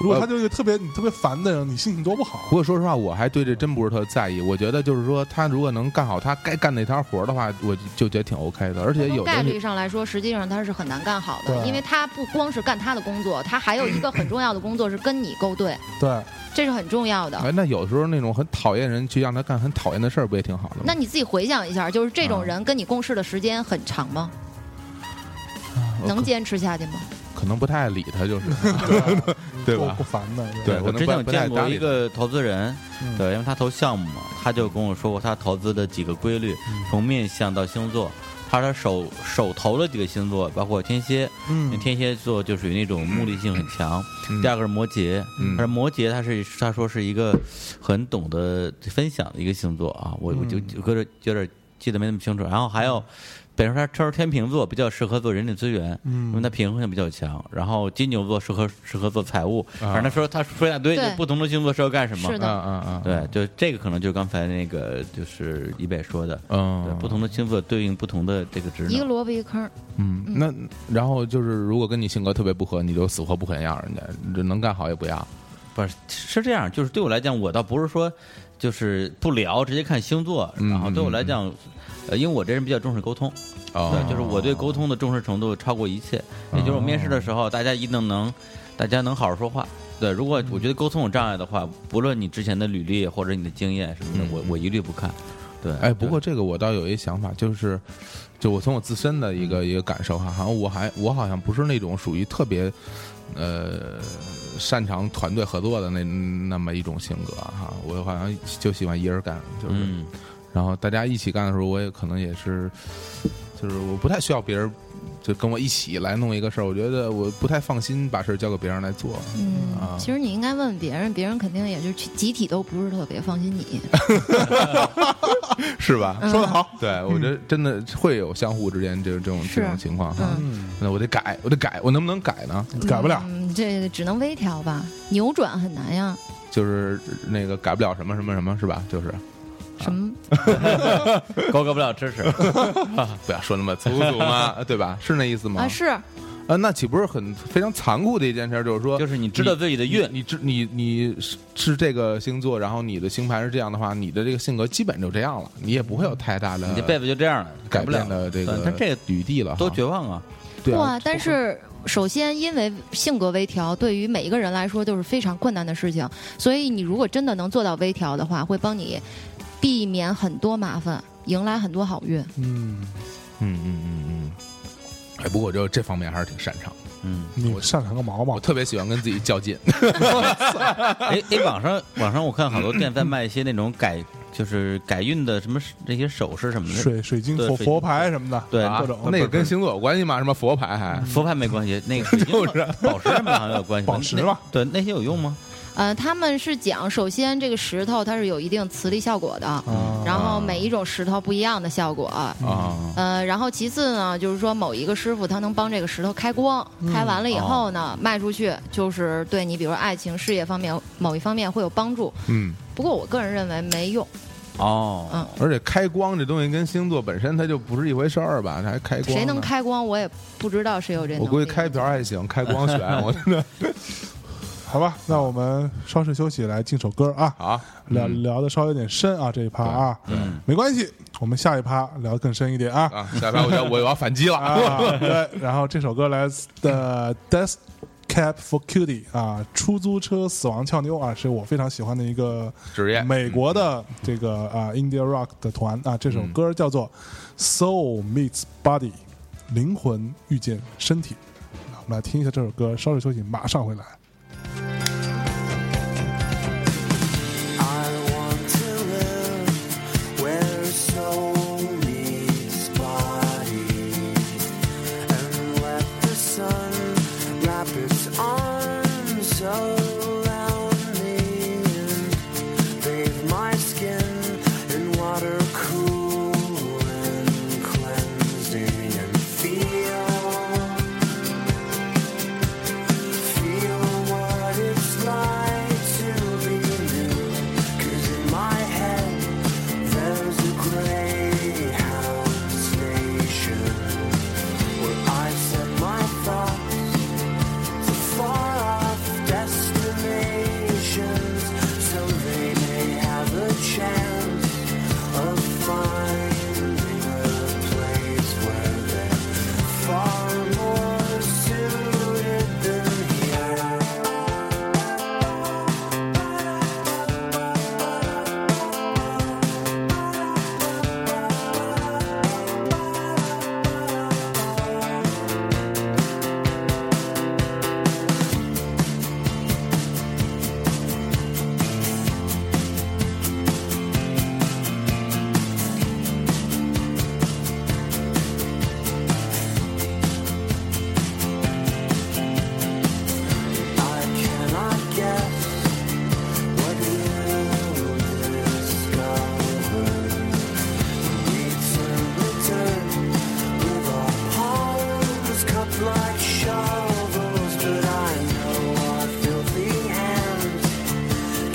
Speaker 2: 如果他就是一个特别你特别烦的人，你心情多不
Speaker 1: 不
Speaker 2: 好。
Speaker 1: 过说实话，我还对这真不是特在意。我觉得就是说，他如果能干好他该干那摊活儿的话，我就就觉得挺 OK 的。而且有
Speaker 4: 从
Speaker 1: 的
Speaker 4: 概
Speaker 1: 是
Speaker 4: 率上来说，实际上他是很难干好的，
Speaker 2: 对
Speaker 4: 因为他不光是干他的工作，他还有一个很重要的工作是跟你勾兑，
Speaker 2: 对，
Speaker 4: 这是很重要的。
Speaker 1: 哎，那有时候那种很讨厌人去让他干很讨厌的事儿，不也挺好的吗？
Speaker 4: 那你自己回想一下，就是这种人跟你共事的时间很长吗？能坚持下去吗？
Speaker 1: 呃可能不太爱理他，就是 对吧
Speaker 2: 够够烦的，
Speaker 1: 对
Speaker 5: 我
Speaker 1: 可能
Speaker 5: 之前
Speaker 1: 不不
Speaker 5: 有
Speaker 1: 太
Speaker 5: 见
Speaker 1: 搭
Speaker 5: 过
Speaker 1: 理
Speaker 5: 一个投资人，
Speaker 2: 嗯
Speaker 5: 对，因为他投项目嘛，他就跟我说过他投资的几个规律，从面相到星座。他说手手投的几个星座，包括天蝎，因为
Speaker 2: 嗯，
Speaker 5: 天蝎座就属于那种目的性很强。
Speaker 1: 嗯
Speaker 5: 第二个是摩羯，
Speaker 1: 嗯
Speaker 5: 他说摩羯他是他说是一个很懂得分享的一个星座啊，我我就就有点有点记得没那么清楚。然后还有，比如说他他说天秤座比较适合做人力资源，
Speaker 1: 嗯
Speaker 2: 嗯
Speaker 5: 因为他平衡性比较强。然后金牛座适合适合做财务，反正他说他说一大堆，就
Speaker 4: 对
Speaker 5: 不同的星座适合干什么。
Speaker 4: 是
Speaker 1: 啊
Speaker 4: 的
Speaker 1: 啊啊，
Speaker 5: 对，就这个可能就是刚才那个就是一北说的，对，
Speaker 1: 嗯，
Speaker 5: 不同的星座对应不同的这个职
Speaker 4: 一个
Speaker 5: 能。
Speaker 4: 萝卜一个坑儿，
Speaker 1: 嗯，那然后就是，如果跟你性格特别不合，你就死活不肯要人家，你这能干好也不要。
Speaker 5: 不是是这样，就是对我来讲，我倒不是说就是不聊，直接看星座，
Speaker 1: 嗯
Speaker 5: 然后对我来讲。呃，因为我这人比较重视沟通，
Speaker 1: 哦
Speaker 5: 对，就是我对沟通的重视程度超过一切。也就是我面试的时候，大家一定能，大家能好好说话。对，如果我觉得沟通有障碍的话，不论你之前的履历或者你的经验什么的，
Speaker 1: 嗯
Speaker 5: 我我一律不看。对，
Speaker 1: 哎，不过这个我倒有一想法，就是，就我从我自身的一个一个感受哈，好像我还我好像不是那种属于特别，呃，擅长团队合作的那那么一种性格哈，我好像就喜欢一人干，就是，
Speaker 5: 嗯，
Speaker 1: 然后大家一起干的时候，我也可能也是，就是我不太需要别人就跟我一起来弄一个事儿，我觉得我不太放心把事儿交给别人来做，啊
Speaker 4: 嗯，其实你应该问问别人，别人肯定也就去集体都不是特别放心你。
Speaker 1: 是吧？
Speaker 4: 说得
Speaker 1: 好，对我觉得真的会有相互之间这这种这种
Speaker 4: 是
Speaker 1: 情况哈。
Speaker 4: 嗯，
Speaker 1: 那我得改，我得改，我能不能改呢？
Speaker 2: 改不了，
Speaker 4: 嗯，这个只能微调吧，扭转很难呀。
Speaker 1: 就是那个改不了什么什么什么，是吧？就是
Speaker 4: 什么？
Speaker 2: 啊
Speaker 5: 高高不了知识。
Speaker 1: 不要说那么粗俗嘛， 对吧？是那意思吗？
Speaker 4: 啊，是
Speaker 1: 啊那岂不是很非常残酷的一件事儿？就是说，
Speaker 5: 就是 你知道自己的
Speaker 1: 你
Speaker 5: 运，
Speaker 1: 你知你你是是这个星座，然后你的星盘是这样的话，你的这个性格基本就这样了，你也不会有太大的
Speaker 5: 你这辈子就这样了，
Speaker 1: 改
Speaker 5: 不
Speaker 1: 变
Speaker 5: 了
Speaker 1: 的这个
Speaker 5: 但这个
Speaker 1: 余地了哈，
Speaker 5: 多绝望啊！
Speaker 1: 对啊
Speaker 4: 哇！但是首先，因为性格微调对于每一个人来说就是非常困难的事情，所以你如果真的能做到微调的话，会帮你避免很多麻烦，迎来很多好运。
Speaker 2: 嗯，
Speaker 5: 嗯嗯嗯
Speaker 1: 哎，不过我就这方面还是挺擅长的，
Speaker 5: 嗯
Speaker 2: 你擅长个毛毛
Speaker 1: 我？特别喜欢跟自己较劲。
Speaker 5: 嗯。哎哎，网上网上我看好多店在卖一些那种改，就是改运的什么这些首饰什么的。
Speaker 2: 水水晶
Speaker 5: 对
Speaker 2: 佛
Speaker 5: 水晶
Speaker 2: 佛牌什么的，
Speaker 5: 对
Speaker 1: 啊
Speaker 2: 各种，
Speaker 1: 那个跟星座有关系吗？什么佛牌还？啊
Speaker 5: 佛牌没关系，那个水晶
Speaker 1: 就是
Speaker 5: 宝石什么的好像有关系吧，
Speaker 2: 宝石
Speaker 5: 那
Speaker 2: 吧？
Speaker 5: 对，那些有用吗？
Speaker 4: 呃，他们是讲，首先这个石头它是有一定磁力效果的，
Speaker 2: 啊嗯
Speaker 4: 然后每一种石头不一样的效果。
Speaker 1: 嗯啊，
Speaker 4: 呃，然后其次呢，就是说某一个师傅他能帮这个石头开光，
Speaker 1: 嗯
Speaker 4: 开完
Speaker 1: 哦
Speaker 4: 了以后呢，卖出去就是对你，比如说爱情、事业方面某一方面会有帮助。
Speaker 1: 嗯，
Speaker 4: 不过我个人认为没用，
Speaker 5: 哦，
Speaker 4: 嗯，
Speaker 1: 而且开光这东西跟星座本身它就不是一回事儿吧？它还开光呢？
Speaker 4: 谁能开光我也不知道谁有这能力。
Speaker 1: 我估计开瓢还行，开光悬，我真的
Speaker 2: 好吧，那我们稍事休息，来进首歌啊。
Speaker 1: 啊，
Speaker 2: 聊聊的稍微有点深啊，这一趴啊，没关系，我们下一趴聊得更深一点啊。
Speaker 1: 啊，下边我要我要反击了。
Speaker 2: 啊，对，然后这首歌来自的 Death Cab for Cutie 啊，出租车死亡俏妞啊，是我非常喜欢的一个
Speaker 1: 职业
Speaker 2: 美国的这个啊 India Rock 的团啊，这首歌叫做
Speaker 1: 嗯
Speaker 2: Soul Meets Body，灵魂遇见身体。啊我们来听一下这首歌，稍事休息，马上回来。
Speaker 6: I want to live where soul meets body, and let the sun wrap its arms around me and bathe my skin in water cool and cleansing, and feel feel what it's like to be new. 'Cause in my head, there's a Greyhound station where I set my thoughts to far off destinations, so they may have a chance of finding a place where they're far more suited than here. I cannot guess what we'll discover. We turn, return, with our palms cupped like shovels, but I know our filthy hands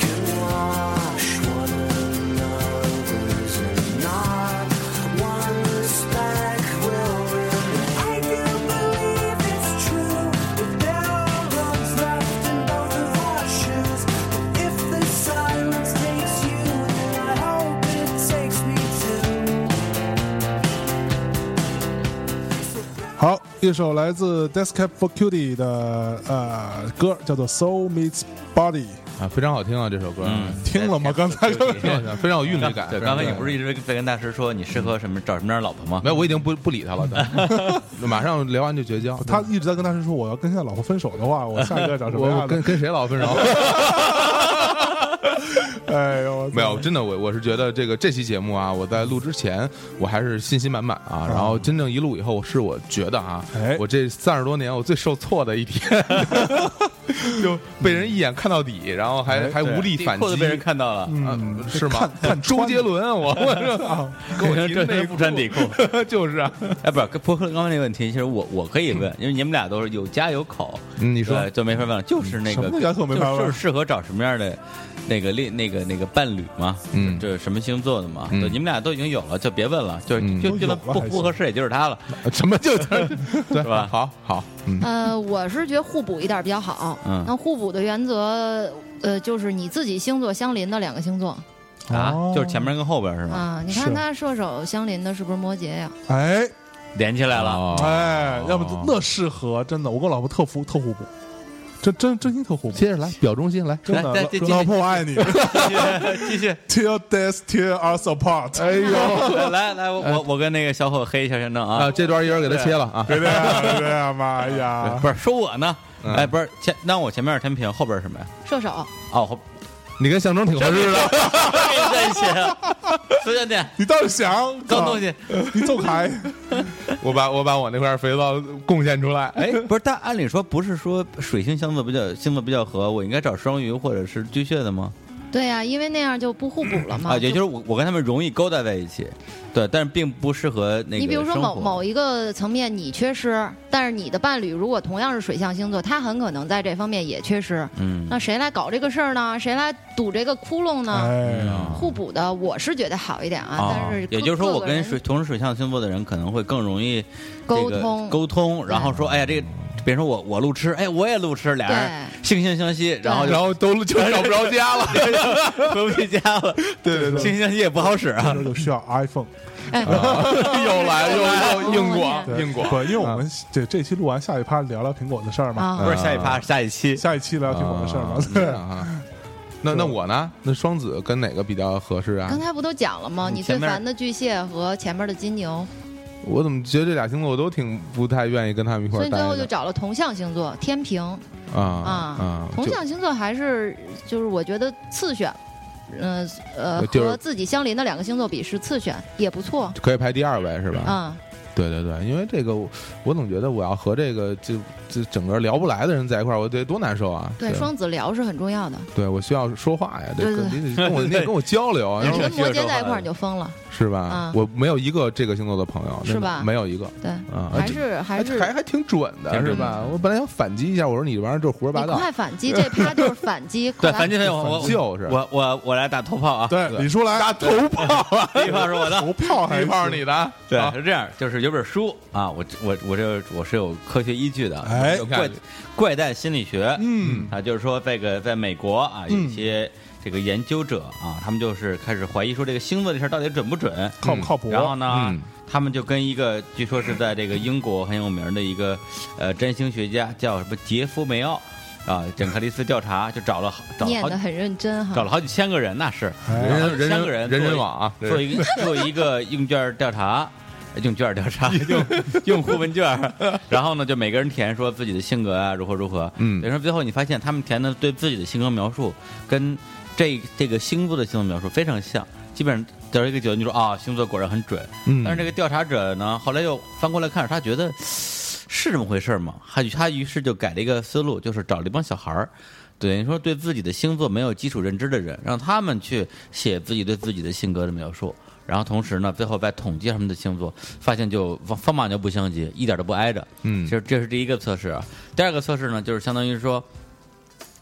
Speaker 6: can wash one another's, and not one speck will remain. I do believe it's true. If there are lungs left in both of our shoes, if the silence takes you, then I hope it takes me too.
Speaker 2: 好，一首来自 Death Cab for Cutie 的呃歌，叫做 Soul Meets Body。
Speaker 1: 啊，非常好听啊，这首歌，
Speaker 2: 听了吗？刚才
Speaker 1: 非常好听非常有韵律感。
Speaker 5: 嗯对，
Speaker 1: 非常
Speaker 5: 刚才
Speaker 1: 有
Speaker 5: 你
Speaker 1: 韵律
Speaker 5: 不是一直在跟大师说你适合什么找什么样的老婆吗？
Speaker 1: 没有，我已经不不理他了， 对马上聊完就绝交。
Speaker 2: 他一直在跟大师说，我要跟现在老婆分手的话，我下一个找什么
Speaker 1: 我
Speaker 2: 样
Speaker 1: 我跟
Speaker 2: 的？
Speaker 1: 跟谁老分手？
Speaker 2: 哎呦，
Speaker 1: 没有，真的，我我是觉得这个这期节目啊，我在录之前我还是信心满满啊，然后真正一录以后，是我觉得啊
Speaker 2: 哎，
Speaker 1: 我这三十多年我最受挫的一 天，就被人一眼看到底，然后还
Speaker 2: 哎
Speaker 1: 还无力
Speaker 5: 地
Speaker 1: 反
Speaker 5: 裤
Speaker 1: 击
Speaker 5: 子被。人看到了，
Speaker 1: 啊
Speaker 2: 嗯，
Speaker 1: 是吗
Speaker 2: 看？看
Speaker 1: 周
Speaker 2: 穿哦
Speaker 1: 杰伦，我我 说跟我提
Speaker 5: 这
Speaker 1: 内
Speaker 5: 人不穿底裤。
Speaker 1: 裤， 就是啊。
Speaker 5: 哎，不是，跟博客刚才那个问题，其实我我可以问，因为你们俩都是有家有口，
Speaker 1: 嗯你
Speaker 5: 你
Speaker 1: 说
Speaker 5: 就没法问了，就是那
Speaker 2: 什
Speaker 5: 个
Speaker 2: 么叫口没法问
Speaker 5: 就是适合找什么样的那个恋那个那个伴侣嘛，
Speaker 1: 嗯
Speaker 5: 就是什么星座的嘛，
Speaker 1: 嗯
Speaker 5: 对，你们俩都已经有了，就别问了，就
Speaker 1: 嗯
Speaker 5: 就
Speaker 2: 都
Speaker 5: 就
Speaker 2: 有了
Speaker 5: 不
Speaker 2: 还行
Speaker 5: 不合适，也就是他了，
Speaker 1: 什么就 对
Speaker 5: 是吧
Speaker 1: 好好，嗯，
Speaker 4: 呃，我是觉得互补一点比较好。
Speaker 5: 嗯
Speaker 4: 那互补的原则，呃，就是你自己星座相邻的两个星座
Speaker 5: 啊
Speaker 2: 哦，
Speaker 5: 就是前面跟后边是吗？
Speaker 4: 啊。你
Speaker 2: 是
Speaker 4: 看他射手相邻的是不是摩羯呀？
Speaker 2: 哎，
Speaker 5: 连起来了。
Speaker 7: 哦
Speaker 2: 哎，要不那适合真的，我跟我老婆特互特互补，真真真心特互补。
Speaker 1: 接着来，表忠心来，
Speaker 2: 真的，
Speaker 7: 来
Speaker 2: 老
Speaker 7: 再继续
Speaker 2: 老婆我爱你
Speaker 5: 继续，
Speaker 2: ，Till death tear us apart。哎呦，
Speaker 5: 来来，我我我跟那个小伙黑一下先生啊
Speaker 1: 啊，，这段一会儿给他切了啊。
Speaker 2: 别这样，别这样吧，哎呀，
Speaker 5: 不是说我呢，哎，不是前，那我前面是天平，后边是什么呀？
Speaker 4: 射手，
Speaker 5: 哦， 后
Speaker 1: 你跟象征挺合适的，
Speaker 5: 在一起，随便点，
Speaker 2: 你倒是想
Speaker 5: 脏东，西。
Speaker 2: 你走 开。
Speaker 1: 我把我把我那块肥皂贡献出来。哎，
Speaker 5: 哎，不是，但按理说不是说水星相座比较星座比较合，我应该找双鱼或者是巨蟹的吗？
Speaker 4: 对呀、因为那样就不互补了嘛。
Speaker 5: 啊，也就是我我跟他们容易勾搭在一起，对，但是并不适合那个
Speaker 4: 你比如说某
Speaker 5: 生活
Speaker 4: 某一个层面你缺失，但是你的伴侣如果同样是水象星座，他很可能在这方面也缺失。
Speaker 5: 嗯
Speaker 4: 那谁来搞这个事儿呢？谁来堵这个窟窿呢？
Speaker 2: 哎呀，
Speaker 4: 互补的，我是觉得好一点啊。
Speaker 5: 啊
Speaker 4: 但是，
Speaker 5: 也
Speaker 4: 各
Speaker 5: 就是说，我
Speaker 4: 各个
Speaker 5: 跟
Speaker 4: 人
Speaker 5: 水同是水象星座的人可能会更容易
Speaker 4: 沟
Speaker 5: 这个
Speaker 4: 通
Speaker 5: 沟通，然后说，哎呀，这个比如说我我路痴，哎，我也路痴，俩人惺惺相惜，然后就
Speaker 1: 然后都就找不着家了。
Speaker 5: 回不去家了，对对对，惺惺相惜也不好使啊
Speaker 2: 这，就需要 iPhone。
Speaker 4: 哎，
Speaker 1: 啊又来又又硬广
Speaker 2: 对
Speaker 1: 硬广，
Speaker 2: 不，因为我们这这期录完，下一趴聊聊苹果的事儿嘛，
Speaker 4: 啊
Speaker 5: 不是下一趴下一期，
Speaker 2: 下一期聊苹果的事儿嘛。
Speaker 1: 啊
Speaker 2: 对，
Speaker 1: 啊那那我呢？那双子跟哪个比较合适啊
Speaker 4: 刚？才不都讲了吗？
Speaker 5: 你
Speaker 4: 你最
Speaker 5: 嗯前面
Speaker 4: 烦的巨蟹和前面的金牛，
Speaker 1: 我怎么觉得这俩星座我都挺不太愿意跟他们一块
Speaker 4: 所
Speaker 1: 儿
Speaker 4: 以
Speaker 1: 待
Speaker 4: 最后就
Speaker 1: 的
Speaker 4: 找了同象星座天平
Speaker 1: 啊
Speaker 4: 啊
Speaker 1: 啊。
Speaker 4: 同
Speaker 1: 就
Speaker 4: 象星座还是就是我觉得次选，嗯呃
Speaker 1: 就是
Speaker 4: 和自己相邻的两个星座比是次选，也不错
Speaker 1: 可以排第二位是
Speaker 5: 嗯
Speaker 1: 吧？
Speaker 4: 啊。
Speaker 1: 对对对，因为这个我我总觉得我要和这个这这整个聊不来的人在一块儿，我得多难受啊！对
Speaker 4: 对，，双子聊是很重要的。
Speaker 1: 对我需要说话呀，得
Speaker 4: 对对
Speaker 1: 跟你得跟我你得跟我交流 啊，
Speaker 4: 你
Speaker 1: 然后
Speaker 4: 跟摩羯在一块儿你就疯了，
Speaker 1: 是吧
Speaker 4: 啊？
Speaker 1: 我没有一个这个星座的朋友，
Speaker 4: 是
Speaker 1: 真的
Speaker 4: 吧
Speaker 1: 没有一个
Speaker 4: 对，
Speaker 1: 啊，
Speaker 4: 还是还是
Speaker 1: 还还挺准的
Speaker 5: 挺
Speaker 1: 是
Speaker 5: 准的
Speaker 1: 吧？我本来想反击一下，我说你这玩意儿就是胡说八
Speaker 4: 你
Speaker 1: 道，
Speaker 4: 快反击，这趴就是反击，
Speaker 5: 对，
Speaker 4: 快来
Speaker 5: 樊金飞，我我
Speaker 1: 就是
Speaker 5: 我我我来打头炮 啊，
Speaker 2: 对，李叔来打头炮啊，
Speaker 5: 第一炮 是我的，
Speaker 2: 头炮还
Speaker 1: 一炮是哎你的，啊
Speaker 5: 对，
Speaker 1: 好
Speaker 5: 是这样，就是有本书啊，我我我这我是有科学依据的，
Speaker 2: 哎
Speaker 5: 有怪怪诞心理学，
Speaker 2: 嗯
Speaker 5: 啊，就是说这个在美国啊，有
Speaker 2: 嗯
Speaker 5: 一些这个研究者啊，他们就是开始怀疑说这个星座这事儿到底准不准，
Speaker 2: 靠不靠谱？哦
Speaker 5: 然后呢，
Speaker 1: 嗯
Speaker 5: 他们就跟一个据说是在这个英国很有名的一个呃占星学家叫什么杰夫梅奥啊，整克里斯调查，就找了好找了
Speaker 4: 念
Speaker 5: 好
Speaker 4: 的
Speaker 5: 几
Speaker 4: 很认真
Speaker 5: 找
Speaker 4: 哈。
Speaker 5: 了好几千个人，那是
Speaker 2: 哎
Speaker 1: 人人人
Speaker 5: 啊三
Speaker 1: 人
Speaker 5: 个人
Speaker 1: 人
Speaker 5: 做
Speaker 1: 人
Speaker 5: 一
Speaker 1: 网啊，
Speaker 5: 做一个做一个用卷调查， 用卷调查，用用户问卷儿， 然后呢，就每个人填说自己的性格啊如何如何，
Speaker 1: 嗯
Speaker 5: 等于说最后你发现他们填的对自己的性格描述跟这这个星座的星座描述非常像，基本上得到一个结论就说啊、星座果然很准，
Speaker 1: 嗯
Speaker 5: 但是这个调查者呢，后来又翻过来看，他觉得是这么回事吗？他他于是就改了一个思路，就是找了一帮小孩儿，等于说对自己的星座没有基础认知的人，让他们去写自己对自己的性格的描述。然后同时呢，最后再统计他们的星座，发现就方方法就不相及，一点都不挨着。
Speaker 1: 嗯
Speaker 5: 其实这是第一个测试啊。第二个测试呢，就是相当于说，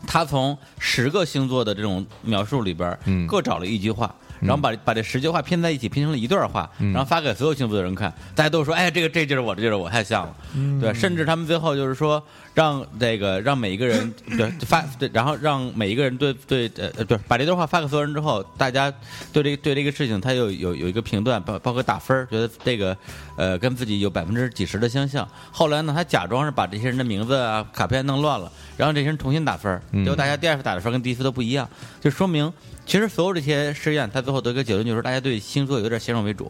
Speaker 5: 他从十个星座的这种描述里边儿，
Speaker 1: 嗯
Speaker 5: 各找了一句话，然后把把这十句话拼在一起，拼成了一段话，然后发给所有星座的人看，大家都说，哎，这个这就是我，这就是我，太像了，对，甚至他们最后就是说，让这个让每一个人对发对，然后让每一个人对对呃呃对，把这段话发给所有人之后，大家对这个对这个事情，他有有有一个评断，包包括打分儿，觉得这个呃跟自己有百分之几十的相像。后来呢，他假装是把这些人的名字啊卡片弄乱了，然后这些人重新打分儿，结果大家第二次打的分儿跟第一次都不一样，就说明其实所有这些试验，他最后得个结论就是大家对星座有点先入为主。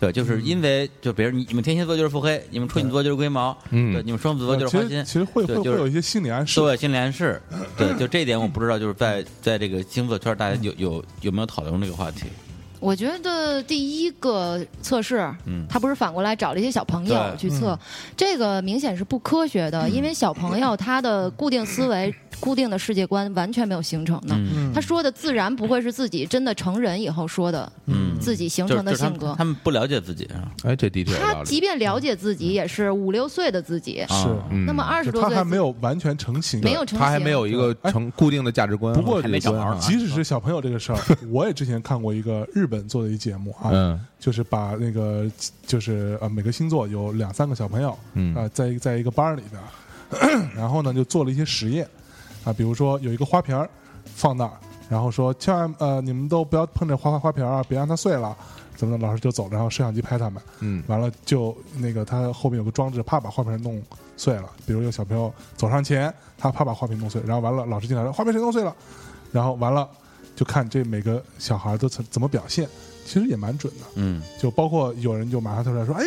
Speaker 5: 对，就是因
Speaker 4: 嗯
Speaker 5: 为就比如你你们天蝎座就是腹黑，你们处女座就是龟毛，
Speaker 1: 嗯
Speaker 5: 对，你们双子座
Speaker 2: 呃
Speaker 5: 就
Speaker 2: 其
Speaker 5: 是花
Speaker 2: 实
Speaker 5: 心，
Speaker 2: 其实会会
Speaker 5: 对
Speaker 2: 会
Speaker 5: 就是
Speaker 2: 有一些心理暗示，
Speaker 5: 对，心理 暗示，对，就这一点我不知道，就是在在这个星座圈，大家有有有没有讨论这个话题？
Speaker 4: 我觉得第一个测试，
Speaker 5: 嗯
Speaker 4: 他不是反过来找了一些小朋友
Speaker 5: 对
Speaker 4: 去测，这个明显是不科学的，因为小朋友他的固定思维、固定的世界观完全没有形成呢。
Speaker 5: 嗯
Speaker 4: 他说的自然不会是自己真的成人以后说的，
Speaker 5: 嗯，
Speaker 4: 自己形
Speaker 5: 就是
Speaker 4: 成的
Speaker 5: 就是他
Speaker 4: 性
Speaker 5: 们
Speaker 4: 格。
Speaker 5: 他们不了解自己啊，
Speaker 1: 哎，这的确有道
Speaker 4: 他
Speaker 1: 理
Speaker 4: 即。便了解自己，也是五六岁的自己。
Speaker 2: 是
Speaker 5: 啊
Speaker 1: 嗯
Speaker 4: 那么二十
Speaker 2: 就
Speaker 4: 多
Speaker 2: 他
Speaker 4: 岁
Speaker 2: 还没有完全成型，
Speaker 4: 没有成型，
Speaker 1: 他还没有一个成固定的价值观
Speaker 2: 不
Speaker 1: 和
Speaker 2: 过
Speaker 1: 世界观啊，
Speaker 2: 即使是小朋友这个事儿，我也之前看过一个日本做的一节目啊，
Speaker 1: 嗯
Speaker 2: 就是把那个就是呃每个星座有两三个小朋友，
Speaker 1: 嗯
Speaker 2: 呃，在一在一个班儿里边儿， 然后呢就做了一些实验啊，比如说有一个花瓶儿放那儿，然后说千万呃你们都不要碰这花花花瓶儿啊，别让它碎了。怎么的，老师就走了，然后摄像机拍他们，
Speaker 1: 嗯
Speaker 2: 完了就那个他后面有个装置，怕把画片弄碎了，比如有小朋友走上前，他怕把画片弄碎，然后完了老师进来了，画片谁弄碎了，然后完了就看这每个小孩都怎怎么表现，其实也蛮准的，
Speaker 3: 嗯，
Speaker 2: 就包括有人就马上跳出来说，哎，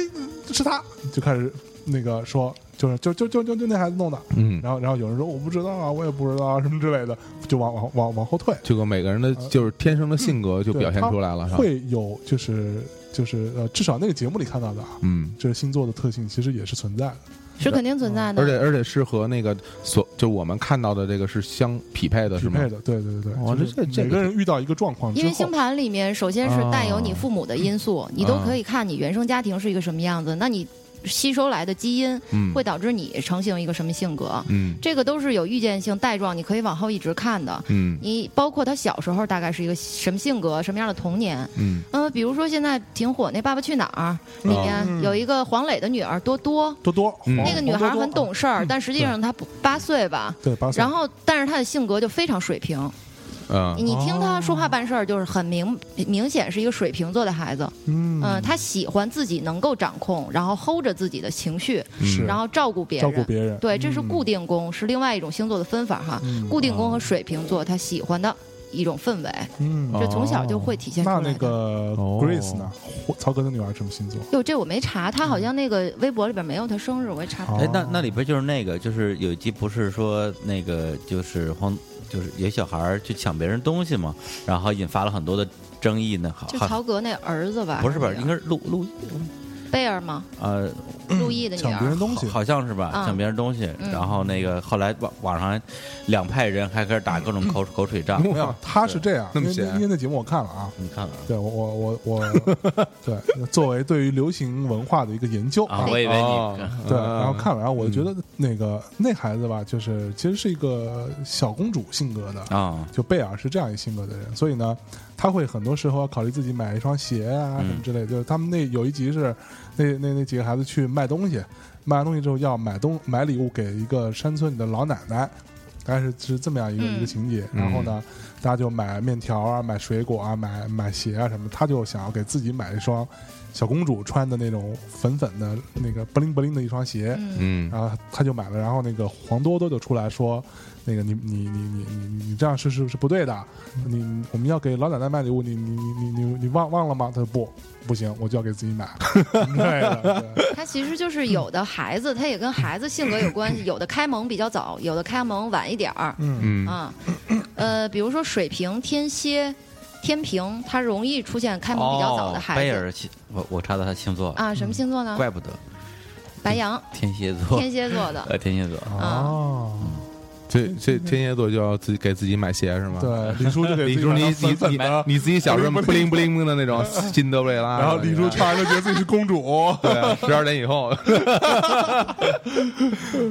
Speaker 2: 是他，就开始那个说，就是就就就就就那孩子弄的，
Speaker 1: 嗯，
Speaker 2: 然后然后有人说我不知道啊，我也不知道啊什么之类的，就往往往往后退。
Speaker 1: 这个每个人的就是天生的性格就
Speaker 2: 对
Speaker 1: 表现
Speaker 2: 他
Speaker 1: 出来了，是吧？
Speaker 2: 会有就是就是呃，至少那个节目里看到的啊，
Speaker 1: 嗯，
Speaker 2: 就是星座的特性其实也是存在的。
Speaker 4: 是肯定存在
Speaker 1: 嗯
Speaker 4: 的。
Speaker 1: 而且而且是和那个所就我们看到的这个是相匹配的，
Speaker 2: 匹
Speaker 1: 是吗
Speaker 2: 配？的，对对对
Speaker 1: 哦
Speaker 2: 对，就
Speaker 1: 这
Speaker 2: 是
Speaker 1: 这
Speaker 2: 每个人遇到一个状况
Speaker 4: 因
Speaker 2: 之
Speaker 4: 为星
Speaker 2: 后，
Speaker 4: 盘里面，首先
Speaker 1: 啊
Speaker 4: 是带有你父母的因素，你都可以看你原生家庭是一个什么样子，那你吸收来的基因
Speaker 1: 嗯，
Speaker 4: 会导致你成型一个什么性格，
Speaker 1: 嗯
Speaker 4: 这个都是有预见性带状，你可以往后一直看的。
Speaker 1: 嗯
Speaker 4: 你包括他小时候大概是一个什么性格，什么样的童年？
Speaker 1: 嗯，
Speaker 4: 嗯，比如说现在挺火那《爸爸去哪儿》里面有一个黄磊的女儿多多，
Speaker 2: 多多
Speaker 1: 嗯
Speaker 2: 嗯黄
Speaker 4: 那个女孩很懂，事儿，但实际上她不八岁吧。
Speaker 2: 黄多多啊对，八岁
Speaker 4: 然后，但是她的性格就非常水平，
Speaker 2: 啊
Speaker 1: 嗯
Speaker 4: 你听她说话办事儿，就是很明明显是一个水瓶座的孩子。
Speaker 2: 嗯
Speaker 4: 嗯，她喜欢自己能够掌控，然后 hold 着自己的情绪，
Speaker 2: 是
Speaker 4: 然后照顾别人。
Speaker 2: 照顾别人，
Speaker 4: 对，这是固
Speaker 2: 定
Speaker 4: 定宫，是另外一种星座的分法哈。
Speaker 2: 嗯
Speaker 4: 固定宫和水瓶座，他喜欢的一种氛围，
Speaker 2: 嗯。
Speaker 4: 这从小就会体现出
Speaker 2: 那
Speaker 4: 来的。
Speaker 2: 那个
Speaker 1: 哦
Speaker 2: Grace 呢？或曹格的女儿什么星座？
Speaker 4: 哟，这我没查，他好像那个微博里边没有他生日，我也查不到。
Speaker 2: 哦
Speaker 5: 哎，那那里边就是那个，就是有一集不是说那个就是荒，就是有小孩儿去抢别人东西嘛，然后引发了很多的争议呢。好，
Speaker 4: 就
Speaker 5: 好
Speaker 4: 曹格那儿子吧？
Speaker 5: 不是吧？
Speaker 4: 那
Speaker 5: 应
Speaker 4: 啊
Speaker 5: 该
Speaker 4: 个
Speaker 5: 是陆陆毅
Speaker 4: 贝尔吗？
Speaker 5: 呃，
Speaker 4: 陆毅的女
Speaker 2: 抢别人
Speaker 4: 儿。
Speaker 2: 东西
Speaker 5: 好， 好像是吧，
Speaker 4: 嗯
Speaker 5: 抢别人东西。
Speaker 4: 嗯
Speaker 5: 然后那个后来网网上两派人还开始打各种口口水仗。
Speaker 2: 没有，
Speaker 1: 哦
Speaker 2: 他是这样，
Speaker 1: 那
Speaker 2: 因
Speaker 1: 么
Speaker 2: 为
Speaker 1: 闲
Speaker 2: 因为那节目我看了啊，
Speaker 5: 你看啊
Speaker 2: 对我我我我，对，作为对于流行文化的一个研究
Speaker 5: 啊，我以为
Speaker 1: 哦
Speaker 5: 你
Speaker 2: 对，
Speaker 1: 嗯
Speaker 2: 然后看了，然后我就觉得那个那孩子吧，就是其实是一个小公主性格的，
Speaker 5: 啊，
Speaker 2: 就贝尔是这样一性格的人，所以呢，他会很多时候要考虑自己买一双鞋啊
Speaker 5: 嗯
Speaker 2: 什么之类的。就是他们那有一集是那那那几个孩子去卖东西，卖完东西之后要买东买礼物给一个山村里的老奶奶。大概是是这么样一个、
Speaker 4: 嗯
Speaker 2: 一个情节，
Speaker 1: 嗯
Speaker 2: 然后呢，大家就买面条啊，买水果啊，买买鞋啊什么，他就想要给自己买一双小公主穿的那种粉粉的那个不灵不灵的一双鞋，
Speaker 1: 嗯
Speaker 4: 嗯，
Speaker 2: 然后他就买了，然后那个黄多多就出来说，那个你你你你你你这样是是是不对的，你我们要给老奶奶买礼物，你你你你你你忘忘了吗？他说不不行，我就要给自己买，对的，对
Speaker 4: 他其实就是有的孩子，他也跟孩子性格有关系，有的开蒙比较早，有的开蒙晚一点儿。
Speaker 2: 嗯
Speaker 1: 嗯
Speaker 4: 啊，呃，比如说水瓶、天蝎、天平，他容易出现开蒙比较早的
Speaker 5: 哦，
Speaker 4: 孩
Speaker 5: 贝
Speaker 4: 子。
Speaker 5: 尔嗯星，我我查到他星座了，
Speaker 4: 啊，什么星座呢？
Speaker 5: 怪不得
Speaker 4: 白羊，
Speaker 5: 天蝎座，
Speaker 4: 天蝎座的。
Speaker 5: 嗯呃，天蝎座。
Speaker 2: 哦，
Speaker 1: 这这天蝎座就要自己给自己买鞋是吗？。
Speaker 2: 嗯对，李叔就给
Speaker 1: 李
Speaker 2: 自己
Speaker 1: 叔，
Speaker 2: 买
Speaker 1: 你你
Speaker 2: 双粉粉
Speaker 1: 你
Speaker 2: 的，
Speaker 1: 你自己小时候不灵不灵的那 种辛德瑞拉，
Speaker 2: 然后李叔穿完就觉得自己是公主，
Speaker 1: 十二点以后，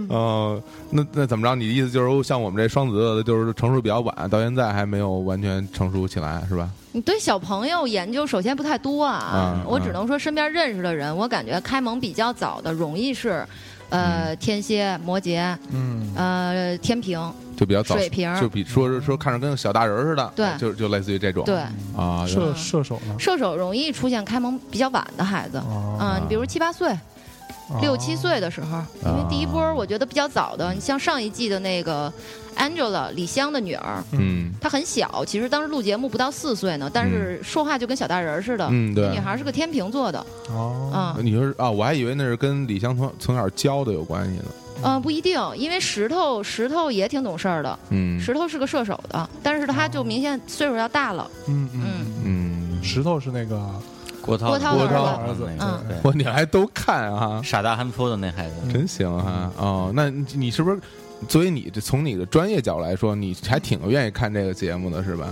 Speaker 1: 嗯，那那怎么着？你的意思就是像我们这双子座的，就是成熟比较晚，到现在还没有完全成熟起来，是吧？
Speaker 4: 你对小朋友研究首先不太多啊
Speaker 1: 啊，
Speaker 5: 嗯
Speaker 4: 我只能说身边认识的人，我感觉开蒙比较早的容易是，呃，
Speaker 5: 嗯
Speaker 4: 天蝎、摩羯，
Speaker 2: 嗯，
Speaker 4: 呃，天平，
Speaker 1: 就比较早，
Speaker 4: 水瓶
Speaker 1: 就比说是说看着跟个小大人似的，
Speaker 4: 对
Speaker 1: 就就类似于这种，
Speaker 4: 对，
Speaker 1: 啊，
Speaker 2: 射射手呢？
Speaker 4: 射手容易出现开蒙比较晚的孩
Speaker 5: 哦
Speaker 4: 子，
Speaker 2: 啊
Speaker 4: 嗯，你比如七八岁、
Speaker 2: 哦
Speaker 4: 六七岁的时候，因为第一波我觉得比较早的，你像上一季的那个 Angela 李湘的女儿，
Speaker 1: 嗯
Speaker 4: 她很小，其实当时录节目不到四岁呢，但是说话就跟小大人儿似的。
Speaker 1: 嗯，对
Speaker 4: 女。孩是个天平座的，
Speaker 2: 哦，
Speaker 4: 嗯
Speaker 1: 你说是啊？我还以为那是跟李湘从从小教的有关系呢。
Speaker 4: 嗯，不一定，因为石头石头也挺懂事儿的，
Speaker 1: 嗯
Speaker 4: 石头是个射手的，但是他就明显岁数要大了，
Speaker 2: 嗯嗯嗯，
Speaker 1: 嗯，
Speaker 2: 石头是那个
Speaker 5: 郭涛，
Speaker 4: 郭涛的郭涛
Speaker 2: 儿子
Speaker 5: 那个
Speaker 4: 嗯
Speaker 5: 对
Speaker 1: 我你还都看啊？
Speaker 5: 傻大憨粗的那孩子，
Speaker 1: 真行哈、哦，那你你是不是作为你这从你的专业角来说，你还挺愿意看这个节目的是吧？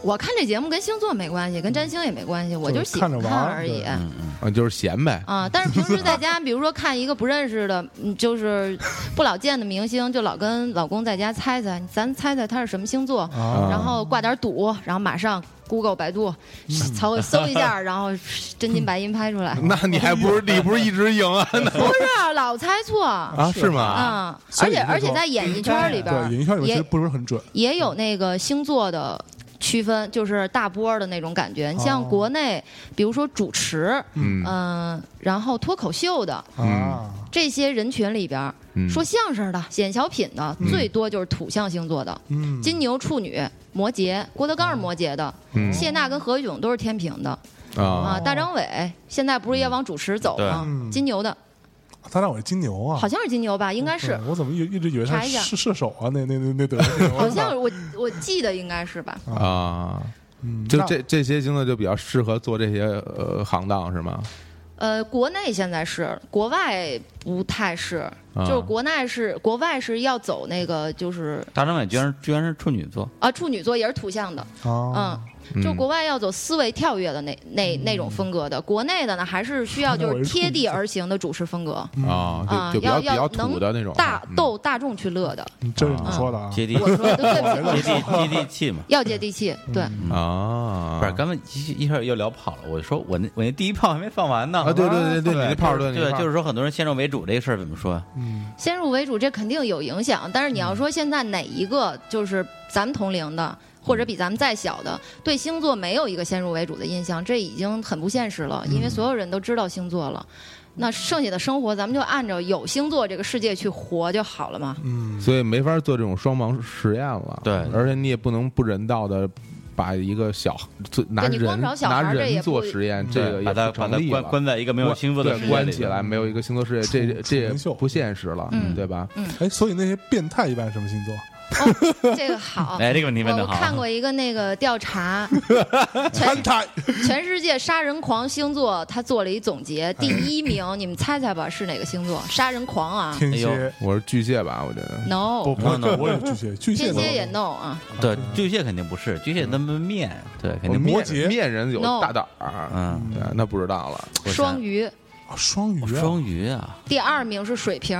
Speaker 4: 我看这节目跟星座没关系，跟占星也没关系，我
Speaker 2: 就是
Speaker 4: 是喜欢
Speaker 2: 看着
Speaker 4: 看
Speaker 2: 玩儿
Speaker 4: 而已。
Speaker 2: 对
Speaker 5: 嗯嗯，
Speaker 1: 啊，就是闲 呗。
Speaker 4: 啊，但是平时在家，比如说看一个不认识的，嗯就是不老见的明星，就老跟老公在家猜猜，咱猜猜他是什么星座，
Speaker 2: 啊，
Speaker 4: 然后挂点赌，然后马上 Google 百度，搜搜一下，然后真金白银拍出来。
Speaker 1: 那你还 不是
Speaker 4: 嗯
Speaker 1: 你不是一直赢啊？
Speaker 4: 不是老猜错啊，
Speaker 1: 啊， 是吗？
Speaker 2: 所
Speaker 4: 而
Speaker 2: 以
Speaker 4: 且
Speaker 2: 那
Speaker 4: 而且
Speaker 2: 种
Speaker 4: 在演艺圈里边
Speaker 2: 对
Speaker 4: 儿
Speaker 2: 演艺圈里面其实
Speaker 4: 也
Speaker 2: 不是很准，
Speaker 4: 也有那个星座的区分，就是大波儿的那种感觉。你像国内，比如说主持，
Speaker 1: 嗯
Speaker 4: 嗯，然后脱口秀的
Speaker 2: 啊，
Speaker 4: 这些人群里边儿，
Speaker 1: 嗯
Speaker 4: 说相声的、演小品的，最多就是土象星座的，
Speaker 2: 嗯，
Speaker 4: 金牛、处女、摩羯，郭德纲是摩羯的，
Speaker 1: 嗯
Speaker 4: 谢娜跟何炅都是天平的
Speaker 1: 啊，
Speaker 4: 啊。大张伟现在不是也往主持走吗
Speaker 2: 嗯？
Speaker 4: 金牛的，
Speaker 2: 他让我是金牛啊，
Speaker 4: 好像是金牛吧？应该是
Speaker 2: 嗯，我怎么一一直以为他
Speaker 4: 查一下
Speaker 2: 是射手啊？那那那 那德行，
Speaker 4: 好像我我记得应该是吧？
Speaker 1: 啊，
Speaker 2: 嗯
Speaker 1: 就这这些星座就比较适合做这些呃行当是吗？
Speaker 4: 呃，国内现在是，国外不太是，
Speaker 1: 啊
Speaker 4: 就是国内是国外是要走那个就是
Speaker 5: 大张伟居然居然是处女座，
Speaker 4: 啊处女座也是土象的，
Speaker 2: 啊
Speaker 4: 嗯，就国外要走思维跳跃的那那那种风格的，国内的呢还是需要
Speaker 2: 看到
Speaker 4: 就
Speaker 2: 我
Speaker 4: 是
Speaker 2: 是
Speaker 4: 贴
Speaker 2: 处
Speaker 4: 地
Speaker 2: 女座
Speaker 4: 而行的主持风格
Speaker 1: 啊
Speaker 4: 啊，，
Speaker 1: 就就比较
Speaker 4: 要
Speaker 1: 比较
Speaker 4: 要
Speaker 1: 土
Speaker 4: 能
Speaker 1: 的那种
Speaker 4: 大
Speaker 1: 嗯
Speaker 4: 逗大众去乐的，
Speaker 2: 嗯这是你说的啊？
Speaker 5: 接地
Speaker 4: 我说的对不
Speaker 5: 接
Speaker 4: 起，
Speaker 5: 地接地气嘛。
Speaker 4: 要接地气，对，
Speaker 1: 啊，
Speaker 5: 嗯不是，刚才一一会儿又聊跑了。我说我那我那第一炮还没放完呢。
Speaker 1: 啊，对对对对，你那炮儿对，你那
Speaker 5: 对，
Speaker 1: 炮儿
Speaker 5: 就是说很多人先入为主这个事儿怎么说？啊
Speaker 2: 嗯，
Speaker 4: 先入为主这肯定有影响，但是你要说现在哪一个就是咱们同龄的。或者比咱们再小的，对星座没有一个先入为主的印象，这已经很不现实了，因为所有人都知道星座了。那剩下的生活，咱们就按照有星座这个世界去活就好了嘛。
Speaker 2: 嗯
Speaker 1: 所以没法做这种双盲实验了。
Speaker 5: 对
Speaker 1: 而且你也不能不人道的把一个小就拿
Speaker 4: 对你光
Speaker 1: 人
Speaker 4: 找小孩儿
Speaker 1: 拿
Speaker 4: 这也
Speaker 1: 人
Speaker 4: 不
Speaker 1: 做实验，这个
Speaker 5: 对，把
Speaker 1: 也
Speaker 5: 它
Speaker 1: 不
Speaker 5: 把
Speaker 1: 成
Speaker 5: 它
Speaker 1: 立
Speaker 5: 关
Speaker 1: 了。
Speaker 5: 关在一个没有星座的
Speaker 1: 对
Speaker 5: 世界
Speaker 1: 关
Speaker 5: 里
Speaker 1: 起
Speaker 5: 边
Speaker 1: 来，没有一个星座世界，这这也
Speaker 2: 纯秀
Speaker 1: 不现实了，
Speaker 4: 嗯
Speaker 1: 对吧？
Speaker 2: 哎，所以那些变态一般什么星座？
Speaker 4: 这个 好，
Speaker 5: 哎，这个问题问
Speaker 4: 我
Speaker 5: 的
Speaker 4: 哦我
Speaker 5: 好。
Speaker 4: 看过一个那个 调查，
Speaker 2: 变
Speaker 4: 全
Speaker 2: 态
Speaker 4: 全世界杀人狂星座，他做了一总 结，第一名，你们猜猜吧是哪个星座？杀人狂 啊
Speaker 2: 天
Speaker 5: 哎呦
Speaker 2: 蝎，哦
Speaker 1: 我是巨蟹吧，我觉得。
Speaker 4: ，no，
Speaker 2: 不不
Speaker 5: 然后呢，
Speaker 2: 我也巨蟹，巨蟹
Speaker 4: 天
Speaker 2: 座
Speaker 4: 蝎也 no 啊，
Speaker 5: 对，巨蟹肯定不是，巨蟹那么面，
Speaker 1: 哦
Speaker 5: 对，肯定不
Speaker 1: 面
Speaker 2: 摩羯
Speaker 1: 面人有
Speaker 4: No
Speaker 1: 大胆儿，啊
Speaker 5: 嗯，
Speaker 1: 对，那不知道了。
Speaker 5: 我
Speaker 4: 双鱼，
Speaker 2: 啊双鱼
Speaker 1: 嗯
Speaker 5: 想
Speaker 2: 啊，
Speaker 1: 哦
Speaker 5: 双 鱼啊，
Speaker 4: 第二名是水 瓶，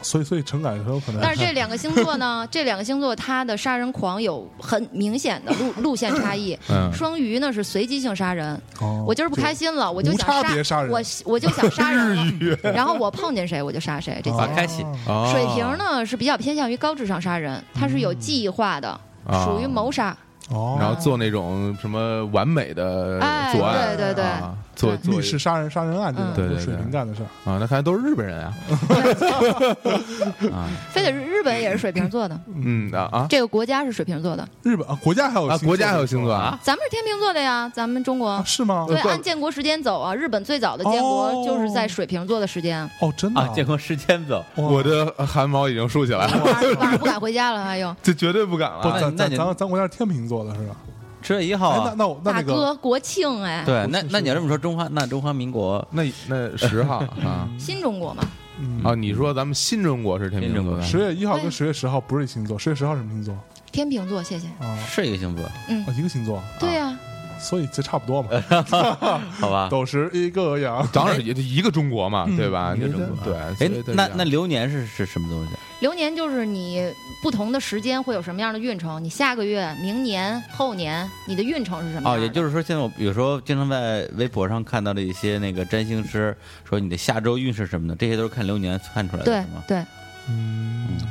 Speaker 2: 所以所以陈感很有可能，
Speaker 4: 但是这两个星座呢， 这两个星座它的杀人狂有很明显的 路路线差异。
Speaker 1: 嗯，
Speaker 4: 双鱼呢是随机性杀人，
Speaker 2: 哦
Speaker 4: 我今儿不开心了，我就
Speaker 2: 无
Speaker 4: 想
Speaker 2: 差别杀人
Speaker 4: 我我就想杀 人了，然后我碰见谁我就杀谁，这
Speaker 5: 啊
Speaker 4: 些。
Speaker 5: 开启
Speaker 1: 哦
Speaker 4: 水瓶呢是比较偏向于高智商杀人，它是有计划的，
Speaker 1: 啊
Speaker 4: 属于谋杀。
Speaker 2: 哦，
Speaker 1: 然后做那种什么完美的
Speaker 4: 哎
Speaker 1: 作案，
Speaker 4: 对对对
Speaker 1: 啊做做
Speaker 2: 密室杀人、杀人案这
Speaker 4: 嗯
Speaker 1: 对
Speaker 2: 种，
Speaker 1: 对对
Speaker 2: 就水平干的事儿。
Speaker 1: 啊，那看来都是日本人啊，
Speaker 5: 啊
Speaker 4: 非得是日本也是水瓶座的，
Speaker 1: 嗯啊啊
Speaker 4: 这个国家是水瓶座的，
Speaker 2: 日本啊，国家还有
Speaker 1: 啊，
Speaker 2: 星座
Speaker 1: 国家还有星座啊，
Speaker 4: 咱们是天秤座的呀，咱们中
Speaker 2: 啊？
Speaker 4: 国。
Speaker 2: 是吗？
Speaker 4: 对，按建国时间走啊，日本最早的建
Speaker 2: 哦
Speaker 4: 国就是在水瓶座的时间，
Speaker 2: 哦，真的
Speaker 5: 啊
Speaker 2: 啊，
Speaker 5: 建国时间 走。
Speaker 2: 哇
Speaker 1: 我的汗毛已经竖起来了，
Speaker 4: 晚上晚上不敢回家了，哎还有
Speaker 1: 这绝对不敢了。
Speaker 2: 不咱
Speaker 5: 那那
Speaker 2: 咱
Speaker 5: 你
Speaker 2: 咱咱国家是天秤座的是吧？
Speaker 5: 七月一
Speaker 1: 哦
Speaker 5: 号
Speaker 2: 哎那
Speaker 5: 啊，
Speaker 2: 那我那
Speaker 4: 大
Speaker 2: 那个
Speaker 4: 哥国庆哎，
Speaker 5: 对，那那你要这么说，中华那中华民国
Speaker 1: 那那十号啊
Speaker 4: 新中国嘛，
Speaker 2: 嗯
Speaker 1: 啊，你说咱们新中国是天秤
Speaker 5: 新中
Speaker 1: 座
Speaker 5: 国
Speaker 1: 的
Speaker 2: 十月一号跟十月十号不是一星座，十月十号什么星座
Speaker 4: 天秤座，谢谢。
Speaker 2: 啊？
Speaker 5: 是一个星座，
Speaker 4: 嗯
Speaker 2: 啊，，一个星座，
Speaker 4: 对呀，
Speaker 2: 所以这差不多嘛。
Speaker 1: 呃
Speaker 5: 好吧？
Speaker 2: 都是一个羊，
Speaker 1: 当然也就一个中国嘛，对吧？
Speaker 5: 一个
Speaker 1: 你
Speaker 5: 中国啊
Speaker 1: 对，所
Speaker 5: 哎
Speaker 1: 以对，
Speaker 5: 那
Speaker 1: 这样
Speaker 5: 那流年是是什么东西？啊
Speaker 4: 流年就是你不同的时间会有什么样的运程，你下个月、明年、后年你的运程是什么
Speaker 5: 哦，
Speaker 4: 样的？
Speaker 5: 也就是说，现在我有时候经常在微博上看到的一些那个占星师说你的下周运势什么的，这些都是看流年看出来的，
Speaker 4: 对
Speaker 5: 是吗？
Speaker 4: 对，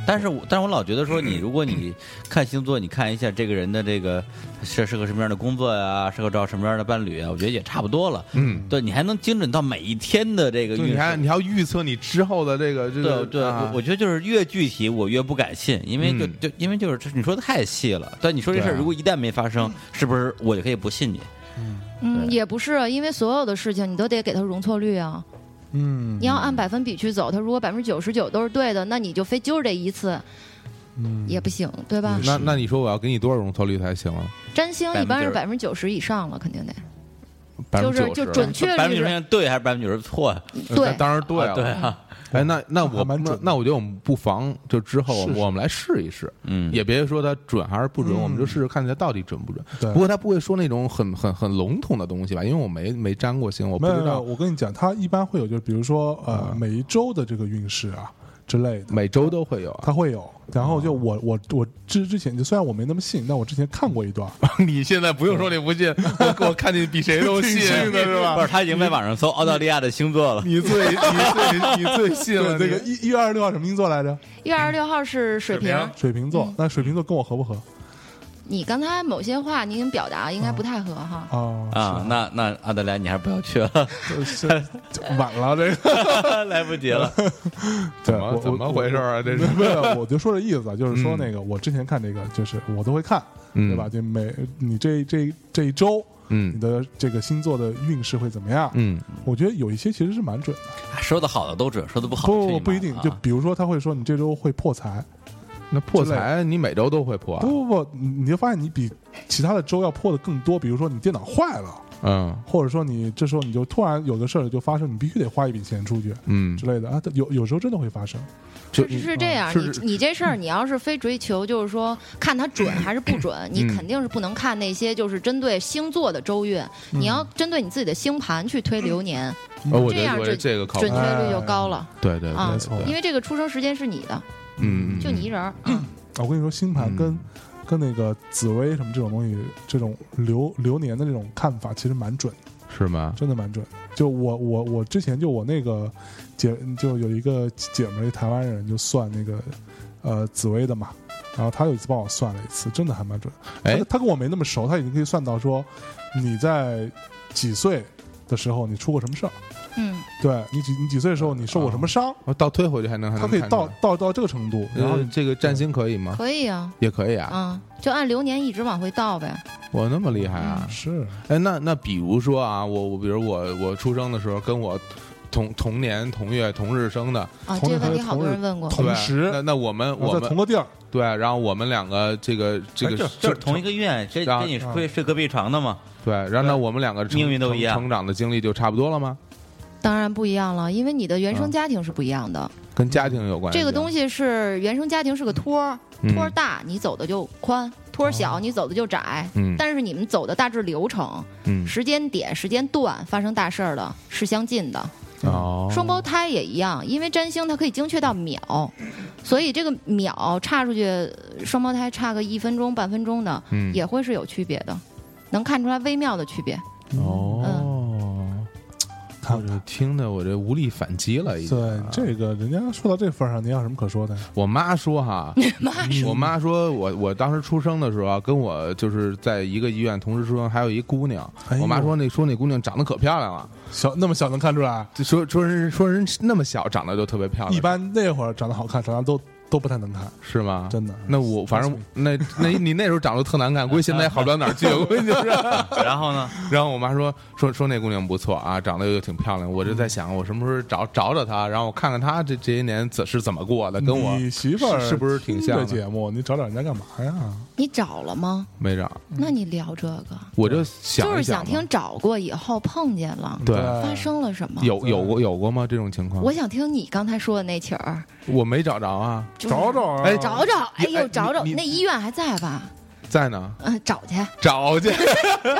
Speaker 5: 但是我但是我老觉得说你，如果你 看星座，你看一下这个人的这个是适合什么样的工作呀、适合找什么样的伴侣啊，我觉得也差不多了。
Speaker 1: 嗯，
Speaker 5: 对你还能精准到每一天的这个
Speaker 1: 就你
Speaker 5: 运
Speaker 1: 还
Speaker 5: 势。
Speaker 1: 你还要预测你之后的这个这
Speaker 5: 对
Speaker 1: 个
Speaker 5: 对，
Speaker 1: 啊
Speaker 5: 我我觉得就是越具体我越不敢信，因为就
Speaker 1: 嗯
Speaker 5: 就因为就是你说的太细了。但你说这事儿
Speaker 1: 对啊
Speaker 5: 如果一旦没发生，是不是我就可以不信你？
Speaker 4: 嗯，也不是，因为所有的事情你都得给它容错率啊。
Speaker 2: 嗯，
Speaker 4: 你要按百分比去走，它如果百分之九十九都是对的，那你就非揪这一次，
Speaker 2: 嗯
Speaker 4: 也不行，对吧？
Speaker 1: 嗯那那你说我要给你多少容错率才行啊？
Speaker 4: 占星一般是百分之九十以上了，肯定得，就是就准确
Speaker 5: 百分
Speaker 4: 率
Speaker 5: 之九
Speaker 4: 是
Speaker 5: 十对还是百分之九十错啊？
Speaker 4: 对。
Speaker 1: 当然啊呃对了，
Speaker 5: 对啊，
Speaker 1: 哎，那那我
Speaker 2: 还蛮准
Speaker 1: 那
Speaker 2: 的
Speaker 1: 那我觉得我们不妨就之后我
Speaker 2: 试
Speaker 1: 们
Speaker 2: 试
Speaker 1: 我们来试一试，
Speaker 5: 嗯
Speaker 1: 也别说它准还是不准，
Speaker 2: 嗯
Speaker 1: 我们就试试看它到底准不准。
Speaker 2: 对
Speaker 1: 不过他不会说那种很很很笼统的东西吧，因为我没没沾过星，我不
Speaker 2: 没有
Speaker 1: 知
Speaker 2: 没有，
Speaker 1: 道嗯
Speaker 2: 我跟你讲，它一般会有，就是比如说呃，每一周的这个运势啊之类的，
Speaker 1: 每周都会有啊。
Speaker 2: 它会有。然后
Speaker 1: 嗯
Speaker 2: 就我我我之之前就虽然我没那么信，但我之前看过 一段，
Speaker 1: 你现在不用说你 不信，我我看你比谁 都信的是
Speaker 5: 不
Speaker 1: 吧？
Speaker 5: 是他已经在网上搜澳大利亚的星座了。
Speaker 1: 你最你最你最信
Speaker 2: 对
Speaker 1: 了
Speaker 2: 那个一一月二十六号什么星座来着？
Speaker 4: 一月二十六号是水瓶，
Speaker 2: 水瓶座。那水瓶座跟我合不合？
Speaker 4: 你刚才某些话您表达应该不太合哈。
Speaker 2: 哦
Speaker 3: 啊，那那阿德莱你还是不要去了，
Speaker 2: 是是晚了这个，
Speaker 3: 来不及了。
Speaker 1: 怎
Speaker 2: 对
Speaker 1: 么
Speaker 2: 我
Speaker 1: 怎么
Speaker 2: 我
Speaker 1: 回事儿啊？这是
Speaker 2: 没有，我就说这意思，啊就是说
Speaker 1: 嗯
Speaker 2: 那个，我之前看这个，就是我都会看，
Speaker 1: 嗯
Speaker 2: 对吧？就每你这这这一周，
Speaker 1: 嗯
Speaker 2: 你的这个星座的运势会怎么样？
Speaker 1: 嗯
Speaker 2: 我觉得有一些其实是蛮准的，
Speaker 3: 说的好的都准，说的不好的
Speaker 2: 不
Speaker 3: 这
Speaker 2: 不一定，就
Speaker 3: 啊
Speaker 2: 比如说他会说你这周会破财，
Speaker 1: 那破
Speaker 2: 之类的
Speaker 1: 财你每周都会破啊，
Speaker 2: 不不不，你你就发现你比其他的周要破的更多，比如说你电脑坏了，
Speaker 1: 嗯
Speaker 2: 或者说你这时候你就突然有的事儿就发生，你必须得花一笔钱出去
Speaker 1: 嗯
Speaker 2: 之，类的啊，但有有时候真的会发生，
Speaker 1: 就是
Speaker 4: 是这样，
Speaker 1: 是
Speaker 4: 你你这事儿，你要是非追求，就是说看它准还是不准，你肯定是不能看那些就是针对星座的周运，
Speaker 2: 嗯
Speaker 4: 你要针对你自己的星盘去推流年，
Speaker 1: 呃我觉
Speaker 4: 这
Speaker 1: 得
Speaker 4: 样
Speaker 1: 我觉得
Speaker 4: 准
Speaker 1: 这个靠谱
Speaker 4: 准确率就高了。
Speaker 1: 对对
Speaker 4: 啊
Speaker 1: 对
Speaker 2: 没错
Speaker 1: 哎对，
Speaker 4: 因为这个出生时间是你的，
Speaker 1: 嗯嗯嗯
Speaker 4: 就你一人儿。嗯
Speaker 2: 啊我跟你说，星盘跟、跟那个紫薇什么这种东西，这种流流年的这种看法，其实蛮准，
Speaker 1: 嗯是吗？
Speaker 2: 真的蛮准。就我我我之前就我那个姐，就有一个姐们儿，一台湾人，就算那个呃紫薇的嘛。然后她有一次帮我算了一次，真的还蛮准。
Speaker 1: 哎
Speaker 2: 她她跟我没那么熟，她已经可以算到说你在几岁的时候你出过什么事儿，
Speaker 4: 嗯，
Speaker 2: 对你几你几岁的时候你受过什么伤，
Speaker 1: 我哦倒推回去还能还
Speaker 2: 她
Speaker 1: 能
Speaker 2: 可以
Speaker 1: 看出
Speaker 2: 到
Speaker 1: 来
Speaker 2: 到到这个程度。然后
Speaker 1: 呃这个占星可以吗？
Speaker 4: 可以啊，
Speaker 1: 也可以啊，
Speaker 4: 嗯，就按流年一直往回倒呗。
Speaker 1: 我那么厉害啊！
Speaker 2: 是
Speaker 1: 哎，那那比如说啊，我我比如我我出生的时候跟我同同年同月同日生的，
Speaker 4: 啊，
Speaker 2: 同
Speaker 4: 这
Speaker 2: 日
Speaker 4: 个问
Speaker 2: 和
Speaker 4: 题好多
Speaker 2: 同日
Speaker 4: 人问过。
Speaker 2: 同
Speaker 1: 对
Speaker 2: 时
Speaker 1: 那那我们
Speaker 2: 然
Speaker 1: 我
Speaker 2: 后在同
Speaker 1: 们
Speaker 2: 个地儿，
Speaker 1: 对，然后我们两个这个这个
Speaker 2: 哎这
Speaker 3: 就是同一个院，这
Speaker 1: 啊
Speaker 3: 跟你睡睡隔壁床的嘛，
Speaker 1: 对，然后那我们两个成
Speaker 3: 命运都
Speaker 1: 成
Speaker 3: 一样
Speaker 1: 成长的经历就差不多了吗？
Speaker 4: 当然不一样了，因为你的原
Speaker 1: 嗯
Speaker 4: 生家庭是不一样的。
Speaker 1: 跟家庭有关系啊，
Speaker 4: 这个东西是原生家庭是个托儿，
Speaker 1: 嗯哦
Speaker 4: 托儿大你走的就宽，托儿小你走的就窄。
Speaker 1: 嗯
Speaker 4: 但是你们走的大致流程、
Speaker 1: 嗯
Speaker 4: 时间点、时间段发生大事儿的是相近的。
Speaker 1: 哦，
Speaker 4: 双胞胎也一样，因为占星它可以精确到秒，所以这个秒差出去，双胞胎差个一分钟、半分钟的，
Speaker 1: 嗯
Speaker 4: 也会是有区别的，能看出来微妙的区别。嗯
Speaker 1: 哦，
Speaker 2: 看
Speaker 1: 我这哦听的我这无力反击了，已经
Speaker 2: 对
Speaker 1: 啊。，
Speaker 2: 这个人家说到这份儿上，你有什么可说的？
Speaker 1: 我妈说 哈，我妈说我我当时出生的时候啊，跟我就是在一个医院同时出生，还有一姑娘。
Speaker 2: 哎呦
Speaker 1: 我妈说那说那姑娘长得可漂亮了，
Speaker 2: 小那么小能看出来？啊
Speaker 1: 就说说人说人那么小长得就特别漂亮，
Speaker 2: 一般那会儿长得好看，长大都都不太能看，
Speaker 1: 是吗？
Speaker 2: 真的。
Speaker 1: 那我反正那那你那时候长得特难看，估计现在也好不了哪儿 去，我估计就是。
Speaker 3: 然后呢，
Speaker 1: 然后我妈说说说那姑娘不错啊，长得又挺漂亮。我就在想，我什么时候找找找她，然后我看看她这这些年怎是怎么过的，跟我
Speaker 2: 你媳妇儿
Speaker 1: 是是不是挺像的
Speaker 2: 听这节目？你找找人家干嘛呀？
Speaker 4: 你找了吗？
Speaker 1: 没长。
Speaker 4: 那你聊这个，
Speaker 1: 我就想
Speaker 4: 就
Speaker 1: 嗯
Speaker 4: 是
Speaker 1: 一
Speaker 4: 想
Speaker 1: 想嘛
Speaker 4: 听找过以后碰见了，
Speaker 1: 对
Speaker 4: 发生了什么？
Speaker 1: 有有过有过吗？这种情况，
Speaker 4: 我想听你刚才说的那曲儿，
Speaker 1: 我没找着啊，
Speaker 4: 就是
Speaker 2: 找找啊
Speaker 1: 哎
Speaker 4: 找找，
Speaker 1: 哎
Speaker 4: 哎呦
Speaker 1: 你
Speaker 4: 找找，
Speaker 1: 你
Speaker 4: 那医院还在吧？
Speaker 1: 在呢，
Speaker 4: 嗯，找 去，
Speaker 1: 找去。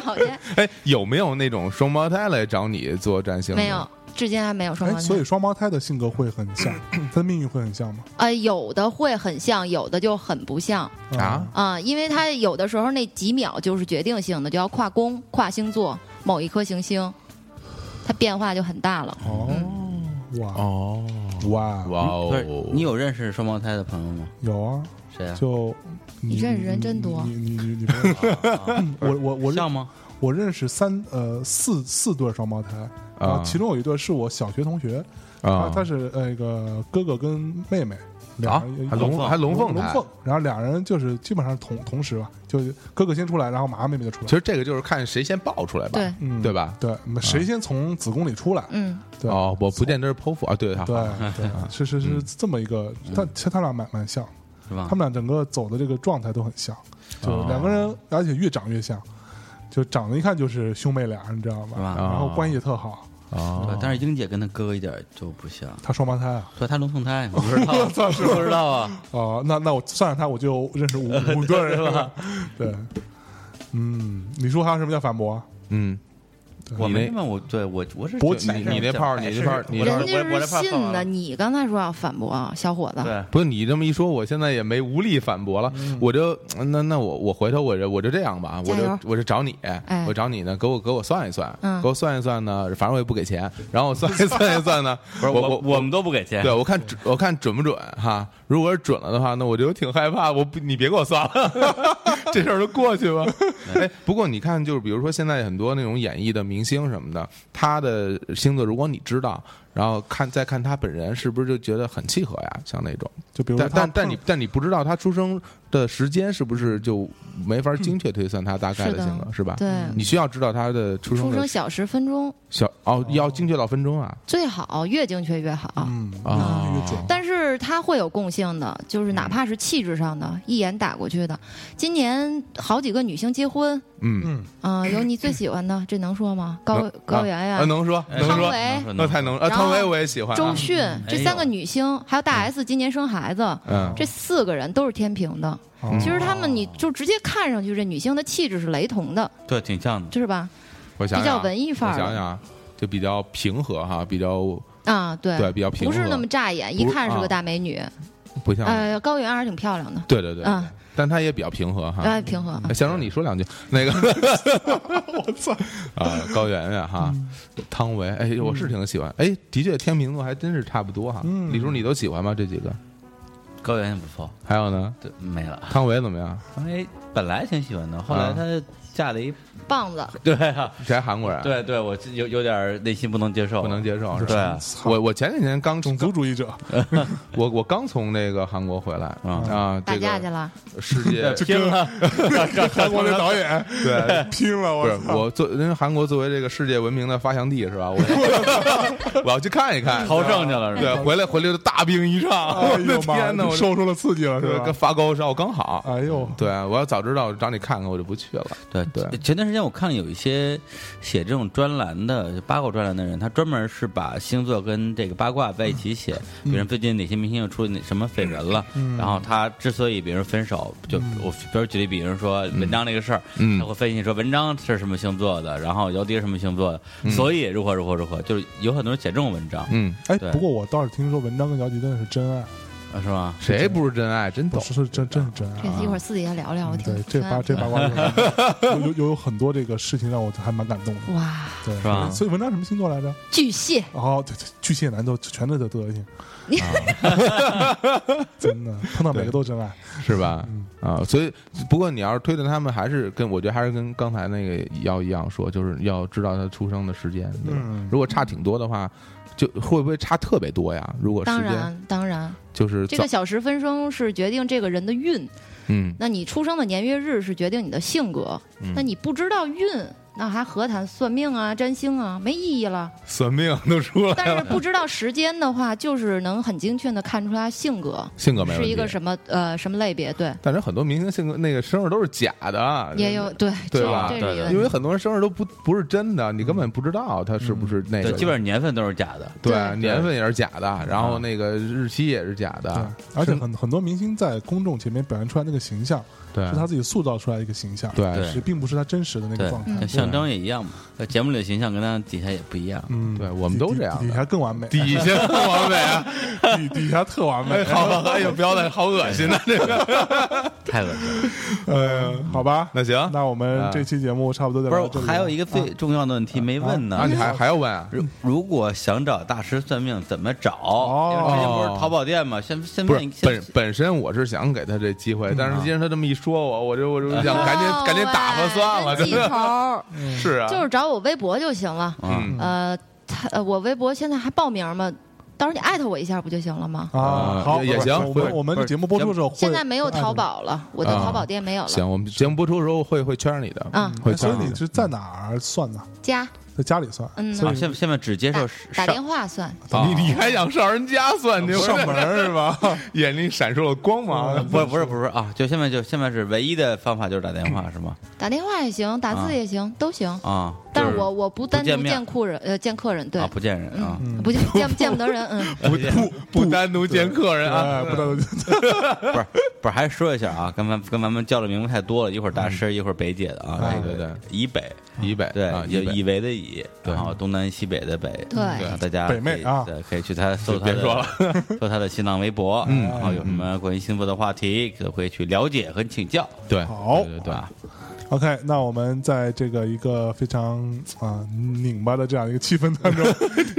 Speaker 4: 找去，
Speaker 1: 哎，有没有那种双胞胎来找你做占星？
Speaker 4: 没有，，至今还没有双
Speaker 2: 哎，
Speaker 4: 胞胎。
Speaker 2: 所以双胞胎的性格会很 像，他的命运会很像吗？
Speaker 4: 呃，有的会很像，有的就很不像
Speaker 1: 啊
Speaker 4: 啊、因为它有的时候那几秒就是决定性的，就要跨宫、跨星座、某一颗行星，它变化就很大了。
Speaker 2: 哦，哇
Speaker 1: 嗯哦，
Speaker 2: 哇
Speaker 1: 哇
Speaker 3: 不是
Speaker 1: 哦，
Speaker 3: 你有认识双胞胎的朋友吗？
Speaker 2: 有啊，
Speaker 3: 谁
Speaker 1: 嗯
Speaker 3: 啊？
Speaker 2: 就
Speaker 4: 你认识人真多
Speaker 2: 你你你 你不认
Speaker 1: 啊
Speaker 2: 识我我我认
Speaker 3: 像吗？
Speaker 2: 我认识三呃四四对双胞胎，然后其中有一对是我小学同学，
Speaker 1: 啊
Speaker 2: 他，他是呃那个哥哥跟妹妹，
Speaker 1: 啊
Speaker 2: 俩人
Speaker 1: 还龙还龙凤
Speaker 2: 龙
Speaker 1: 胎
Speaker 2: 凤，然后俩人就是基本上同同时吧，就是哥哥先出来，然后马上妹妹就出来。
Speaker 1: 其实这个就是看谁先爆出来吧，
Speaker 4: 对
Speaker 2: 嗯
Speaker 1: 对吧？啊
Speaker 2: 对，谁先从子宫里出来？
Speaker 4: 嗯，
Speaker 2: 对
Speaker 1: 哦，我不见得是剖腹啊，对啊，嗯啊
Speaker 2: 对对，是是是这么一个，但其实他俩蛮蛮像，
Speaker 3: 是吧
Speaker 2: 他？们俩整个走的这个状态都很像，
Speaker 1: 哦
Speaker 2: 就两个人，而且越长越像，就长得一看就是兄妹俩，你知道
Speaker 3: 是
Speaker 2: 吧？
Speaker 3: 吧？
Speaker 2: 然后关系也特好，
Speaker 3: 对
Speaker 1: 哦，
Speaker 3: 但是英姐跟她哥哥一点就不像，
Speaker 2: 他双胞胎啊，
Speaker 3: 对，她龙凤胎，我不知道，不知道啊。
Speaker 2: 哦，那那我算上他，我就认识五五对人了。对，嗯，你说还有什么要反驳？啊
Speaker 1: 嗯，
Speaker 3: 我
Speaker 1: 你
Speaker 3: 没
Speaker 1: 那
Speaker 3: 嘛，我对我我是
Speaker 2: 勃
Speaker 3: 觉
Speaker 2: 起
Speaker 3: 得没事儿
Speaker 1: 你那
Speaker 3: 没事儿
Speaker 1: 泡儿
Speaker 3: 哎
Speaker 1: 你那
Speaker 3: 是
Speaker 1: 泡儿
Speaker 3: 是
Speaker 1: 你
Speaker 3: 我
Speaker 1: 那
Speaker 3: 这
Speaker 1: 泡
Speaker 4: 人
Speaker 1: 儿
Speaker 4: 家
Speaker 3: 我我这
Speaker 4: 是
Speaker 3: 泡儿
Speaker 4: 信
Speaker 3: 放完
Speaker 4: 的，
Speaker 3: 了
Speaker 4: 你刚才说要反驳小伙子，
Speaker 3: 对。
Speaker 1: 不是你这么一说，我现在也没无力反驳了。我就那那我我回头我就我就这样吧，我
Speaker 4: 加油
Speaker 1: 就我就找你，
Speaker 4: 哎
Speaker 1: 我找你呢，给我给我算一算，
Speaker 4: 嗯
Speaker 1: 给我算一算呢，反正我也不给钱，然后我算一算一算呢，
Speaker 3: 不是
Speaker 1: 我
Speaker 3: 我
Speaker 1: 我
Speaker 3: 们都不给钱
Speaker 1: 对，我看准我看准不准哈？如果是准了的话，那我就挺害怕。我不，你别给我算了， 这事儿就过去吧。哎，不过你看，就是比如说现在很多那种演艺的明星什么的，他的星座如果你知道，然后看再看他本人，是不是就觉得很契合呀？像那种，
Speaker 2: 就比如说
Speaker 1: 但
Speaker 2: 他
Speaker 1: 但但
Speaker 2: 碰
Speaker 1: 你但你不知道他出生的时间是不是就没法精确推算他大概
Speaker 4: 是的
Speaker 1: 性格，
Speaker 3: 啊
Speaker 1: 是吧？
Speaker 4: 对，
Speaker 1: 你需要知道他的出生
Speaker 4: 出
Speaker 1: 的
Speaker 4: 生小时分钟
Speaker 1: 小哦，要精确到分钟啊
Speaker 4: 最好，越精确越好。
Speaker 2: 嗯
Speaker 1: 啊
Speaker 2: 越准，
Speaker 4: 但是它会有共性的，就是哪怕是气质上的，一眼打过去的。今年好几个女星结婚，
Speaker 1: 嗯，
Speaker 2: 嗯
Speaker 4: 啊、有你最喜欢的，这能说吗？高
Speaker 1: 能
Speaker 4: 高圆
Speaker 1: 啊
Speaker 4: 圆、
Speaker 1: 能说
Speaker 5: 哎
Speaker 3: 哎
Speaker 1: 能
Speaker 4: 汤
Speaker 1: 说，
Speaker 4: 唯、
Speaker 1: 那太能啊，
Speaker 4: 然后
Speaker 1: 汤唯我也喜欢啊，
Speaker 4: 周迅、这
Speaker 5: 哎
Speaker 4: 三
Speaker 5: 呦
Speaker 4: 个女星，还有大 S 今年生孩子，
Speaker 1: 嗯
Speaker 4: 这四个人都是天平的。
Speaker 2: 哦
Speaker 4: 其实他们你就直接看上去，这女星的气质是雷同的，
Speaker 5: 对，挺像的。
Speaker 4: 是吧？
Speaker 1: 我想
Speaker 4: 比
Speaker 1: 想啊
Speaker 4: 较文艺范
Speaker 1: 我
Speaker 4: 儿的
Speaker 1: 想想啊，就比较平和哈，比较
Speaker 4: 啊，对，
Speaker 1: 对比较平和，
Speaker 4: 不是那么扎眼，一
Speaker 1: 不是
Speaker 4: 看是
Speaker 1: 啊
Speaker 4: 个大美女。
Speaker 1: 不像，
Speaker 4: 呃，高圆圆还是挺漂亮的，
Speaker 1: 对对对
Speaker 4: 啊，
Speaker 1: 但他也比较平和哈。
Speaker 4: 哎，平和啊。
Speaker 1: 哎，祥荣，你说两句。那 个，我操啊，高圆圆哈，
Speaker 4: 嗯
Speaker 1: 汤唯，哎，我是挺喜欢。哎，的确，天秤座还真是差不多哈。
Speaker 2: 嗯
Speaker 1: 李叔，你都喜欢吗？这几个？
Speaker 5: 高原也不错，
Speaker 1: 还有呢，
Speaker 5: 对，没了。
Speaker 1: 汤唯怎么样？
Speaker 5: 哎，本来挺喜欢的，后
Speaker 1: 啊
Speaker 5: 来她嫁了一，
Speaker 4: 棒子，
Speaker 5: 对啊，
Speaker 1: 谁还韩国人？，
Speaker 5: 对对，我有有点儿内心不能接受，
Speaker 1: 不能接受是吧？
Speaker 5: 对啊，
Speaker 2: 操
Speaker 1: 我我前几天刚
Speaker 2: 种族主义者
Speaker 1: 我我刚从那个韩国回来啊，
Speaker 4: 嗯打
Speaker 1: 这
Speaker 4: 架去
Speaker 1: 个
Speaker 4: 了，
Speaker 1: 世 界
Speaker 2: 拼了，
Speaker 5: 让
Speaker 2: 韩国那导演
Speaker 1: 对。
Speaker 2: 拼了，
Speaker 1: 不
Speaker 2: 我
Speaker 1: 是
Speaker 2: 操
Speaker 1: 我作，因为韩国作为这个世界闻名的发祥地是吧？我 我要去看一看，
Speaker 5: 朝圣去了是
Speaker 1: 对，
Speaker 5: 吧？
Speaker 1: 回来回来就大病一场，
Speaker 2: 哎
Speaker 1: 我的
Speaker 2: 呦妈，
Speaker 1: 天哪！我
Speaker 2: 受出了刺激了，
Speaker 1: 这
Speaker 2: 是
Speaker 1: 个跟
Speaker 2: 吧？
Speaker 1: 发高烧刚好，
Speaker 2: 哎呦，
Speaker 1: 对，我要早知道我找你看看，我就不去了。
Speaker 5: 对
Speaker 1: 对
Speaker 5: 前段时间我看有一些写这种专栏的八卦专栏的人，他专门是把星座跟这个八卦在一起写，比如最近哪些明星又出哪什么绯闻了，嗯
Speaker 2: 嗯
Speaker 5: 然后他之所以别人分手，就我比如举例，比如说文章这个事儿，
Speaker 1: 嗯
Speaker 2: 哎
Speaker 5: 他会分析说文章是什么星座的，然后姚笛是什么星座的，所以如何如何如何，就是有很多人写这种文章，
Speaker 1: 嗯，
Speaker 2: 哎，
Speaker 5: 对
Speaker 2: 不过我倒是听说文章跟姚笛真的是真爱，
Speaker 5: 啊是吧？
Speaker 1: 谁不是真爱？真
Speaker 2: 不
Speaker 1: 懂。
Speaker 2: 是是真真是真爱
Speaker 4: 这
Speaker 2: 啊。
Speaker 4: 一会儿私底下聊聊，我挺
Speaker 2: 嗯对，这
Speaker 4: 挺爱
Speaker 2: 八这八卦 有有有有很多这个事情让我还蛮感动的，
Speaker 4: 哇，
Speaker 2: 对，
Speaker 5: 是吧
Speaker 2: 所以文章什么星座来着？
Speaker 4: 巨蟹，
Speaker 2: 哦，对对，巨蟹男都全都得德行，
Speaker 4: 你
Speaker 1: 啊
Speaker 2: 真的碰到每个都真爱。
Speaker 1: 是 吧？
Speaker 2: 嗯
Speaker 1: 啊，所以不过你要是推断他们，还是跟我觉得还是跟刚才那个要一样说，就是要知道他出生的时间。对吧
Speaker 2: 嗯
Speaker 1: 如果差挺多的话，就会不会差特别多呀？如果时
Speaker 4: 当
Speaker 1: 间
Speaker 4: 然当然，
Speaker 1: 就是
Speaker 4: 这
Speaker 1: 早
Speaker 4: 个小时分生是决定这个人的运，
Speaker 1: 嗯
Speaker 4: 那你出生的年月日是决定你的性格，那你不知道运。那还何谈算命啊、占星啊，没意义 了。
Speaker 1: 算命都出来
Speaker 4: 但
Speaker 1: 了，
Speaker 4: 是不知道时间的话，就是能很精确的看出他性格
Speaker 1: 性格没
Speaker 4: 是一个
Speaker 1: 问题。啊
Speaker 4: 什么呃什么类别，对，
Speaker 1: 但是很多明星性格那个生日都是假的，
Speaker 4: 也有对
Speaker 1: 对
Speaker 4: 这
Speaker 1: 吧
Speaker 4: 这
Speaker 5: 对
Speaker 4: 是一个
Speaker 1: 因为很多人生日都不不是真的，你根本不知道他是不是那个。
Speaker 5: 对，基本上年份都是假的，
Speaker 1: 对嗯
Speaker 4: 对
Speaker 1: 年份也是假的，然后那个日期也是假
Speaker 2: 对
Speaker 1: 的，，
Speaker 2: 啊而且很很多明星在公众前面表现出来那个形象，
Speaker 1: 对
Speaker 2: 是他自己塑造出来的一个形象，
Speaker 1: 嗯对
Speaker 2: 是并不是他真实的那个
Speaker 5: 对
Speaker 2: 状，
Speaker 4: 嗯
Speaker 2: 态。
Speaker 5: 像象征也一样嘛，在节目里的形象跟他底下也不一样。
Speaker 2: 嗯，
Speaker 1: 对我们都这样的
Speaker 2: 底底下更完美，
Speaker 1: 底下不完美啊！
Speaker 2: 底底下特完美。
Speaker 1: 好，哎呀，不要再好恶心了，这个。
Speaker 5: 太恶心了。
Speaker 2: 呃，好吧，
Speaker 1: 那行，啊
Speaker 2: 那我们这期节目差不多就
Speaker 5: 不
Speaker 2: 到这里了。
Speaker 5: 是，还有一个
Speaker 2: 啊
Speaker 5: 最重要的问题没问 呢
Speaker 1: 啊，。你还还要问啊？
Speaker 5: 如如果想找大师算命，怎么找？
Speaker 2: 哦
Speaker 5: 因为之前不是淘宝店嘛，先先
Speaker 1: 不
Speaker 5: 问
Speaker 1: 是
Speaker 5: 先
Speaker 1: 本本身我是想给他这机会，但是既然他这么一说我，我就我就想赶紧赶紧打发算了，
Speaker 4: 真
Speaker 1: 真
Speaker 4: 记
Speaker 1: 的
Speaker 4: 仇儿，
Speaker 1: 是啊，
Speaker 4: 就是找我微博就行了。
Speaker 1: 嗯
Speaker 4: 呃，他呃我微博现在还报名吗？到时候你艾特我一下不就行了吗？
Speaker 1: 啊
Speaker 2: 啊，好，
Speaker 1: 也也行
Speaker 2: 我
Speaker 1: 不是
Speaker 2: 们我
Speaker 1: 不
Speaker 2: 们
Speaker 1: 是
Speaker 2: 节目播出的时候会，哎
Speaker 4: 现在没有淘宝了，我的
Speaker 1: 啊
Speaker 4: 淘宝店没有了。
Speaker 1: 行，我们节目播出的时候会会圈上你的，
Speaker 4: 嗯
Speaker 1: 会
Speaker 2: 哎。所
Speaker 1: 圈上
Speaker 2: 以
Speaker 1: 你
Speaker 2: 你
Speaker 1: 的。
Speaker 2: 是在哪儿算呢？
Speaker 4: 加
Speaker 2: 在家里算，
Speaker 4: 嗯
Speaker 2: 所
Speaker 5: 啊，
Speaker 2: 以
Speaker 5: 现现在只接受
Speaker 4: 打打电
Speaker 5: 上
Speaker 4: 话算，
Speaker 1: 你你还想啊上人家算去？
Speaker 2: 上 门儿是吧？
Speaker 1: 眼里闪烁了光芒。
Speaker 5: 不是不是不是啊，就现在就现在是唯一的方法就是打电
Speaker 4: 嗯
Speaker 5: 话是吗？
Speaker 4: 打电话也行，打字也行，都行。
Speaker 5: 啊，
Speaker 4: 但
Speaker 5: 就是
Speaker 4: 我我不单
Speaker 5: 见
Speaker 4: 独
Speaker 5: 面
Speaker 4: 见客人，呃，见客人，对嗯
Speaker 5: 啊，不见人啊，
Speaker 4: 不见见见不得 人，嗯，
Speaker 1: 不不不单独见客人
Speaker 2: 哎，
Speaker 1: 啊，
Speaker 2: 不能，
Speaker 5: 不是不是，还是说一下啊，刚才跟咱们叫的名字太多了，一会儿大师一会儿北姐的啊，
Speaker 1: 嗯哎对对对，
Speaker 5: 以北
Speaker 1: 以北
Speaker 5: 对
Speaker 1: 啊，，
Speaker 5: 有
Speaker 1: 以北
Speaker 5: 以为的以，然后东南西北的北，
Speaker 4: 对
Speaker 5: 啊大家
Speaker 2: 北妹
Speaker 5: 可以
Speaker 2: 啊
Speaker 5: 对，可以去他搜他
Speaker 1: 别说了
Speaker 5: 的，搜他的新浪微博，嗯，然后有什么关于星座的话题，可以去了解和请教。
Speaker 1: 对，
Speaker 2: 好
Speaker 1: 对对对，
Speaker 5: 啊
Speaker 2: OK，那我们在这个一个非常啊、拧巴的这样一个气氛 当中，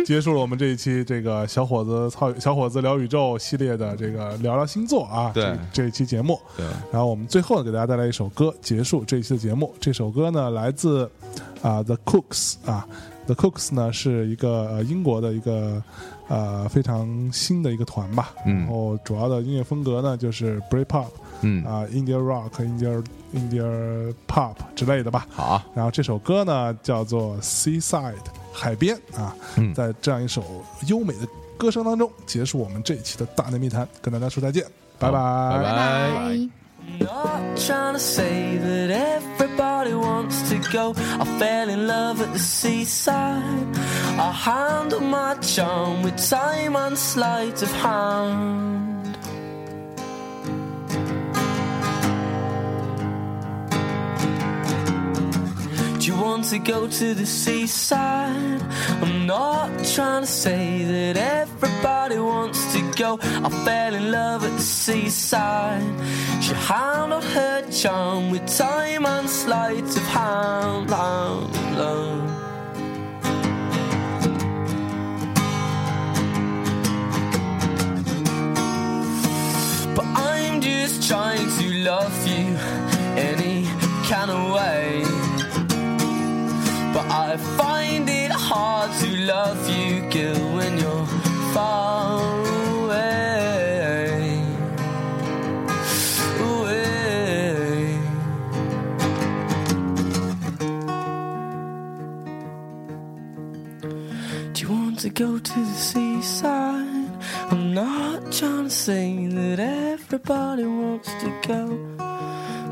Speaker 2: 结束了我们这一期这个小伙子操小伙子聊宇宙系列的这个聊聊星座啊，
Speaker 1: 对
Speaker 2: 这这一期节目。
Speaker 1: 对，
Speaker 2: 然后我们最后呢，给大家带来一首歌，结束这一期的节目。这首歌呢，来自啊、The Cooks 啊，The Cooks 呢是一个、呃英国的一个呃非常新的一个团吧。
Speaker 1: 嗯
Speaker 2: 然后主要的音乐风格呢就是 Britpop
Speaker 1: 嗯，
Speaker 2: 啊、India Rock、India India Pop 之类的吧。
Speaker 1: 好，
Speaker 2: 然后这首歌呢叫做《Seaside》海边啊，
Speaker 1: 嗯
Speaker 2: 在这样一首优美的歌声当中，结束我们这一期的大内密谈，跟大家说再见，拜拜
Speaker 1: 拜拜
Speaker 4: 拜。
Speaker 6: Not trying to say that everybody wants to go. I fell in love at the seaside. I handled my charm with time and sleight of hand. Do you want to go to the seaside? I'm not trying to say that everybody wants to go. I fell in love at the seaside. She handled her charm with time and sleight of hand. hand, hand. But I'm just trying to love you any kind of way. But I find it hard to love you, girl, when you're far away. away. Do you want to go to the seaside? I'm not trying to say that everybody wants to go.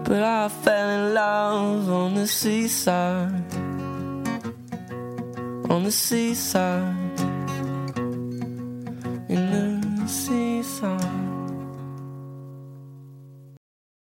Speaker 6: But I fell in love on the seaside on the seaside.